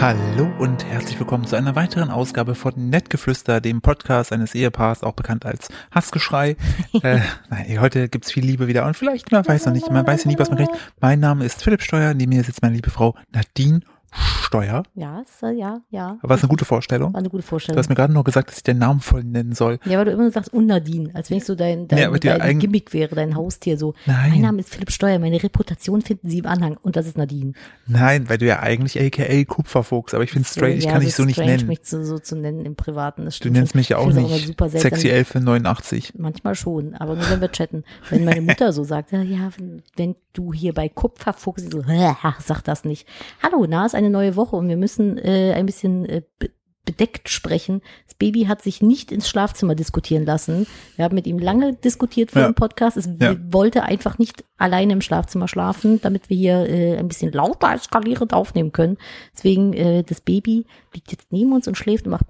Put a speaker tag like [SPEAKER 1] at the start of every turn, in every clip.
[SPEAKER 1] Hallo und herzlich willkommen zu einer weiteren Ausgabe von Nettgeflüster, dem Podcast eines Ehepaars, auch bekannt als Hassgeschrei. äh, nein, heute gibt's viel Liebe wieder und vielleicht, man weiß noch nicht, man weiß ja nie, was man kriegt. Mein Name ist Philipp Steuer, neben mir sitzt meine liebe Frau Nadine Steuer.
[SPEAKER 2] Ja, ist, äh, ja, ja.
[SPEAKER 1] War es eine gute Vorstellung?
[SPEAKER 2] War eine gute
[SPEAKER 1] Du
[SPEAKER 2] Vorstellung.
[SPEAKER 1] hast mir gerade nur gesagt, dass ich den Namen voll nennen soll.
[SPEAKER 2] ja, weil du immer sagst, und Nadine, als wenn ich so dein, dein,
[SPEAKER 1] Nee, aber die
[SPEAKER 2] dein
[SPEAKER 1] eigen-
[SPEAKER 2] Gimmick wäre, dein Haustier so.
[SPEAKER 1] Nein.
[SPEAKER 2] Mein Name ist Philipp Steuer, meine Reputation finden Sie im Anhang und das ist Nadine.
[SPEAKER 1] Nein, weil du ja eigentlich aka Kupferfuchs, aber ich finde straight, ich
[SPEAKER 2] ja,
[SPEAKER 1] kann dich so nicht
[SPEAKER 2] strange,
[SPEAKER 1] nennen.
[SPEAKER 2] mich zu, so zu nennen im Privaten. Das
[SPEAKER 1] Du
[SPEAKER 2] stimmt
[SPEAKER 1] nennst
[SPEAKER 2] schon.
[SPEAKER 1] mich ja
[SPEAKER 2] Ich
[SPEAKER 1] auch
[SPEAKER 2] find's immer
[SPEAKER 1] nicht
[SPEAKER 2] super seltsam.
[SPEAKER 1] sexy Elfe 89.
[SPEAKER 2] Manchmal schon, aber nur wenn wir chatten. Wenn meine Mutter so sagt, ja, ja, wenn- wenn du hier bei Kupferfuchs, ich so, "Hä, sag das nicht. Hallo, na, ist eine neue Woche und wir müssen äh, ein bisschen äh, be- bedeckt sprechen. Das Baby hat sich nicht ins Schlafzimmer diskutieren lassen. Wir haben mit ihm lange diskutiert vor
[SPEAKER 1] Ja.
[SPEAKER 2] dem Podcast. Es
[SPEAKER 1] Ja.
[SPEAKER 2] wollte einfach nicht alleine im Schlafzimmer schlafen, damit wir hier äh, ein bisschen lauter eskalierend aufnehmen können. Deswegen, äh, das Baby liegt jetzt neben uns und schläft und macht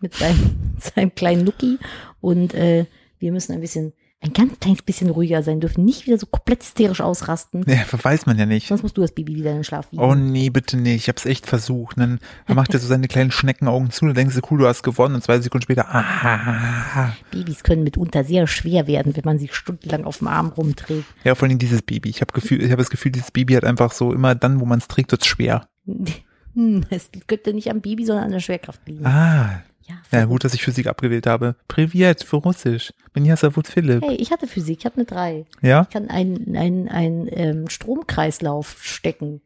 [SPEAKER 2] mit seinem, seinem kleinen Nuki. Und äh, wir müssen ein bisschen, ein ganz kleines bisschen ruhiger sein, dürfen nicht wieder so komplett hysterisch ausrasten.
[SPEAKER 1] Ja, weiß man ja nicht.
[SPEAKER 2] Sonst musst du das Baby wieder in den Schlaf wiegen.
[SPEAKER 1] Oh nee, bitte nicht. Ich hab's echt versucht. Und Dann macht er so seine kleinen Schneckenaugen zu und denkst du, cool, du hast gewonnen. Und zwei Sekunden später, ah.
[SPEAKER 2] Babys können mitunter sehr schwer werden, wenn man sie stundenlang auf dem Arm rumträgt.
[SPEAKER 1] Ja, vor allem dieses Baby. Ich habe Gefühl, ich habe das Gefühl, dieses Baby hat einfach so immer dann, wo man es trägt, wird's schwer.
[SPEAKER 2] Hm, Es könnte nicht am Baby, sondern an der Schwerkraft liegen.
[SPEAKER 1] Ah,
[SPEAKER 2] Ja,
[SPEAKER 1] ja gut, dass ich Physik abgewählt habe. Privet für Russisch. Bin ja Savut Philipp.
[SPEAKER 2] Hey, ich hatte Physik, ich habe eine 3.
[SPEAKER 1] Ja?
[SPEAKER 2] Ich kann einen, einen, einen ähm, Stromkreislauf stecken.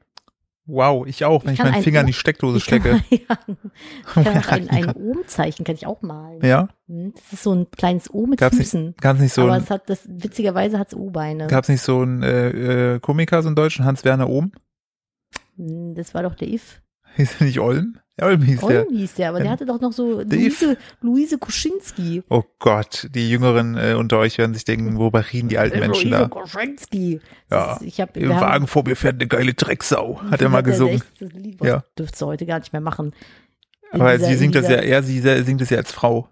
[SPEAKER 1] Wow, ich auch, wenn
[SPEAKER 2] Ich
[SPEAKER 1] ich,
[SPEAKER 2] kann
[SPEAKER 1] meinen
[SPEAKER 2] ein
[SPEAKER 1] Finger in die
[SPEAKER 2] Buch-
[SPEAKER 1] Steckdose
[SPEAKER 2] ich kann,
[SPEAKER 1] stecke.
[SPEAKER 2] ja, ich kann auch ein,
[SPEAKER 1] Oh
[SPEAKER 2] ein
[SPEAKER 1] Ja.
[SPEAKER 2] Ohmzeichen, kann ich auch malen.
[SPEAKER 1] Ja?
[SPEAKER 2] Hm, Das ist so ein kleines O mit
[SPEAKER 1] Gab's
[SPEAKER 2] Füßen.
[SPEAKER 1] nicht, gab's nicht so
[SPEAKER 2] aber
[SPEAKER 1] ein,
[SPEAKER 2] es hat das, witzigerweise hat es U-Beine.
[SPEAKER 1] gab's nicht so einen äh, äh, Komiker, so einen deutschen, Hans-Werner Ohm?
[SPEAKER 2] Hm, Das war doch der If.
[SPEAKER 1] Hieß er nicht Olm? Ja, Olm hieß der.
[SPEAKER 2] Olm hieß der, aber der
[SPEAKER 1] Ähm,
[SPEAKER 2] hatte doch noch so
[SPEAKER 1] der If.
[SPEAKER 2] Luise, Luise Kuschinski.
[SPEAKER 1] Oh Gott, die Jüngeren äh, unter euch werden sich denken, worüber reden die alten Menschen
[SPEAKER 2] Luise
[SPEAKER 1] da?
[SPEAKER 2] Kuschinski.
[SPEAKER 1] Ja,
[SPEAKER 2] Das ist- Ich hab,
[SPEAKER 1] Im
[SPEAKER 2] wir haben-
[SPEAKER 1] Wagen vor mir fährt eine geile Drecksau, hat er
[SPEAKER 2] hat
[SPEAKER 1] mal
[SPEAKER 2] der
[SPEAKER 1] gesungen.
[SPEAKER 2] echt Das Lied
[SPEAKER 1] Ja.
[SPEAKER 2] ja. dürft's heute gar nicht mehr machen. In
[SPEAKER 1] Aber
[SPEAKER 2] dieser-
[SPEAKER 1] sie
[SPEAKER 2] in
[SPEAKER 1] singt das ja,
[SPEAKER 2] dieser-
[SPEAKER 1] er sie se- singt das ja als Frau.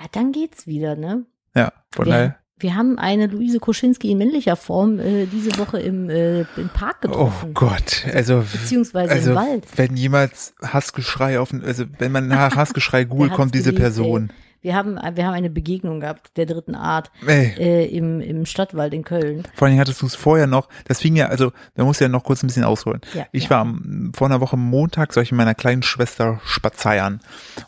[SPEAKER 2] Ja, dann geht's wieder, ne?
[SPEAKER 1] Ja, von
[SPEAKER 2] Wir,
[SPEAKER 1] daher. Oh
[SPEAKER 2] wir haben eine Luise Kuschinski in männlicher Form äh, diese Woche im, äh, im Park
[SPEAKER 1] Oh
[SPEAKER 2] getroffen.
[SPEAKER 1] Gott, also,
[SPEAKER 2] Beziehungsweise
[SPEAKER 1] also
[SPEAKER 2] im Wald.
[SPEAKER 1] wenn jemals Hassgeschrei auf, also wenn man nach Hassgeschrei googelt,
[SPEAKER 2] hat's
[SPEAKER 1] kommt diese
[SPEAKER 2] geliebt,
[SPEAKER 1] Person.
[SPEAKER 2] Wir haben, wir haben eine Begegnung gehabt, der dritten Art,
[SPEAKER 1] Ey.
[SPEAKER 2] äh, im, im Stadtwald in Köln.
[SPEAKER 1] Vor allem hattest du es vorher noch, das fing ja, also da muss ja noch kurz ein bisschen ausholen.
[SPEAKER 2] Ja,
[SPEAKER 1] ich
[SPEAKER 2] ja.
[SPEAKER 1] war am, vor einer Woche Montag, war ich mit meiner kleinen Schwester spazieren.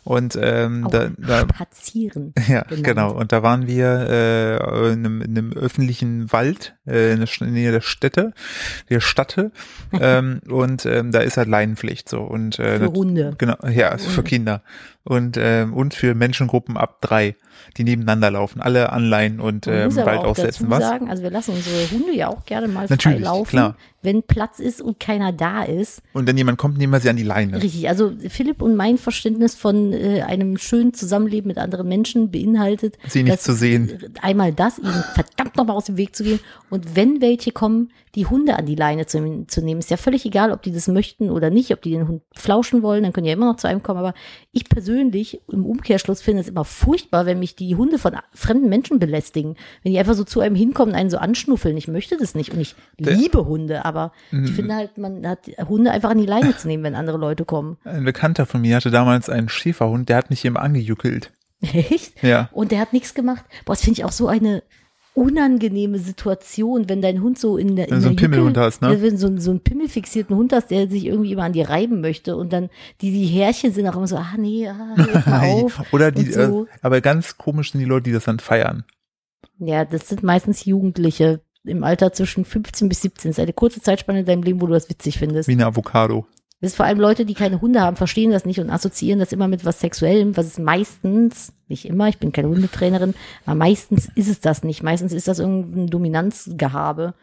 [SPEAKER 1] Und ähm,
[SPEAKER 2] Auch
[SPEAKER 1] da, da
[SPEAKER 2] spazieren.
[SPEAKER 1] Ja,
[SPEAKER 2] genannt.
[SPEAKER 1] genau. Und da waren wir äh, in, einem, in einem öffentlichen Wald äh, in der Sch- in der Nähe der Städte, der Stadte. ähm, und ähm, da ist halt Leinenpflicht so. Und, äh,
[SPEAKER 2] Für
[SPEAKER 1] nat-
[SPEAKER 2] Hunde.
[SPEAKER 1] Genau, ja, für Kinder. Und, ähm, und für Menschengruppen ab drei, die nebeneinander laufen, alle anleihen und
[SPEAKER 2] Man
[SPEAKER 1] ähm,
[SPEAKER 2] muss aber
[SPEAKER 1] Wald
[SPEAKER 2] auch
[SPEAKER 1] aussetzen.
[SPEAKER 2] dazu
[SPEAKER 1] Was?
[SPEAKER 2] sagen, also wir lassen unsere Hunde ja auch gerne mal
[SPEAKER 1] Natürlich,
[SPEAKER 2] frei laufen,
[SPEAKER 1] klar.
[SPEAKER 2] wenn Platz ist und keiner da ist.
[SPEAKER 1] Und wenn jemand kommt, nehmen wir sie an die Leine.
[SPEAKER 2] Richtig, also Philipp und mein Verständnis von äh, einem schönen Zusammenleben mit anderen Menschen beinhaltet,
[SPEAKER 1] Sie nicht
[SPEAKER 2] dass-
[SPEAKER 1] zu sehen.
[SPEAKER 2] Einmal das, ihnen verdammt nochmal aus dem Weg zu gehen und wenn welche kommen, die Hunde an die Leine zu, zu nehmen. Ist ja völlig egal, ob die das möchten oder nicht, ob die den Hund flauschen wollen, dann können die ja immer noch zu einem kommen. Aber ich persönlich im Umkehrschluss finde es immer furchtbar, wenn mich die Hunde von fremden Menschen belästigen. Wenn die einfach so zu einem hinkommen und einen so anschnuffeln. Ich möchte das nicht und ich liebe Hunde, aber ich finde halt, man hat Hunde einfach an die Leine zu nehmen, wenn andere Leute kommen.
[SPEAKER 1] Ein Bekannter von mir hatte damals einen Schäferhund, der hat mich eben angejuckelt.
[SPEAKER 2] Echt?
[SPEAKER 1] Ja.
[SPEAKER 2] Und der hat nichts gemacht. Boah, das finde ich auch so eine unangenehme Situation, wenn dein Hund so in der in
[SPEAKER 1] Wenn du so
[SPEAKER 2] der
[SPEAKER 1] einen Pimmelhund hast, ne?
[SPEAKER 2] Ja, Wenn du so, einen- so einen pimmelfixierten Hund hast, der sich irgendwie immer an dir reiben möchte und dann die, die Härchen sind auch immer so, ah nee, ah, hör jetzt mal auf.
[SPEAKER 1] Oder die,
[SPEAKER 2] und so.
[SPEAKER 1] äh, aber ganz komisch sind die Leute, die das dann feiern.
[SPEAKER 2] Ja, das sind meistens Jugendliche im Alter zwischen 15 bis 17. Das ist eine kurze Zeitspanne in deinem Leben, wo du das witzig findest.
[SPEAKER 1] Wie eine Avocado.
[SPEAKER 2] Das ist vor allem Leute, die keine Hunde haben, verstehen das nicht und assoziieren das immer mit was Sexuellem, was es meistens, nicht immer, ich bin keine Hundetrainerin, aber meistens ist es das nicht. Meistens ist das irgendein Dominanzgehabe.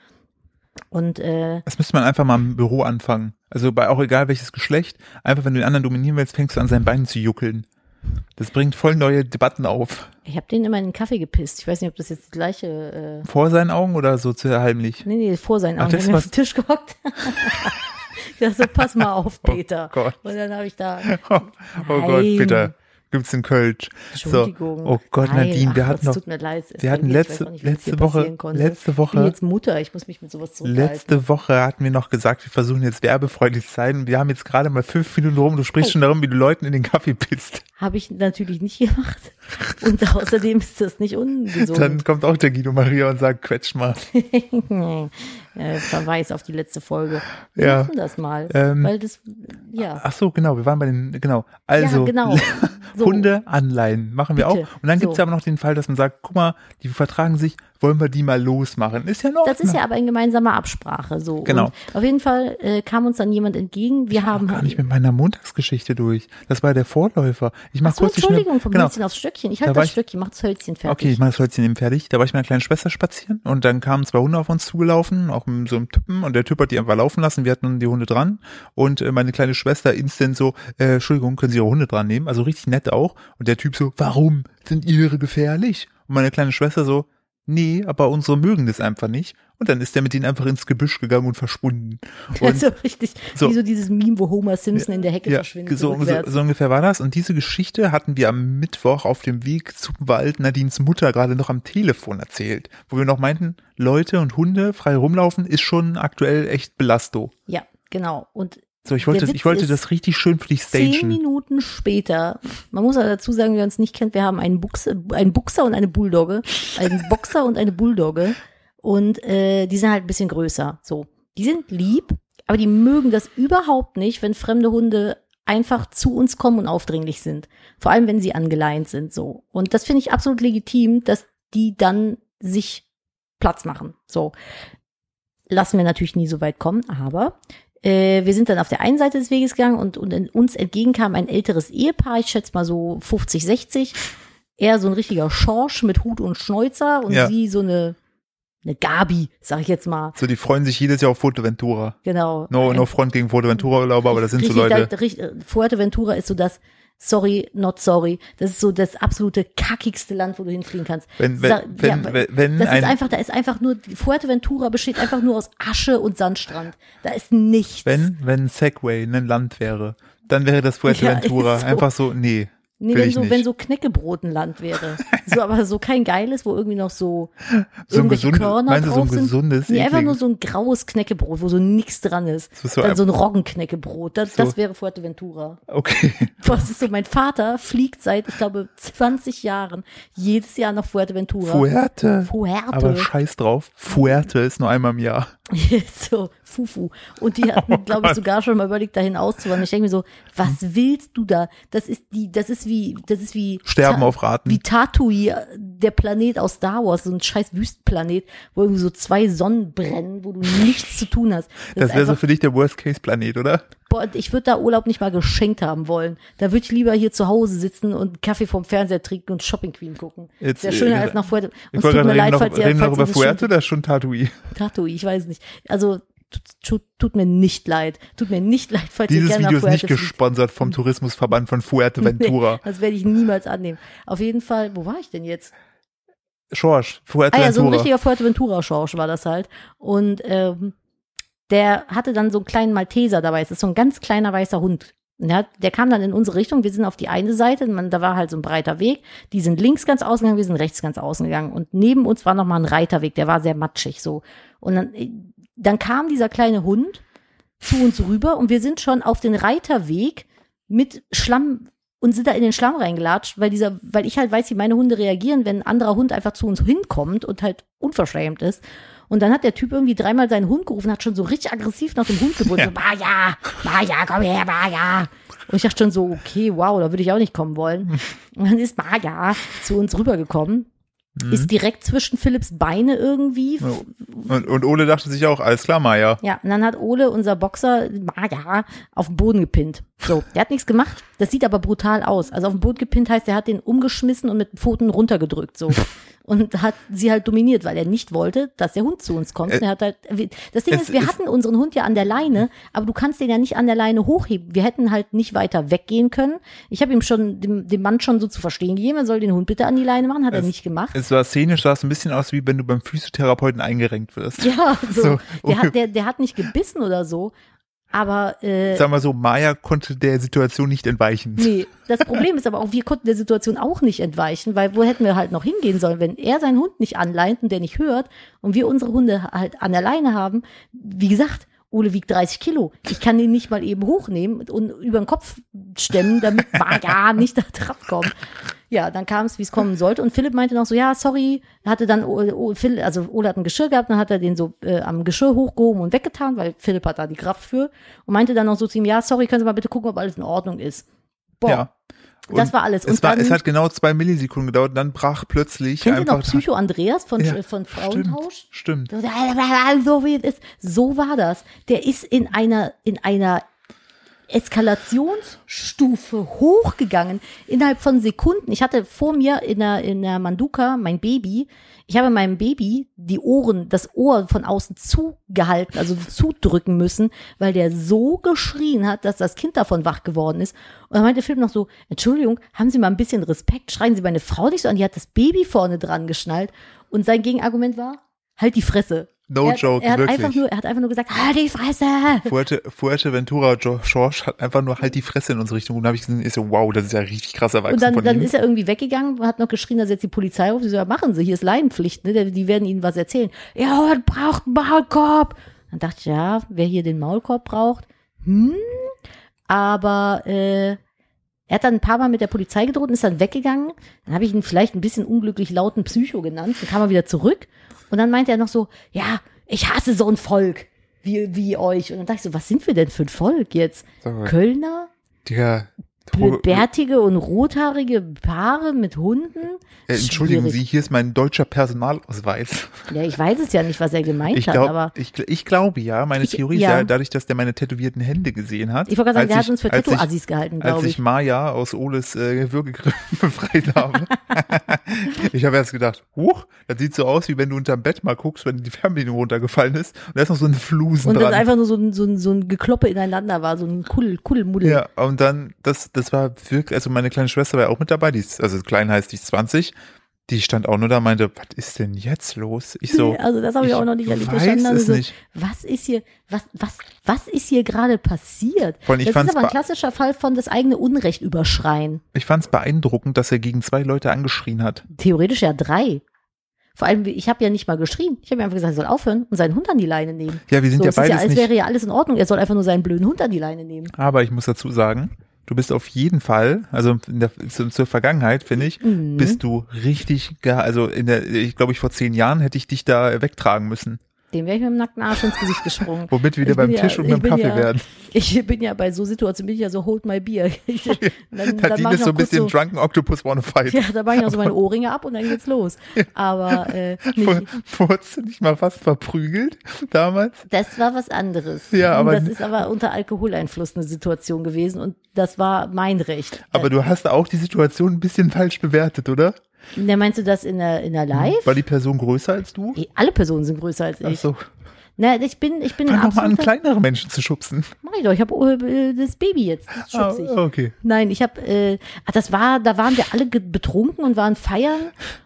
[SPEAKER 2] Und äh,
[SPEAKER 1] Das müsste man einfach mal im Büro anfangen. Also bei auch egal welches Geschlecht, einfach wenn du den anderen dominieren willst, fängst du an seinen Beinen zu juckeln. Das bringt voll neue Debatten auf.
[SPEAKER 2] ich habe denen immer in den Kaffee gepisst. Ich weiß nicht, ob das jetzt die gleiche, äh,
[SPEAKER 1] Vor seinen Augen oder so zu heimlich?
[SPEAKER 2] nee, nee, vor seinen
[SPEAKER 1] Ach,
[SPEAKER 2] Augen.
[SPEAKER 1] das
[SPEAKER 2] ich hab mir
[SPEAKER 1] war-
[SPEAKER 2] auf den Tisch gehockt. ich dachte so, pass mal auf, Peter.
[SPEAKER 1] Oh Gott.
[SPEAKER 2] und dann habe ich da
[SPEAKER 1] Oh, oh Gott,
[SPEAKER 2] Nein.
[SPEAKER 1] bitte. gibt's in Köln. So.
[SPEAKER 2] Entschuldigung.
[SPEAKER 1] Oh Gott, Nadine, wir
[SPEAKER 2] ach,
[SPEAKER 1] hatten
[SPEAKER 2] das
[SPEAKER 1] noch,
[SPEAKER 2] tut mir leid.
[SPEAKER 1] wir hatten
[SPEAKER 2] Ich weiß
[SPEAKER 1] letzte,
[SPEAKER 2] auch nicht, was hier
[SPEAKER 1] letzte Woche,
[SPEAKER 2] passieren konnte.
[SPEAKER 1] letzte
[SPEAKER 2] Ich bin
[SPEAKER 1] Woche,
[SPEAKER 2] jetzt Mutter, ich muss mich mit sowas zurückhalten.
[SPEAKER 1] letzte Woche hatten wir noch gesagt, wir versuchen jetzt werbefreundlich zu sein. Wir haben jetzt gerade mal fünf Minuten rum. Du sprichst
[SPEAKER 2] Oh.
[SPEAKER 1] schon darum, wie du Leuten in den Kaffee pisst.
[SPEAKER 2] Habe ich natürlich nicht gemacht. Und außerdem ist das nicht ungesund.
[SPEAKER 1] Dann kommt auch der Guido Maria und sagt, quetsch mal.
[SPEAKER 2] äh, Verweis auf die letzte Folge. Wir
[SPEAKER 1] Ja.
[SPEAKER 2] machen das mal.
[SPEAKER 1] Ähm.
[SPEAKER 2] weil das, ja.
[SPEAKER 1] Ach so, genau, wir waren bei den, genau. Also,
[SPEAKER 2] ja, genau. So.
[SPEAKER 1] Hunde anleihen machen wir
[SPEAKER 2] Bitte.
[SPEAKER 1] auch. Und dann gibt's
[SPEAKER 2] So.
[SPEAKER 1] ja aber noch den Fall, dass man sagt, guck mal, die vertragen sich, wollen wir die mal losmachen? Ist ja noch.
[SPEAKER 2] Das ist ja aber in gemeinsamer Absprache. So.
[SPEAKER 1] Genau.
[SPEAKER 2] Und auf jeden Fall äh, kam uns dann jemand entgegen. Wir haben
[SPEAKER 1] gar nicht mit meiner Montagsgeschichte durch. Das war der Vorläufer. Ich mach
[SPEAKER 2] Ach so,
[SPEAKER 1] kurz die schnelle-
[SPEAKER 2] Entschuldigung, vom
[SPEAKER 1] genau.
[SPEAKER 2] Hölzchen aufs Stöckchen. Ich
[SPEAKER 1] Da
[SPEAKER 2] halte
[SPEAKER 1] war
[SPEAKER 2] das
[SPEAKER 1] ich-
[SPEAKER 2] Stöckchen, mach das Hölzchen fertig.
[SPEAKER 1] Okay, ich mache das Hölzchen eben fertig. Da war ich mit meiner kleinen Schwester spazieren und dann kamen zwei Hunde auf uns zugelaufen, auch mit so einem Typen und der Typ hat die einfach laufen lassen. Wir hatten die Hunde dran und äh, meine kleine Schwester instant so, äh, Entschuldigung, können Sie Ihre Hunde dran nehmen? Also richtig nett auch. Und der Typ so, warum sind Ihre gefährlich? Und meine kleine Schwester so, nee, aber unsere mögen das einfach nicht. Und dann ist der mit denen einfach ins Gebüsch gegangen und verschwunden. Und
[SPEAKER 2] also richtig,
[SPEAKER 1] so.
[SPEAKER 2] wie so dieses Meme, wo Homer Simpson in der Hecke
[SPEAKER 1] ja,
[SPEAKER 2] verschwindet.
[SPEAKER 1] so, so,
[SPEAKER 2] rückwärts.
[SPEAKER 1] so ungefähr war das. Und diese Geschichte hatten wir am Mittwoch auf dem Weg zum Wald Nadines Mutter gerade noch am Telefon erzählt, wo wir noch meinten, Leute und Hunde frei rumlaufen ist schon aktuell echt belasto.
[SPEAKER 2] Ja, genau. Und
[SPEAKER 1] So, ich wollte,
[SPEAKER 2] Der Witz
[SPEAKER 1] ich wollte
[SPEAKER 2] ist,
[SPEAKER 1] das richtig schön für dich
[SPEAKER 2] zehn
[SPEAKER 1] stagen.
[SPEAKER 2] Minuten später, man muss aber dazu sagen, wer uns nicht kennt, wir haben einen, Buchse, einen Buchser und eine Bulldogge, einen Boxer und eine Bulldogge und äh, die sind halt ein bisschen größer. So, die sind lieb, aber die mögen das überhaupt nicht, wenn fremde Hunde einfach zu uns kommen und aufdringlich sind. Vor allem, wenn sie angeleint sind. So und das finde ich absolut legitim, dass die dann sich Platz machen. So lassen wir natürlich nie so weit kommen, aber äh, wir sind dann auf der einen Seite des Weges gegangen und, und in uns entgegenkam ein älteres Ehepaar, ich schätze mal so 50, 60. Er so ein richtiger Schorsch mit Hut und Schnäuzer und
[SPEAKER 1] Ja.
[SPEAKER 2] sie so eine, eine Gabi, sag ich jetzt mal.
[SPEAKER 1] So, die freuen sich jedes Jahr auf Fotoventura.
[SPEAKER 2] Genau.
[SPEAKER 1] No, no front gegen Fotoventura, glaube ich, aber das sind so
[SPEAKER 2] Richtig,
[SPEAKER 1] Leute.
[SPEAKER 2] Da, richtig, äh, Fuerteventura ist so das, sorry, not sorry. Das ist so das absolute kackigste Land, wo du hinfliegen kannst.
[SPEAKER 1] Wenn, wenn,
[SPEAKER 2] Sa-
[SPEAKER 1] wenn,
[SPEAKER 2] ja,
[SPEAKER 1] wenn, wenn
[SPEAKER 2] das ist
[SPEAKER 1] ein,
[SPEAKER 2] einfach, da ist einfach nur, Fuerteventura besteht einfach nur aus Asche und Sandstrand. Da ist nichts.
[SPEAKER 1] wenn, wenn Segway ein Land wäre, dann wäre das Fuerteventura
[SPEAKER 2] Ja, ist so.
[SPEAKER 1] einfach so, nee.
[SPEAKER 2] Nee,
[SPEAKER 1] will
[SPEAKER 2] wenn
[SPEAKER 1] ich
[SPEAKER 2] so,
[SPEAKER 1] nicht.
[SPEAKER 2] wenn so Knäckebrotenland wäre. So, aber so kein geiles, wo irgendwie noch so,
[SPEAKER 1] So ein
[SPEAKER 2] irgendwelche
[SPEAKER 1] gesundes,
[SPEAKER 2] Körner
[SPEAKER 1] meinst du so ein
[SPEAKER 2] drauf sind.
[SPEAKER 1] gesundes,
[SPEAKER 2] Nee, einfach nur
[SPEAKER 1] ekliges?
[SPEAKER 2] so ein graues Knäckebrot, wo so nichts dran ist.
[SPEAKER 1] So- so ein-
[SPEAKER 2] Dann so ein Roggenknäckebrot. Das,
[SPEAKER 1] so-
[SPEAKER 2] das wäre Fuerteventura.
[SPEAKER 1] Okay.
[SPEAKER 2] Das ist so, mein Vater fliegt seit, ich glaube, 20 Jahren jedes Jahr nach Fuerteventura.
[SPEAKER 1] Fuerte.
[SPEAKER 2] Fuerte.
[SPEAKER 1] Aber scheiß drauf, Fuerte ist nur einmal im Jahr.
[SPEAKER 2] so, Fufu. Und die
[SPEAKER 1] Oh
[SPEAKER 2] hatten, glaube ich, sogar schon mal überlegt, dahin auszuwandern. Ich denke mir so, was willst du da? Das ist die, das ist wie, das ist wie.
[SPEAKER 1] Sterben
[SPEAKER 2] Ta-
[SPEAKER 1] auf Raten.
[SPEAKER 2] Wie Tatooine, äh, der Planet aus Star Wars, so ein scheiß Wüstenplanet, wo irgendwie so zwei Sonnen brennen, wo du nichts zu tun hast.
[SPEAKER 1] Das,
[SPEAKER 2] ist
[SPEAKER 1] wäre so
[SPEAKER 2] einfach-
[SPEAKER 1] für dich der Worst-Case-Planet, oder?
[SPEAKER 2] boah, ich würde da Urlaub nicht mal geschenkt haben wollen. Da würde ich lieber hier zu Hause sitzen und einen Kaffee vom Fernseher trinken und Shopping Queen gucken.
[SPEAKER 1] Jetzt,
[SPEAKER 2] Sehr schöner
[SPEAKER 1] äh,
[SPEAKER 2] als nach Fuerte. Und
[SPEAKER 1] Ich
[SPEAKER 2] es
[SPEAKER 1] wollte gerade
[SPEAKER 2] tut mir
[SPEAKER 1] reden,
[SPEAKER 2] leid,
[SPEAKER 1] noch,
[SPEAKER 2] falls ihr,
[SPEAKER 1] reden noch
[SPEAKER 2] falls ihr
[SPEAKER 1] über
[SPEAKER 2] das schon
[SPEAKER 1] Fuerte, das ist schon Tatui.
[SPEAKER 2] Tattoo, ich weiß nicht. Also tut, tut, tut mir nicht leid. Tut mir nicht leid, falls ihr
[SPEAKER 1] Dieses
[SPEAKER 2] gerne
[SPEAKER 1] Video
[SPEAKER 2] nach
[SPEAKER 1] ist nicht
[SPEAKER 2] Fuerte fliegt.
[SPEAKER 1] gesponsert vom Tourismusverband von Fuerteventura.
[SPEAKER 2] Nee, das werde ich niemals annehmen. Auf jeden Fall, wo war ich denn jetzt?
[SPEAKER 1] Schorsch,
[SPEAKER 2] Ah ja, so ein
[SPEAKER 1] Fuerteventura.
[SPEAKER 2] richtiger Fuerteventura-Schorsch war das halt. Und ähm, der hatte dann so einen kleinen Malteser dabei. Es ist so ein ganz kleiner weißer Hund. Und Der, hat, der kam dann in unsere Richtung. Wir sind auf die eine Seite. Man, da war halt so ein breiter Weg. Die sind links ganz außen gegangen, wir sind rechts ganz außen gegangen. Und neben uns war nochmal ein Reiterweg. Der war sehr matschig so. Und dann, äh, dann kam dieser kleine Hund zu uns rüber und wir sind schon auf den Reiterweg mit Schlamm und sind da in den Schlamm reingelatscht, weil dieser, weil ich halt weiß, wie meine Hunde reagieren, wenn ein anderer Hund einfach zu uns hinkommt und halt unverschämt ist. Und dann hat der Typ irgendwie dreimal seinen Hund gerufen, hat schon so richtig aggressiv nach dem Hund gebrüllt, so, Maja, Maja, komm her, Maja. Und ich dachte schon so, okay, wow, da würde ich auch nicht kommen wollen. Und dann ist Maja zu uns rübergekommen, ist direkt zwischen Philipps Beine irgendwie,
[SPEAKER 1] Oh. und, und Ole dachte sich auch, alles klar, Maya.
[SPEAKER 2] ja, und dann hat Ole, unser Boxer, Maja, auf den Boden gepinnt. So, der hat nichts gemacht. Das sieht aber brutal aus. Also auf den Boden gepinnt heißt, er hat den umgeschmissen und mit den Pfoten runtergedrückt. So. Und hat sie halt dominiert, weil er nicht wollte, dass der Hund zu uns kommt. Und er hat halt, das Ding
[SPEAKER 1] Äh, es
[SPEAKER 2] ist, wir
[SPEAKER 1] ist-
[SPEAKER 2] hatten unseren Hund ja an der Leine, aber du kannst den ja nicht an der Leine hochheben. Wir hätten halt nicht weiter weggehen können. Ich habe ihm schon, dem, dem Mann schon so zu verstehen gegeben, er soll den Hund bitte an die Leine machen, hat er nicht gemacht.
[SPEAKER 1] Es war szenisch, sah es ein bisschen aus, wie wenn du beim Physiotherapeuten eingerenkt wirst.
[SPEAKER 2] Ja,
[SPEAKER 1] So,
[SPEAKER 2] so. der,
[SPEAKER 1] okay.
[SPEAKER 2] hat, der, der hat nicht gebissen oder so. Aber äh,
[SPEAKER 1] Sagen wir so, Maya konnte der Situation nicht entweichen.
[SPEAKER 2] nee, das Problem ist aber auch, wir konnten der Situation auch nicht entweichen, weil wo hätten wir halt noch hingehen sollen, wenn er seinen Hund nicht anleint und der nicht hört und wir unsere Hunde halt an der Leine haben. Wie gesagt, Ole wiegt 30 Kilo. Ich kann den nicht mal eben hochnehmen und über den Kopf stemmen, damit Maga nicht da dran kommt. Ja, dann kam es, wie es kommen sollte. Und Philipp meinte noch so, ja, sorry, hatte dann, O- O- Phil- also Ole hat ein Geschirr gehabt, dann hat er den so äh, am Geschirr hochgehoben und weggetan, weil Philipp hat da die Kraft für. Und meinte dann noch so zu ihm, ja, sorry, können Sie mal bitte gucken, ob alles in Ordnung ist. Boah,
[SPEAKER 1] ja.
[SPEAKER 2] das war alles.
[SPEAKER 1] Es,
[SPEAKER 2] Und
[SPEAKER 1] war,
[SPEAKER 2] dann-
[SPEAKER 1] es hat genau zwei Millisekunden gedauert, und dann brach plötzlich
[SPEAKER 2] kennt ihr
[SPEAKER 1] einfach.
[SPEAKER 2] noch Psycho Andreas von,
[SPEAKER 1] Ja,
[SPEAKER 2] von Frauentausch?
[SPEAKER 1] stimmt, stimmt.
[SPEAKER 2] So wie es ist. So war das. Der ist in einer, in einer Eskalationsstufe hochgegangen innerhalb von Sekunden. Ich hatte vor mir in der, in der Manduka mein Baby. Ich habe meinem Baby die Ohren, das Ohr von außen zugehalten, also zudrücken müssen, weil der so geschrien hat, dass das Kind davon wach geworden ist. Und dann meinte Philipp noch so, Entschuldigung, haben Sie mal ein bisschen Respekt, schreien Sie meine Frau nicht so an, die hat das Baby vorne dran geschnallt. Und sein Gegenargument war, halt die Fresse.
[SPEAKER 1] No
[SPEAKER 2] er,
[SPEAKER 1] joke,
[SPEAKER 2] er hat
[SPEAKER 1] wirklich.
[SPEAKER 2] Einfach nur, er hat einfach nur gesagt, halt die Fresse.
[SPEAKER 1] Fuerte, Fuerteventura Jo- George hat einfach nur halt die Fresse in unsere Richtung. Und da habe ich gesehen, ist so, wow, das ist ja richtig krasser Wachstum
[SPEAKER 2] Und dann,
[SPEAKER 1] von
[SPEAKER 2] dann
[SPEAKER 1] ihm.
[SPEAKER 2] ist er irgendwie weggegangen, hat noch geschrien, dass jetzt die Polizei ruft. Sie so, ja, machen Sie, hier ist Laienpflicht, ne? der- Die werden Ihnen was erzählen. Ja, man braucht einen Maulkorb. Dann dachte ich, ja, wer hier den Maulkorb braucht, hm, aber äh, er hat dann ein paar Mal mit der Polizei gedroht und ist dann weggegangen. Dann habe ich ihn vielleicht ein bisschen unglücklich lauten Psycho genannt. Dann kam er wieder zurück und dann meinte er noch so, ja, ich hasse so ein Volk wie, wie euch. Und dann dachte ich so, was sind wir denn für ein Volk jetzt?
[SPEAKER 1] Sag mal,
[SPEAKER 2] Kölner?
[SPEAKER 1] Digga, Ro-
[SPEAKER 2] bärtige und rothaarige Paare mit Hunden?
[SPEAKER 1] äh, entschuldigen Sie,
[SPEAKER 2] Schwierig.
[SPEAKER 1] hier ist mein deutscher Personalausweis.
[SPEAKER 2] Ja, ich weiß es ja nicht, was er gemeint
[SPEAKER 1] Ich,
[SPEAKER 2] hat,
[SPEAKER 1] glaub,
[SPEAKER 2] aber
[SPEAKER 1] ich, gl- ich glaube ja, meine
[SPEAKER 2] Ich-
[SPEAKER 1] Theorie ist
[SPEAKER 2] ja.
[SPEAKER 1] ja, dadurch, dass der meine tätowierten Hände gesehen hat.
[SPEAKER 2] ich wollte gerade
[SPEAKER 1] als
[SPEAKER 2] sagen, der
[SPEAKER 1] ich-
[SPEAKER 2] hat uns für
[SPEAKER 1] als ich-
[SPEAKER 2] Tattoo-Assis gehalten,
[SPEAKER 1] Als
[SPEAKER 2] glaube
[SPEAKER 1] ich
[SPEAKER 2] ich.
[SPEAKER 1] Maya aus Oles äh, Würgegriff befreit habe. ich habe erst gedacht, huch, das sieht so aus, wie wenn du unterm Bett mal guckst, wenn die Fernbedienung runtergefallen ist. Und da ist noch so ein Flusen
[SPEAKER 2] Und
[SPEAKER 1] dran.
[SPEAKER 2] das einfach nur so ein, so ein, so ein Gekloppe ineinander war, so ein Kuddel, Kuddelmuddel.
[SPEAKER 1] ja, und dann, das, das war wirklich, also meine kleine Schwester war ja auch mit dabei, die ist, also klein heißt die ist 20, die stand auch nur da und meinte, was ist denn jetzt los? Ich so,
[SPEAKER 2] Nee, also das habe ich,
[SPEAKER 1] ich
[SPEAKER 2] auch noch nicht erlebt. Da
[SPEAKER 1] weiß
[SPEAKER 2] standen alle
[SPEAKER 1] es
[SPEAKER 2] so,
[SPEAKER 1] nicht.
[SPEAKER 2] Was ist hier, was, was, was ist hier gerade passiert?
[SPEAKER 1] Vor allem, ich
[SPEAKER 2] das ist
[SPEAKER 1] fand's
[SPEAKER 2] aber ein
[SPEAKER 1] bei-
[SPEAKER 2] klassischer Fall von das eigene Unrecht überschreien.
[SPEAKER 1] ich fand es beeindruckend, dass er gegen zwei Leute angeschrien hat.
[SPEAKER 2] Theoretisch ja drei. Vor allem, ich habe ja nicht mal geschrien. Ich habe ihm einfach gesagt, er soll aufhören und seinen Hund an die Leine nehmen.
[SPEAKER 1] Ja, wir sind
[SPEAKER 2] So,
[SPEAKER 1] ja
[SPEAKER 2] es ist
[SPEAKER 1] beides
[SPEAKER 2] ja, als
[SPEAKER 1] nicht.
[SPEAKER 2] wäre ja alles in Ordnung. Er soll einfach nur seinen blöden Hund an die Leine nehmen.
[SPEAKER 1] Aber ich muss dazu sagen, du bist auf jeden Fall, also in der, zu, zur Vergangenheit, finde ich,
[SPEAKER 2] Mhm.
[SPEAKER 1] bist du richtig gar, also in der, ich glaube, ich vor zehn Jahren hätte ich dich da wegtragen
[SPEAKER 2] Mhm,
[SPEAKER 1] müssen,
[SPEAKER 2] Dem wäre ich mit dem nackten Arsch ins Gesicht gesprungen.
[SPEAKER 1] womit wir
[SPEAKER 2] Ich
[SPEAKER 1] wieder beim
[SPEAKER 2] bin ja-
[SPEAKER 1] Tisch und
[SPEAKER 2] ich
[SPEAKER 1] beim
[SPEAKER 2] bin
[SPEAKER 1] Kaffee
[SPEAKER 2] ja-
[SPEAKER 1] werden.
[SPEAKER 2] Ich bin ja bei so Situationen, bin ich ja so, hold my beer. Ich, dann, dann mach
[SPEAKER 1] Tadine
[SPEAKER 2] ich
[SPEAKER 1] ist
[SPEAKER 2] noch
[SPEAKER 1] so ein
[SPEAKER 2] kurz
[SPEAKER 1] bisschen drunken Octopus wanna fight.
[SPEAKER 2] Ja, da mache ich noch so meine Ohrringe ab und dann geht's los. Aber äh,
[SPEAKER 1] Vor-
[SPEAKER 2] nicht.
[SPEAKER 1] Wurdest du nicht mal fast verprügelt damals?
[SPEAKER 2] das war was anderes.
[SPEAKER 1] Ja, aber-
[SPEAKER 2] das ist aber unter Alkoholeinfluss eine Situation gewesen und das war mein Recht.
[SPEAKER 1] Aber du hast auch die Situation ein bisschen falsch bewertet, oder?
[SPEAKER 2] Na, meinst du das in der, in
[SPEAKER 1] Hm.
[SPEAKER 2] der Live?
[SPEAKER 1] War die Person größer als du?
[SPEAKER 2] Eh, Alle Personen sind größer als
[SPEAKER 1] Ach
[SPEAKER 2] ich.
[SPEAKER 1] so.
[SPEAKER 2] Na, ich bin, ich bin ein
[SPEAKER 1] Fang doch mal an,
[SPEAKER 2] absoluter...
[SPEAKER 1] kleinere Menschen zu schubsen.
[SPEAKER 2] Mach ich doch, ich habe äh, das Baby jetzt. Das
[SPEAKER 1] Ah,
[SPEAKER 2] schubse ich.
[SPEAKER 1] okay.
[SPEAKER 2] Nein, ich habe, äh, ach, das war, da waren wir alle ge- betrunken und waren feiern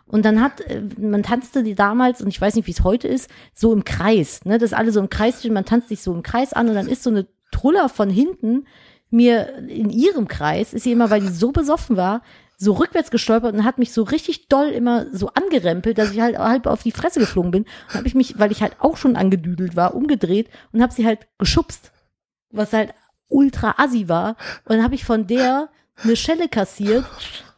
[SPEAKER 2] und dann hat, äh, man tanzte die damals und ich weiß nicht, wie es heute ist, so im Kreis, ne, das alle so im Kreis stehen, man tanzt sich so im Kreis an und dann ist so eine Truller von hinten mir in ihrem Kreis, ist sie immer, weil die so besoffen war, so rückwärts gestolpert und hat mich so richtig doll immer so angerempelt, dass ich halt halb auf die Fresse geflogen bin. Und habe ich mich, weil ich halt auch schon angedüdelt war, umgedreht und habe sie halt geschubst was halt ultra assi war. Und dann habe ich von der eine Schelle kassiert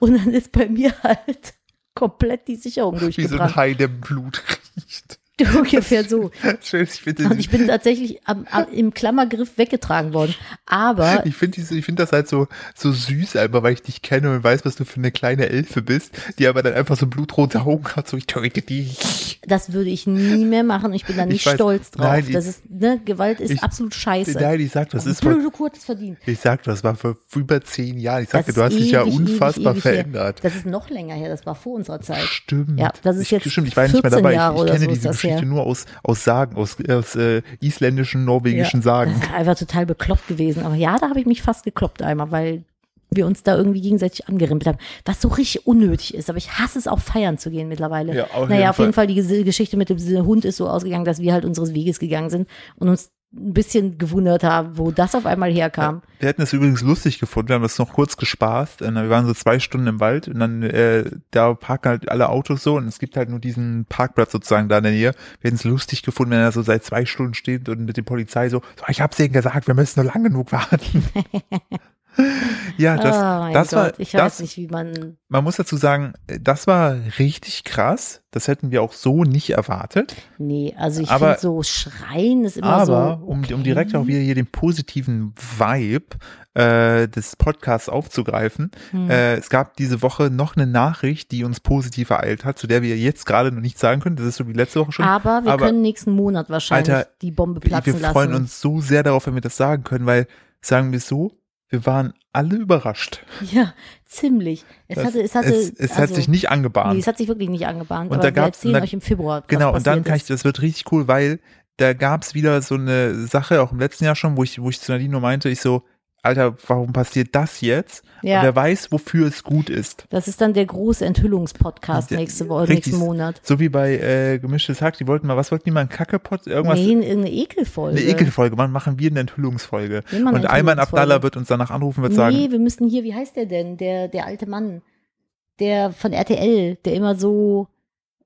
[SPEAKER 2] und dann ist bei mir halt komplett die Sicherung
[SPEAKER 1] Wie so ein
[SPEAKER 2] durchgebrannt.
[SPEAKER 1] Hai, der Blut riecht.
[SPEAKER 2] Ungefähr so.
[SPEAKER 1] Schön, ich finde
[SPEAKER 2] Und ich bin tatsächlich am, am, im Klammergriff weggetragen worden. Aber
[SPEAKER 1] Ich finde ich find das halt so, so süß, einfach weil ich dich kenne und weiß, was du für eine kleine Elfe bist, die aber dann einfach so blutrote Augen hat, so ich töte dich.
[SPEAKER 2] das würde ich nie mehr machen. Ich bin da nicht
[SPEAKER 1] Ich weiß.
[SPEAKER 2] stolz drauf.
[SPEAKER 1] Nein, ich-
[SPEAKER 2] das ist, ne, Gewalt ist
[SPEAKER 1] Ich-
[SPEAKER 2] absolut scheiße.
[SPEAKER 1] Nein, ich sag, das ist vor,
[SPEAKER 2] Blöde Kurt ist verdient.
[SPEAKER 1] ich sag, das war vor über zehn Jahren. Ich
[SPEAKER 2] Das
[SPEAKER 1] sagte, du hast
[SPEAKER 2] ist
[SPEAKER 1] dich ja
[SPEAKER 2] ewig, ewig,
[SPEAKER 1] unfassbar
[SPEAKER 2] ewig her.
[SPEAKER 1] verändert.
[SPEAKER 2] Das ist noch länger her. Das war vor unserer Zeit.
[SPEAKER 1] Stimmt.
[SPEAKER 2] Ja, das ist
[SPEAKER 1] ich,
[SPEAKER 2] jetzt
[SPEAKER 1] stimmt, ich war ja nicht mehr
[SPEAKER 2] 14
[SPEAKER 1] dabei. Ich-
[SPEAKER 2] Jahre
[SPEAKER 1] ich
[SPEAKER 2] oder
[SPEAKER 1] kenne
[SPEAKER 2] so ist
[SPEAKER 1] diese
[SPEAKER 2] das
[SPEAKER 1] Geschichte
[SPEAKER 2] her.
[SPEAKER 1] nur aus, aus Sagen, aus, aus äh, isländischen, norwegischen Sagen.
[SPEAKER 2] Das ist einfach total bekloppt gewesen. Aber ja, da habe ich mich fast gekloppt einmal, weil wir uns da irgendwie gegenseitig angerempelt haben. Was so richtig unnötig ist. Aber ich hasse es auch feiern zu gehen mittlerweile.
[SPEAKER 1] Ja, auf
[SPEAKER 2] naja,
[SPEAKER 1] jeden
[SPEAKER 2] auf jeden Fall. die Ges- Geschichte mit dem Hund ist so ausgegangen, dass wir halt unseres Weges gegangen sind und uns ein bisschen gewundert habe, wo das auf einmal herkam.
[SPEAKER 1] Wir hätten es übrigens lustig gefunden, wir haben das noch kurz gespaßt. Äh, Wir waren so zwei Stunden im Wald und dann äh, da parken halt alle Autos so und es gibt halt nur diesen Parkplatz sozusagen da in der Nähe. Wir hätten es lustig gefunden, wenn er so seit zwei Stunden steht und mit der Polizei so, so ich hab's ihnen gesagt, wir müssen nur lang genug warten. ja, das,
[SPEAKER 2] Ah, mein
[SPEAKER 1] das war,
[SPEAKER 2] Gott, ich
[SPEAKER 1] das,
[SPEAKER 2] weiß nicht, wie man.
[SPEAKER 1] man muss dazu sagen, das war richtig krass. Das hätten wir auch so nicht erwartet.
[SPEAKER 2] Nee, also ich
[SPEAKER 1] Aber-
[SPEAKER 2] finde so Schreien ist immer so.
[SPEAKER 1] Aber um, um direkt auch
[SPEAKER 2] okay.
[SPEAKER 1] wieder hier den positiven Vibe äh, des Podcasts aufzugreifen,
[SPEAKER 2] Hm.
[SPEAKER 1] äh, es gab diese Woche noch eine Nachricht, die uns positiv ereilt hat, zu der wir jetzt gerade noch nichts sagen können. Das ist so wie letzte Woche schon.
[SPEAKER 2] Aber wir
[SPEAKER 1] aber-
[SPEAKER 2] können nächsten Monat wahrscheinlich
[SPEAKER 1] Alter,
[SPEAKER 2] die Bombe
[SPEAKER 1] wir, wir
[SPEAKER 2] Ah, platzen
[SPEAKER 1] freuen
[SPEAKER 2] lassen.
[SPEAKER 1] uns so sehr darauf, wenn wir das sagen können, weil sagen wir es so, wir waren alle überrascht.
[SPEAKER 2] Ja, ziemlich. Es
[SPEAKER 1] Das-
[SPEAKER 2] hatte, es hatte,
[SPEAKER 1] es, es hat
[SPEAKER 2] also,
[SPEAKER 1] sich nicht angebahnt.
[SPEAKER 2] Nee, es hat sich wirklich nicht angebahnt.
[SPEAKER 1] Und
[SPEAKER 2] aber
[SPEAKER 1] da gab's-
[SPEAKER 2] wir erzählen
[SPEAKER 1] da-
[SPEAKER 2] euch im Februar. Was
[SPEAKER 1] Genau, und dann
[SPEAKER 2] passiert
[SPEAKER 1] kann
[SPEAKER 2] ist.
[SPEAKER 1] ich, das wird richtig cool, weil da gab's wieder so eine Sache, auch im letzten Jahr schon, wo ich, wo ich zu Nadine nur meinte, ich so, Alter, warum passiert das jetzt?
[SPEAKER 2] Ja.
[SPEAKER 1] Und wer weiß, wofür es gut ist.
[SPEAKER 2] Das ist dann der große Enthüllungspodcast
[SPEAKER 1] Der-
[SPEAKER 2] nächste Woche,
[SPEAKER 1] richtig.
[SPEAKER 2] nächsten Monat.
[SPEAKER 1] So wie bei äh, Gemischtes Hack, die wollten mal, was wollten die mal, ein Kackepot, irgendwas,
[SPEAKER 2] Nee, irgendeine Ekelfolge.
[SPEAKER 1] eine Ekelfolge machen, machen wir eine Enthüllungsfolge.
[SPEAKER 2] Wir machen
[SPEAKER 1] und
[SPEAKER 2] eine
[SPEAKER 1] Ayman
[SPEAKER 2] Enthüllungsfolge.
[SPEAKER 1] Abdallah wird uns danach anrufen, wird sagen,
[SPEAKER 2] Nee, wir müssen hier, wie heißt der denn? Der, der alte Mann, der von RTL, der immer so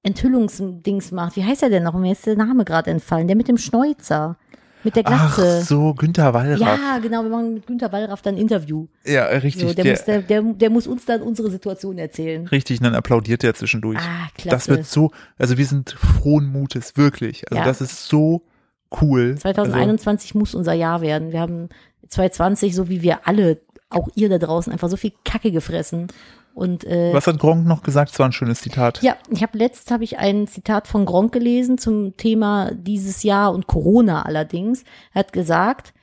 [SPEAKER 2] Enthüllungsdings macht. Wie heißt er denn noch? Mir ist der Name gerade entfallen. Der mit dem Schneuzer, mit der
[SPEAKER 1] ach
[SPEAKER 2] Glatze.
[SPEAKER 1] so, Günther Wallraff.
[SPEAKER 2] Ja, genau, wir machen mit Günter Wallraff dann ein Interview.
[SPEAKER 1] Ja, äh, richtig,
[SPEAKER 2] So, der,
[SPEAKER 1] der,
[SPEAKER 2] muss, der, der, der muss uns dann unsere Situation erzählen.
[SPEAKER 1] richtig, und dann applaudiert er zwischendurch.
[SPEAKER 2] Ah,
[SPEAKER 1] das
[SPEAKER 2] klasse.
[SPEAKER 1] wird so, also wir sind frohen Mutes, wirklich. Also
[SPEAKER 2] Ja.
[SPEAKER 1] das ist so cool. Also,
[SPEAKER 2] 2021 muss unser Jahr werden. Wir haben 2020, so wie wir alle, auch ihr da draußen, einfach so viel Kacke gefressen. Und äh,
[SPEAKER 1] Was hat Gronk noch gesagt? Das war ein schönes Zitat.
[SPEAKER 2] Ja, ich habe letzt habe ich ein Zitat von Gronk gelesen zum Thema dieses Jahr und Corona allerdings. Er hat gesagt,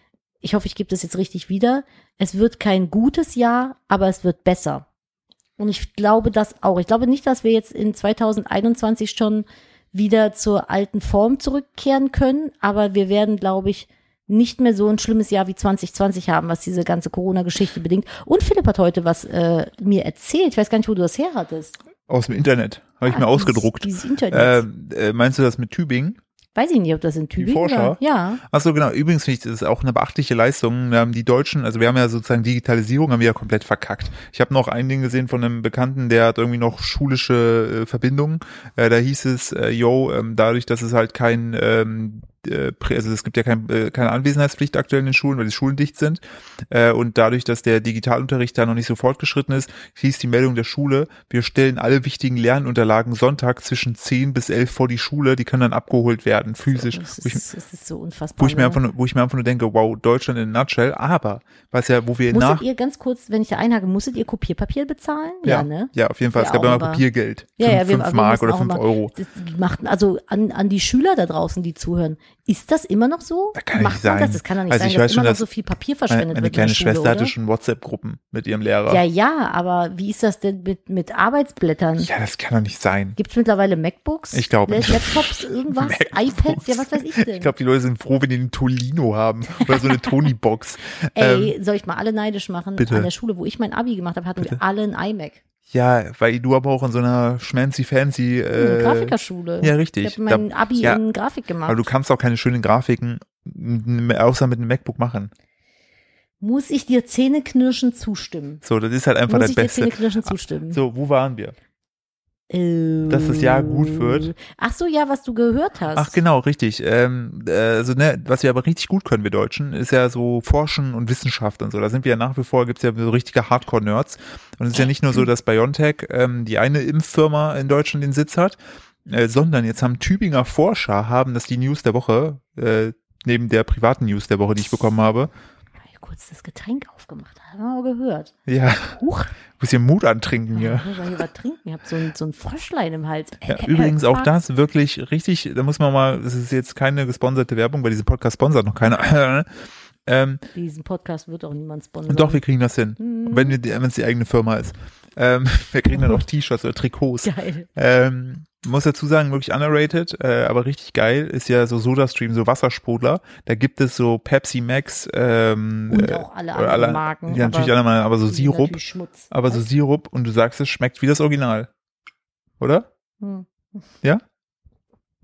[SPEAKER 2] ich hoffe, ich gebe das jetzt richtig wieder, es wird kein gutes Jahr, aber es wird besser. Und ich glaube das auch. Ich glaube nicht, dass wir jetzt in 2021 schon wieder zur alten Form zurückkehren können, aber wir werden, glaube ich, nicht mehr so ein schlimmes Jahr wie 2020 haben, was diese ganze Corona-Geschichte bedingt. Und Philipp hat heute was äh, mir erzählt. Ich weiß gar nicht, wo du das her hattest.
[SPEAKER 1] Aus dem Internet. Habe ich
[SPEAKER 2] Ah,
[SPEAKER 1] mir
[SPEAKER 2] dieses-
[SPEAKER 1] ausgedruckt.
[SPEAKER 2] Dieses Internet.
[SPEAKER 1] Ähm, äh, meinst du das mit Tübingen?
[SPEAKER 2] Weiß ich nicht, ob das in Tübingen
[SPEAKER 1] Forscher?
[SPEAKER 2] Oder? Ja.
[SPEAKER 1] Achso, genau. Übrigens finde ich, das ist auch eine beachtliche Leistung. Wir haben die Deutschen, also wir haben ja sozusagen Digitalisierung, haben wir ja komplett verkackt. Ich habe noch ein Ding gesehen von einem Bekannten, der hat irgendwie noch schulische äh, Verbindungen. Äh, da hieß es, äh, yo, ähm, dadurch, dass es halt kein, ähm, äh, prä- also es gibt ja kein, äh, keine Anwesenheitspflicht aktuell in den Schulen, weil die Schulen dicht sind. Äh, und dadurch, dass der Digitalunterricht da noch nicht so fortgeschritten ist, hieß die Meldung der Schule, wir stellen alle wichtigen Lernunterlagen Sonntag zwischen 10 bis 11 vor die Schule, die können dann abgeholt werden, physisch.
[SPEAKER 2] Es
[SPEAKER 1] Wo ich-
[SPEAKER 2] ist, es ist so unfassbar.
[SPEAKER 1] wo ich mir
[SPEAKER 2] ne?
[SPEAKER 1] einfach, nur- wo ich mir einfach nur denke, wow, Deutschland in a nutshell, aber was ja, wo wir
[SPEAKER 2] musstet
[SPEAKER 1] nach,
[SPEAKER 2] ihr ganz kurz, wenn ich da einhage, musstet ihr Kopierpapier bezahlen? Ja, ne?
[SPEAKER 1] ja, auf jeden Fall,
[SPEAKER 2] Wir
[SPEAKER 1] es gab ja
[SPEAKER 2] auch
[SPEAKER 1] mal
[SPEAKER 2] immer.
[SPEAKER 1] Papiergeld,
[SPEAKER 2] Ja,
[SPEAKER 1] fünf,
[SPEAKER 2] ja, wir,
[SPEAKER 1] fünf
[SPEAKER 2] wir
[SPEAKER 1] Mark
[SPEAKER 2] mussten
[SPEAKER 1] oder
[SPEAKER 2] auch
[SPEAKER 1] fünf
[SPEAKER 2] immer-
[SPEAKER 1] Euro.
[SPEAKER 2] Das machten, also an, an die Schüler da draußen, die zuhören. Ist das immer noch so?
[SPEAKER 1] Das kann doch
[SPEAKER 2] Macht
[SPEAKER 1] nicht
[SPEAKER 2] man
[SPEAKER 1] sein.
[SPEAKER 2] das? Das kann doch nicht
[SPEAKER 1] Also
[SPEAKER 2] sein,
[SPEAKER 1] ich
[SPEAKER 2] dass
[SPEAKER 1] weiß schon,
[SPEAKER 2] immer noch
[SPEAKER 1] dass
[SPEAKER 2] so viel Papier
[SPEAKER 1] Meine,
[SPEAKER 2] verschwendet
[SPEAKER 1] meine
[SPEAKER 2] wird. in
[SPEAKER 1] kleine
[SPEAKER 2] der Schule,
[SPEAKER 1] Schwester
[SPEAKER 2] oder?
[SPEAKER 1] hatte schon WhatsApp-Gruppen mit ihrem Lehrer. Ja,
[SPEAKER 2] Ja, ja, aber wie ist das denn mit, mit Arbeitsblättern?
[SPEAKER 1] das kann doch nicht sein.
[SPEAKER 2] Gibt es mittlerweile MacBooks?
[SPEAKER 1] Ich glaube nicht.
[SPEAKER 2] Laptops, irgendwas?
[SPEAKER 1] MacBooks.
[SPEAKER 2] iPads? Ja, was weiß ich denn?
[SPEAKER 1] Ich glaube, die Leute sind froh, wenn die einen Tolino haben oder so eine Tony-Box. ähm,
[SPEAKER 2] Ey, soll ich mal alle neidisch machen?
[SPEAKER 1] bitte.
[SPEAKER 2] An der Schule, wo ich mein Abi gemacht habe, hatten wir alle ein iMac.
[SPEAKER 1] ja, weil du aber auch in so einer schmancy-fancy
[SPEAKER 2] Eine
[SPEAKER 1] äh,
[SPEAKER 2] Grafikerschule.
[SPEAKER 1] ja,
[SPEAKER 2] Ich
[SPEAKER 1] richtig.
[SPEAKER 2] habe mein
[SPEAKER 1] Da-
[SPEAKER 2] Abi
[SPEAKER 1] ja.
[SPEAKER 2] in Grafik gemacht.
[SPEAKER 1] aber du kannst auch keine schönen Grafiken m- außer mit einem MacBook machen.
[SPEAKER 2] Muss ich dir zähneknirschen zustimmen?
[SPEAKER 1] So, das ist halt einfach
[SPEAKER 2] Muss
[SPEAKER 1] das
[SPEAKER 2] ich dir
[SPEAKER 1] Beste.
[SPEAKER 2] zähneknirschen zustimmen?
[SPEAKER 1] So, wo waren wir?
[SPEAKER 2] Äh,
[SPEAKER 1] dass das Jahr gut wird.
[SPEAKER 2] Ach so, ja, was du gehört hast.
[SPEAKER 1] Ach genau, richtig. Ähm, äh, also ne, was wir aber richtig gut können, wir Deutschen, ist ja so Forschen und Wissenschaft und so. Da sind wir ja nach wie vor, gibt's ja so richtige Hardcore-Nerds. Und es ist ja nicht nur so, dass BioNTech ähm, die eine Impffirma in Deutschland den Sitz hat, äh, sondern jetzt haben Tübinger Forscher, haben das die News der Woche, äh, neben der privaten News der Woche, die ich bekommen habe.
[SPEAKER 2] Hab Ich kurz das Getränk aufgemacht, haben wir aber gehört.
[SPEAKER 1] Ja,
[SPEAKER 2] Huch,
[SPEAKER 1] bisschen Mut antrinken hier.
[SPEAKER 2] ich muss mal hier was trinken. Ich habe so ein, so ein Fröschlein im Hals. Äh,
[SPEAKER 1] Ja, übrigens auch das wirklich richtig, da muss man mal, das ist jetzt keine gesponserte Werbung, weil diesen Podcast sponsert noch keiner. ähm,
[SPEAKER 2] Diesen Podcast wird auch niemand sponsern.
[SPEAKER 1] und doch, wir kriegen das hin.
[SPEAKER 2] Hm. Mhm.
[SPEAKER 1] Wenn es die eigene Firma ist. Ähm, wir kriegen dann auch T-Shirts oder Trikots.
[SPEAKER 2] Geil.
[SPEAKER 1] Ähm, muss dazu sagen, wirklich underrated, äh, aber richtig geil, ist ja so SodaStream, so Wassersprodler. Da gibt es so Pepsi Max, ähm,
[SPEAKER 2] Und
[SPEAKER 1] äh,
[SPEAKER 2] auch alle
[SPEAKER 1] oder
[SPEAKER 2] anderen
[SPEAKER 1] alle-
[SPEAKER 2] Marken.
[SPEAKER 1] ja natürlich
[SPEAKER 2] aber
[SPEAKER 1] alle mal, aber so
[SPEAKER 2] die sind
[SPEAKER 1] Sirup,
[SPEAKER 2] natürlich Schmutz.
[SPEAKER 1] aber so Sirup und du sagst, es schmeckt wie das Original. Oder?
[SPEAKER 2] Hm.
[SPEAKER 1] Ja?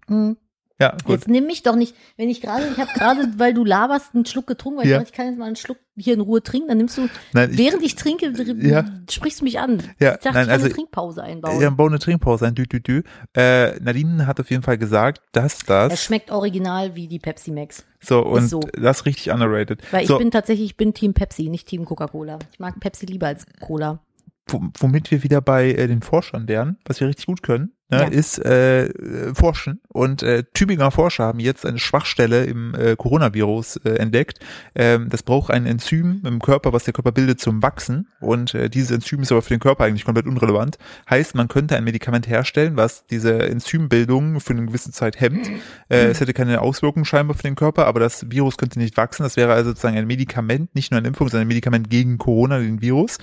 [SPEAKER 2] Hm.
[SPEAKER 1] Ja, gut.
[SPEAKER 2] Jetzt nimm mich doch nicht, wenn ich gerade, ich habe gerade, weil du laberst, einen Schluck getrunken, weil
[SPEAKER 1] Ja.
[SPEAKER 2] ich dachte, ich kann jetzt mal einen Schluck hier in Ruhe trinken, dann nimmst du,
[SPEAKER 1] Nein, ich,
[SPEAKER 2] während ich trinke, dr-
[SPEAKER 1] Ja.
[SPEAKER 2] sprichst du mich an.
[SPEAKER 1] Ja,
[SPEAKER 2] ich dachte,
[SPEAKER 1] nein,
[SPEAKER 2] ich kann
[SPEAKER 1] also-
[SPEAKER 2] eine Trinkpause einbauen.
[SPEAKER 1] ja, Bone Trinkpause, ein Dü, Dü, Dü. Äh, Nadine hat auf jeden Fall gesagt, dass
[SPEAKER 2] Es
[SPEAKER 1] das,
[SPEAKER 2] schmeckt original wie die Pepsi Max.
[SPEAKER 1] so, und
[SPEAKER 2] so.
[SPEAKER 1] das richtig underrated.
[SPEAKER 2] Weil
[SPEAKER 1] so,
[SPEAKER 2] ich bin tatsächlich, ich bin Team Pepsi, nicht Team Coca-Cola. Ich mag Pepsi lieber als Cola.
[SPEAKER 1] wo- womit wir wieder bei äh, den Forschern wären, was wir richtig gut können, ne,
[SPEAKER 2] Ja.
[SPEAKER 1] ist äh, äh, forschen. Und äh, Tübinger Forscher haben jetzt eine Schwachstelle im äh, Coronavirus äh, entdeckt. Ähm, das braucht ein Enzym im Körper, was der Körper bildet zum Wachsen. Und äh, dieses Enzym ist aber für den Körper eigentlich komplett unrelevant. Heißt, man könnte ein Medikament herstellen, was diese Enzymbildung für eine gewisse Zeit hemmt. Äh, es hätte keine Auswirkungen scheinbar für den Körper, aber das Virus könnte nicht wachsen. Das wäre also sozusagen ein Medikament, nicht nur eine Impfung, sondern ein Medikament gegen Corona, den Virus.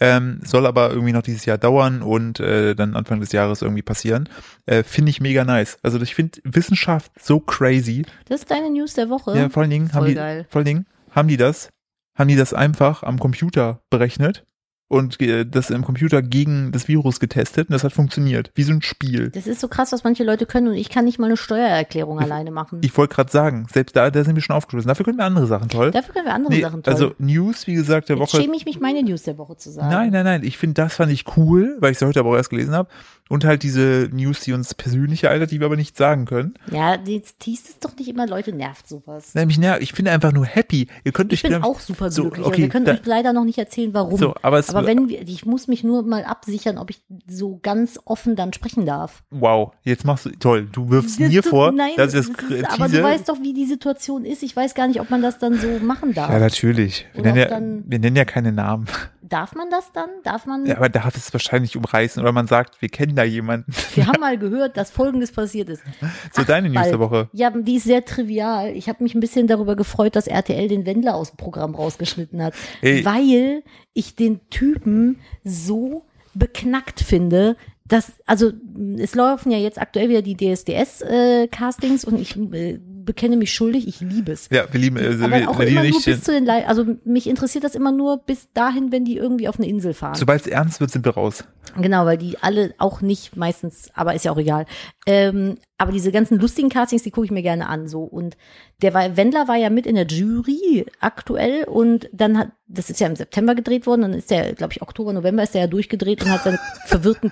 [SPEAKER 1] Ähm, soll aber irgendwie noch dieses Jahr dauern und äh, dann Anfang des Jahres irgendwie passieren. Äh, finde ich mega nice. Also ich finde Wissenschaft so crazy.
[SPEAKER 2] Das ist deine News der Woche.
[SPEAKER 1] Ja, vor allen Dingen haben
[SPEAKER 2] Voll
[SPEAKER 1] die,
[SPEAKER 2] geil.
[SPEAKER 1] vor allen Dingen haben die das, haben die das einfach am Computer berechnet und äh, das im Computer gegen das Virus getestet und das hat funktioniert. Wie so ein Spiel.
[SPEAKER 2] Das ist so krass, was manche Leute können und ich kann nicht mal eine Steuererklärung
[SPEAKER 1] Ich-
[SPEAKER 2] alleine machen.
[SPEAKER 1] Ich wollte gerade sagen, selbst da, da sind wir schon aufgeschlossen. Dafür können wir andere Sachen toll.
[SPEAKER 2] Dafür können wir andere
[SPEAKER 1] Nee,
[SPEAKER 2] Sachen toll.
[SPEAKER 1] Also News, wie gesagt, der
[SPEAKER 2] Jetzt
[SPEAKER 1] Woche.
[SPEAKER 2] schäme ich mich, meine News der Woche zu sagen.
[SPEAKER 1] Nein, nein, nein. Ich finde, das fand ich cool, weil ich es heute aber auch erst gelesen habe. Und halt diese News, die uns persönlich ereignet, die wir aber nicht sagen können.
[SPEAKER 2] Ja, jetzt teast es doch nicht immer, Leute, nervt sowas.
[SPEAKER 1] Nämlich, na, ich bin einfach nur happy. Ihr könnt
[SPEAKER 2] Ich
[SPEAKER 1] euch
[SPEAKER 2] bin
[SPEAKER 1] glaub-
[SPEAKER 2] auch super
[SPEAKER 1] so,
[SPEAKER 2] glücklich. aber
[SPEAKER 1] okay,
[SPEAKER 2] wir können
[SPEAKER 1] da-
[SPEAKER 2] euch leider noch nicht erzählen, warum.
[SPEAKER 1] So, aber es-
[SPEAKER 2] aber wenn wir, ich muss mich nur mal absichern, ob ich so ganz offen dann sprechen darf.
[SPEAKER 1] Wow, jetzt machst du. Toll, du wirfst mir
[SPEAKER 2] Das tut-
[SPEAKER 1] vor,
[SPEAKER 2] nein,
[SPEAKER 1] dass ich das,
[SPEAKER 2] ist,
[SPEAKER 1] tease.
[SPEAKER 2] Aber du weißt doch, wie die Situation ist. Ich weiß gar nicht, ob man das dann so machen darf.
[SPEAKER 1] ja, natürlich. Wir
[SPEAKER 2] Oder
[SPEAKER 1] nennen
[SPEAKER 2] auch
[SPEAKER 1] ja,
[SPEAKER 2] dann- Hm.
[SPEAKER 1] wir nennen ja keine Namen.
[SPEAKER 2] Darf man das dann? Darf man?
[SPEAKER 1] Ja, aber darf es wahrscheinlich umreißen oder man sagt, wir kennen da jemanden.
[SPEAKER 2] Wir haben mal gehört, dass Folgendes passiert ist.
[SPEAKER 1] So deine News der Woche.
[SPEAKER 2] Ja, die ist sehr trivial. Ich habe mich ein bisschen darüber gefreut, dass RTL den Wendler aus dem Programm rausgeschnitten hat,
[SPEAKER 1] Ey.
[SPEAKER 2] weil ich den Typen so beknackt finde. dass also es laufen ja jetzt aktuell wieder die DSDS-Castings äh, und ich äh, bekenne mich schuldig, ich liebe es.
[SPEAKER 1] Ja, wir lieben, also,
[SPEAKER 2] Aber
[SPEAKER 1] wir,
[SPEAKER 2] auch
[SPEAKER 1] wir
[SPEAKER 2] immer
[SPEAKER 1] lieben
[SPEAKER 2] nur
[SPEAKER 1] nicht. den-
[SPEAKER 2] bis zu den, Live- also mich interessiert das immer nur bis dahin, wenn die irgendwie auf eine Insel fahren.
[SPEAKER 1] Sobald es ernst wird, sind wir raus.
[SPEAKER 2] Genau, weil die alle auch nicht meistens, aber ist ja auch egal. Ähm, aber diese ganzen lustigen Castings, die gucke ich mir gerne an so. Und der war, Wendler war ja mit in der Jury aktuell und dann hat, das ist ja im September gedreht worden, dann ist der, glaube ich, Oktober, November ist der ja durchgedreht und hat seine verwirrten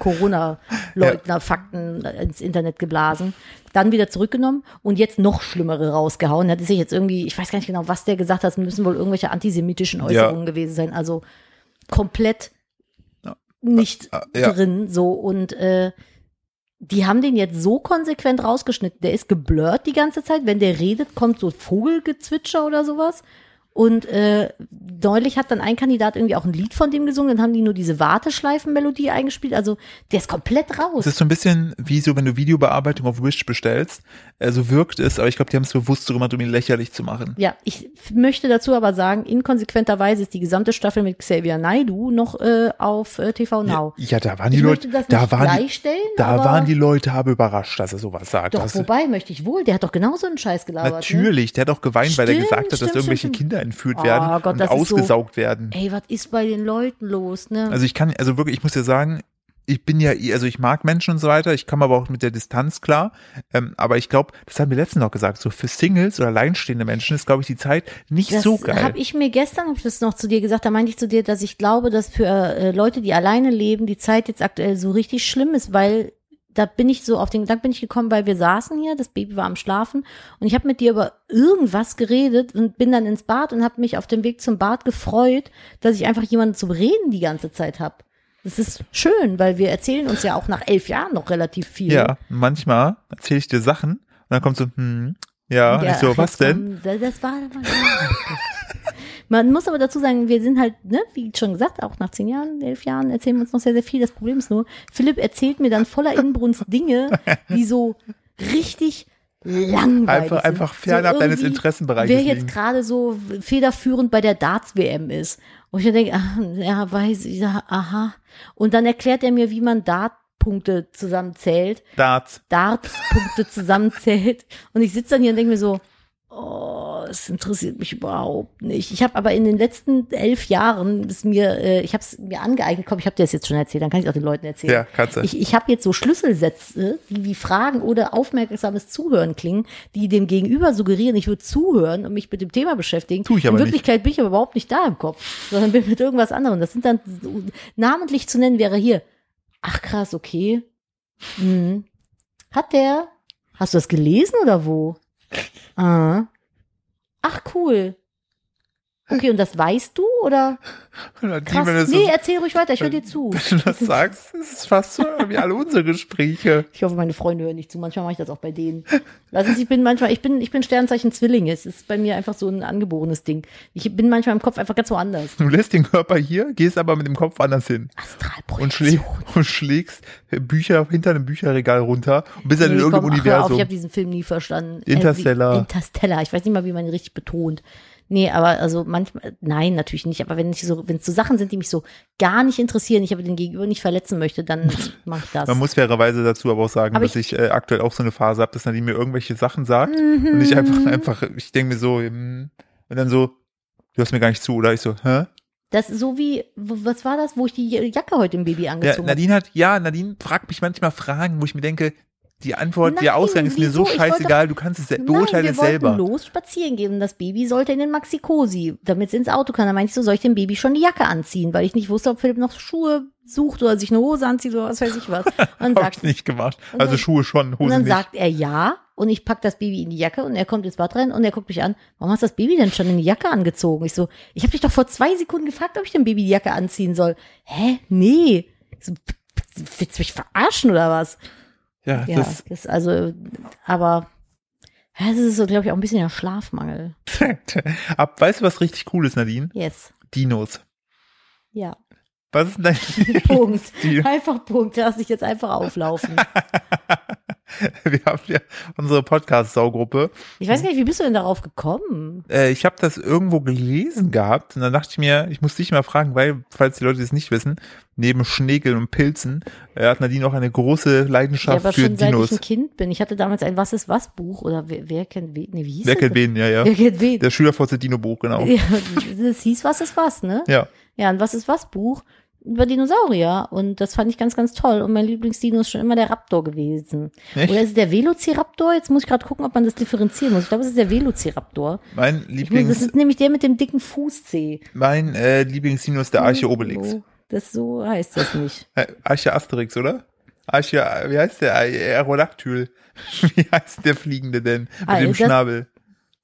[SPEAKER 2] Corona-Leugner-Fakten ins Internet geblasen. Dann wieder zurückgenommen und jetzt noch schlimmere rausgehauen. Hat sich jetzt irgendwie, ich weiß gar nicht genau, was der gesagt hat, es müssen wohl irgendwelche antisemitischen Äußerungen gewesen sein. Also komplett nicht
[SPEAKER 1] Ah, ja.
[SPEAKER 2] drin so und äh, die haben den jetzt so konsequent rausgeschnitten. Der ist geblurrt die ganze Zeit. Wenn der redet, kommt so Vogelgezwitscher oder sowas. Und äh, neulich hat dann ein Kandidat irgendwie auch ein Lied von dem gesungen. Dann haben die nur diese Warteschleifenmelodie eingespielt. Also der ist komplett raus.
[SPEAKER 1] Es ist so ein bisschen wie so, wenn du Videobearbeitung auf Wish bestellst. Also wirkt es, aber ich glaube, die haben es bewusst so gemacht, um ihn lächerlich zu machen.
[SPEAKER 2] Ja, ich f- möchte dazu aber sagen, inkonsequenterweise ist die gesamte Staffel mit Xavier Naidu noch äh, auf äh, TV Now.
[SPEAKER 1] Ja, da waren die
[SPEAKER 2] ich
[SPEAKER 1] Leute,
[SPEAKER 2] möchte das nicht
[SPEAKER 1] da waren die,
[SPEAKER 2] gleichstellen,
[SPEAKER 1] da
[SPEAKER 2] aber
[SPEAKER 1] waren die Leute aber überrascht, dass er sowas sagt.
[SPEAKER 2] doch,
[SPEAKER 1] Das-
[SPEAKER 2] wobei möchte ich wohl, der hat doch genauso einen Scheiß gelabert. Ne?
[SPEAKER 1] Natürlich, der hat auch geweint, weil er
[SPEAKER 2] Stimmt,
[SPEAKER 1] gesagt hat, dass
[SPEAKER 2] stimmt,
[SPEAKER 1] irgendwelche
[SPEAKER 2] stimmt,
[SPEAKER 1] Kinder entführt
[SPEAKER 2] Oh
[SPEAKER 1] werden
[SPEAKER 2] Gott,
[SPEAKER 1] und
[SPEAKER 2] das ist so-
[SPEAKER 1] ausgesaugt werden.
[SPEAKER 2] Ey, was ist bei den Leuten los, ne?
[SPEAKER 1] Also ich kann, also wirklich, ich muss dir sagen, ich bin ja, eh- also ich mag Menschen und so weiter, ich komme aber auch mit der Distanz klar. Ähm, aber ich glaube, das haben wir letztens noch gesagt, so für Singles oder alleinstehende Menschen ist, glaube ich, die Zeit nicht
[SPEAKER 2] das
[SPEAKER 1] so geil.
[SPEAKER 2] habe ich mir gestern, habe ich das noch zu dir gesagt, da meinte ich zu dir, dass ich glaube, dass für äh, Leute, die alleine leben, die Zeit jetzt aktuell so richtig schlimm ist, weil da bin ich so auf den Gedanken bin ich gekommen, weil wir saßen hier, das Baby war am Schlafen und ich habe mit dir über irgendwas geredet und bin dann ins Bad und habe mich auf dem Weg zum Bad gefreut, dass ich einfach jemanden zum Reden die ganze Zeit habe. Das ist schön, weil wir erzählen uns ja auch nach elf Jahren noch relativ viel.
[SPEAKER 1] ja, manchmal erzähle ich dir Sachen und dann kommt so, hm, ja,
[SPEAKER 2] Ja,
[SPEAKER 1] ich so,
[SPEAKER 2] ach,
[SPEAKER 1] was
[SPEAKER 2] jetzt
[SPEAKER 1] denn?
[SPEAKER 2] komm, Das, das war mal. Man muss aber dazu sagen, wir sind halt, ne, wie schon gesagt, auch nach zehn Jahren, elf Jahren erzählen wir uns noch sehr, sehr viel. Das Problem ist nur, Philipp erzählt mir dann voller Inbrunst Dinge, die so richtig langweilig
[SPEAKER 1] Einfach,
[SPEAKER 2] sind.
[SPEAKER 1] einfach fernab
[SPEAKER 2] so
[SPEAKER 1] deines
[SPEAKER 2] irgendwie,
[SPEAKER 1] Interessenbereiches
[SPEAKER 2] Wer jetzt
[SPEAKER 1] liegen.
[SPEAKER 2] gerade so federführend bei der Darts-WM ist. Und ich mir denke, ah, ja, weiß ich, ja, aha. Und dann erklärt er mir, wie man Dartpunkte zusammenzählt.
[SPEAKER 1] Darts.
[SPEAKER 2] Darts-Punkte zusammenzählt. Und ich sitze dann hier und denke mir so, oh, es interessiert mich überhaupt nicht. Ich habe aber in den letzten elf Jahren ist mir, äh, ich habe es mir angeeignet, komm, ich habe dir das jetzt schon erzählt, dann kann ich es auch den Leuten erzählen.
[SPEAKER 1] Ja, kannst du.
[SPEAKER 2] Ich, ich habe jetzt so Schlüsselsätze, die wie Fragen oder aufmerksames Zuhören klingen, die dem Gegenüber suggerieren, ich würde zuhören und mich mit dem Thema beschäftigen.
[SPEAKER 1] Tu ich
[SPEAKER 2] In
[SPEAKER 1] aber nicht.
[SPEAKER 2] Wirklichkeit bin ich aber überhaupt nicht da im Kopf, sondern bin mit irgendwas anderem. Das sind dann, namentlich zu nennen wäre hier, ach krass, okay. Hm. Hat der, hast du das gelesen oder wo? Ah. Ach cool. Okay, und das weißt du oder?
[SPEAKER 1] Und die,
[SPEAKER 2] Krass.
[SPEAKER 1] wenn, du das
[SPEAKER 2] Nee, also,
[SPEAKER 1] so,
[SPEAKER 2] erzähl ruhig weiter, ich höre dir zu.
[SPEAKER 1] wenn du das sagst, ist es fast so wie alle unsere Gespräche.
[SPEAKER 2] Ich hoffe, meine Freunde hören nicht zu. Manchmal mache ich das auch bei denen. Lass uns, ich bin manchmal, ich bin, ich bin Sternzeichen Zwilling. Es ist bei mir einfach so ein angeborenes Ding. Ich bin manchmal im Kopf einfach ganz woanders.
[SPEAKER 1] Du lässt den Körper hier, gehst aber mit dem Kopf anders hin und, schlä
[SPEAKER 2] Astralprojektion.
[SPEAKER 1] und schlägst Bücher hinter einem Bücherregal runter und bist dann in
[SPEAKER 2] Nee,
[SPEAKER 1] irgendeinem
[SPEAKER 2] komm, ach, hör auf, ich
[SPEAKER 1] Universum.
[SPEAKER 2] habe diesen Film nie verstanden. Äh,
[SPEAKER 1] Interstellar.
[SPEAKER 2] wie- Interstellar. Ich weiß nicht mal, wie man ihn richtig betont. Nee, aber also manchmal, nein, natürlich nicht. Aber wenn ich so, wenn es so Sachen sind, die mich so gar nicht interessieren, ich aber den Gegenüber nicht verletzen möchte, dann mache ich das.
[SPEAKER 1] Man muss fairerweise dazu aber auch sagen,
[SPEAKER 2] Aber
[SPEAKER 1] dass ich, äh, aktuell auch so eine Phase habe, dass Nadine mir irgendwelche Sachen sagt
[SPEAKER 2] Mhm.
[SPEAKER 1] und ich einfach,
[SPEAKER 2] Mm.
[SPEAKER 1] einfach, ich denke mir so, hm, und dann so, du hörst mir gar nicht zu, oder ich so, hä?
[SPEAKER 2] das ist so wie, w- was war das, wo ich die Jacke heute im Baby
[SPEAKER 1] Ja,
[SPEAKER 2] angezogen habe?
[SPEAKER 1] Nadine hat, ja, Nadine fragt mich manchmal Fragen, wo ich mir denke, die Antwort,
[SPEAKER 2] Nein,
[SPEAKER 1] der Ausgang ist mir so
[SPEAKER 2] wieso? Ich wollte
[SPEAKER 1] scheißegal, du kannst es se-
[SPEAKER 2] Nein,
[SPEAKER 1] beurteilen
[SPEAKER 2] wir
[SPEAKER 1] es
[SPEAKER 2] wollten
[SPEAKER 1] selber.
[SPEAKER 2] los spazieren gehen und das Baby sollte in den Maxi-Cosi, damit es ins Auto kann. Da meinte ich so, soll ich dem Baby schon die Jacke anziehen, weil ich nicht wusste, ob Philipp noch Schuhe sucht oder sich eine Hose anzieht oder was weiß ich was. Und dann
[SPEAKER 1] Hab
[SPEAKER 2] sagt
[SPEAKER 1] ich nicht gemacht.
[SPEAKER 2] Und
[SPEAKER 1] Also
[SPEAKER 2] dann-
[SPEAKER 1] Schuhe schon,
[SPEAKER 2] Und
[SPEAKER 1] Hosen
[SPEAKER 2] dann
[SPEAKER 1] nicht.
[SPEAKER 2] sagt er ja und ich pack das Baby in die Jacke und er kommt ins Bad rein und er guckt mich an, warum hast du das Baby denn schon in die Jacke angezogen? Ich so, ich habe dich doch vor zwei Sekunden gefragt, ob ich dem Baby die Jacke anziehen soll. Hä? Nee. Ich So, p- p- willst du mich verarschen oder was?
[SPEAKER 1] ja,
[SPEAKER 2] Ja, das,
[SPEAKER 1] das,
[SPEAKER 2] ist also, aber ja, das ist so, glaube ich, auch ein bisschen der Schlafmangel.
[SPEAKER 1] ab, weißt du, was richtig cool ist, Nadine?
[SPEAKER 2] Yes.
[SPEAKER 1] Dinos.
[SPEAKER 2] Ja.
[SPEAKER 1] Was ist denn dein
[SPEAKER 2] Punkt.
[SPEAKER 1] Die-
[SPEAKER 2] Einfach Punkt. Lass dich jetzt einfach auflaufen.
[SPEAKER 1] Wir haben ja unsere Podcast-Saugruppe.
[SPEAKER 2] Ich weiß gar nicht, wie bist du denn darauf gekommen?
[SPEAKER 1] Äh, ich habe das irgendwo gelesen gehabt und dann dachte ich mir, ich muss dich mal fragen, weil, falls die Leute das nicht wissen, neben Schneegeln und Pilzen äh, hat Nadine auch eine große
[SPEAKER 2] Ja,
[SPEAKER 1] Leidenschaft
[SPEAKER 2] aber
[SPEAKER 1] für
[SPEAKER 2] schon seit ich ein
[SPEAKER 1] Dinos.
[SPEAKER 2] Kind bin. Ich hatte damals ein Was ist was Buch oder wer, wer kennt wen? Nee, wie hieß
[SPEAKER 1] Wer
[SPEAKER 2] das
[SPEAKER 1] kennt
[SPEAKER 2] denn?
[SPEAKER 1] wen? Ja, ja.
[SPEAKER 2] Wer kennt wen?
[SPEAKER 1] Der Schülerforze Dino-Buch, genau.
[SPEAKER 2] Ja, das hieß Was ist was, ne?
[SPEAKER 1] Ja.
[SPEAKER 2] Ja, ein Was ist was Buch über Dinosaurier. Und das fand ich ganz, ganz toll. Und mein Lieblingsdino ist schon immer der Raptor gewesen.
[SPEAKER 1] Echt?
[SPEAKER 2] Oder ist es der Velociraptor? Jetzt muss ich gerade gucken, ob man das differenzieren muss. Ich glaube, es ist der Velociraptor.
[SPEAKER 1] Mein
[SPEAKER 2] Ich muss, das
[SPEAKER 1] Lieblings,
[SPEAKER 2] ist nämlich der mit dem dicken Fußzeh.
[SPEAKER 1] mein äh, Lieblingsdino ist der Arche Obelix.
[SPEAKER 2] So, Das so heißt das nicht.
[SPEAKER 1] Äh, Arche Asterix, oder? Arche, wie heißt der? Äh, Aerodactyl. Wie heißt der Fliegende denn? Mit
[SPEAKER 2] Ah,
[SPEAKER 1] dem
[SPEAKER 2] das-
[SPEAKER 1] Schnabel.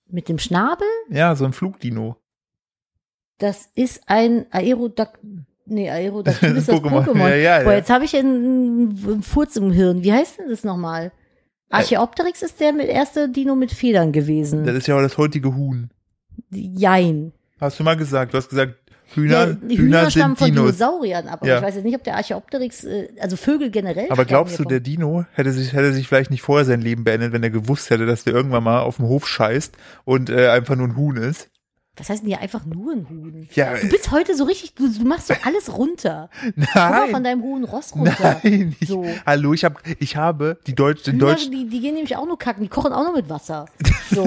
[SPEAKER 2] Mit dem Schnabel?
[SPEAKER 1] Ja, so ein Flugdino.
[SPEAKER 2] Das ist ein Aerodac... Nee, Aerodactyl ist das Pokémon.
[SPEAKER 1] Ja, ja,
[SPEAKER 2] Boah,
[SPEAKER 1] ja.
[SPEAKER 2] jetzt habe ich einen, einen Furz im Hirn. Wie heißt denn das nochmal?
[SPEAKER 1] Äh.
[SPEAKER 2] Archaeopteryx ist der mit, erste Dino mit Federn
[SPEAKER 1] Das
[SPEAKER 2] gewesen.
[SPEAKER 1] ist ja auch das heutige Huhn.
[SPEAKER 2] Jein.
[SPEAKER 1] Hast du mal gesagt? Du hast gesagt, Hühner,
[SPEAKER 2] Ja, die
[SPEAKER 1] Hühner,
[SPEAKER 2] Hühner stammen
[SPEAKER 1] sind
[SPEAKER 2] von
[SPEAKER 1] Dinos.
[SPEAKER 2] Dinosauriern ab. Aber
[SPEAKER 1] Ja.
[SPEAKER 2] ich weiß jetzt nicht, ob der Archaeopteryx, äh, also Vögel generell.
[SPEAKER 1] Aber
[SPEAKER 2] stammen
[SPEAKER 1] glaubst du,
[SPEAKER 2] hiervon.
[SPEAKER 1] der Dino hätte sich, hätte sich vielleicht nicht vorher sein Leben beendet, wenn er gewusst hätte, dass der irgendwann mal auf dem Hof scheißt und äh, einfach nur ein Huhn ist?
[SPEAKER 2] Was heißt denn hier einfach nur ein Huhn?
[SPEAKER 1] Ja,
[SPEAKER 2] Du bist heute so richtig, du, du machst so alles runter. Guck mal von
[SPEAKER 1] nein.
[SPEAKER 2] deinem hohen Ross runter.
[SPEAKER 1] Nein, ich,
[SPEAKER 2] So.
[SPEAKER 1] hallo, ich habe ich habe die Deutsch, den
[SPEAKER 2] Hühner,
[SPEAKER 1] Deutsch,
[SPEAKER 2] die, die gehen nämlich auch nur kacken, die kochen auch nur mit Wasser. So,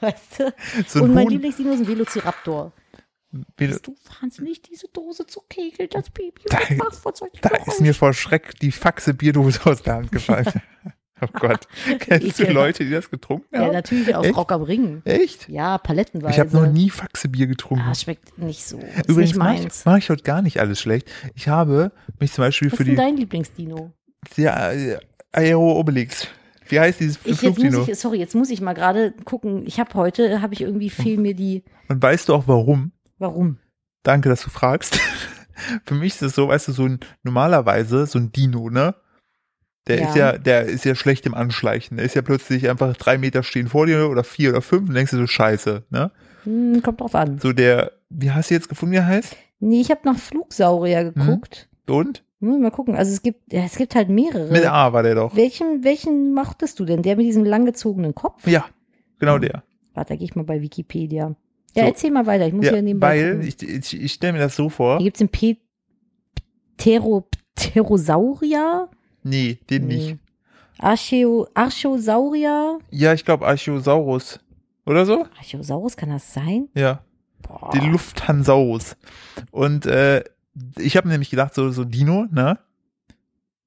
[SPEAKER 2] weißt du?
[SPEAKER 1] so
[SPEAKER 2] Und
[SPEAKER 1] ein
[SPEAKER 2] mein
[SPEAKER 1] Huhn,
[SPEAKER 2] Lieblingsdino ist ein Velociraptor.
[SPEAKER 1] Wie-
[SPEAKER 2] Bist du wahnsinnig, diese Dose zu kegeln, das Baby
[SPEAKER 1] Da-
[SPEAKER 2] und das Fachfahrzeug
[SPEAKER 1] Da
[SPEAKER 2] noch
[SPEAKER 1] ist mir vor Schreck die Faxe Bierdose aus der Hand gefallen. oh Gott. Kennst du
[SPEAKER 2] Ja.
[SPEAKER 1] Leute, die das getrunken
[SPEAKER 2] Ja,
[SPEAKER 1] haben?
[SPEAKER 2] natürlich auf
[SPEAKER 1] Echt?
[SPEAKER 2] Rock am Ring.
[SPEAKER 1] Echt?
[SPEAKER 2] Ja, palettenweise.
[SPEAKER 1] Ich habe noch nie Faxe Bier getrunken.
[SPEAKER 2] Ah, schmeckt nicht so. Ist
[SPEAKER 1] Übrigens
[SPEAKER 2] nicht
[SPEAKER 1] mache ich,
[SPEAKER 2] meins.
[SPEAKER 1] mach ich heute gar nicht alles schlecht. Ich habe mich zum Beispiel
[SPEAKER 2] Was
[SPEAKER 1] für
[SPEAKER 2] ist denn
[SPEAKER 1] die,
[SPEAKER 2] dein Lieblingsdino?
[SPEAKER 1] die äh, Aero Obelix. Wie heißt dieses
[SPEAKER 2] Ich, jetzt
[SPEAKER 1] Flugdino?
[SPEAKER 2] muss ich, sorry, jetzt muss ich mal gerade gucken. Ich habe heute, habe ich irgendwie fehlen mir die,
[SPEAKER 1] Und weißt du auch warum?
[SPEAKER 2] warum?
[SPEAKER 1] Danke, dass du fragst. für mich ist es so, weißt du, so ein normalerweise so ein Dino, ne? Der
[SPEAKER 2] Ja.
[SPEAKER 1] ist ja, der ist ja schlecht im Anschleichen. Der ist ja plötzlich einfach drei Meter stehen vor dir oder vier oder fünf und denkst dir so Scheiße, ne?
[SPEAKER 2] Hm, kommt drauf an.
[SPEAKER 1] So der, wie hast du jetzt gefunden, wie er heißt?
[SPEAKER 2] Nee, ich habe nach
[SPEAKER 1] Mhm.
[SPEAKER 2] Flugsaurier geguckt.
[SPEAKER 1] Und?
[SPEAKER 2] Hm, mal gucken. Also es gibt, ja, es gibt halt mehrere.
[SPEAKER 1] Mit A war der doch.
[SPEAKER 2] welchen, welchen machtest du denn? Der mit diesem langgezogenen Kopf?
[SPEAKER 1] Ja, genau der.
[SPEAKER 2] Warte, da gehe ich mal bei Wikipedia. Ja,
[SPEAKER 1] So.
[SPEAKER 2] erzähl mal weiter. Ich muss
[SPEAKER 1] Ja,
[SPEAKER 2] hier nebenbei.
[SPEAKER 1] weil,
[SPEAKER 2] gucken.
[SPEAKER 1] ich, ich, ich stelle mir das so vor.
[SPEAKER 2] Hier gibt's den Pe- Ptero Pterosaurier.
[SPEAKER 1] Nee, den
[SPEAKER 2] Nee.
[SPEAKER 1] nicht.
[SPEAKER 2] Archeo Archosaurier.
[SPEAKER 1] Ja, ich glaube Archosaurus. oder so.
[SPEAKER 2] Archosaurus, kann das sein?
[SPEAKER 1] Ja.
[SPEAKER 2] Boah.
[SPEAKER 1] Den Lufthansaurus. Und äh, ich habe nämlich gedacht, so, so Dino, ne?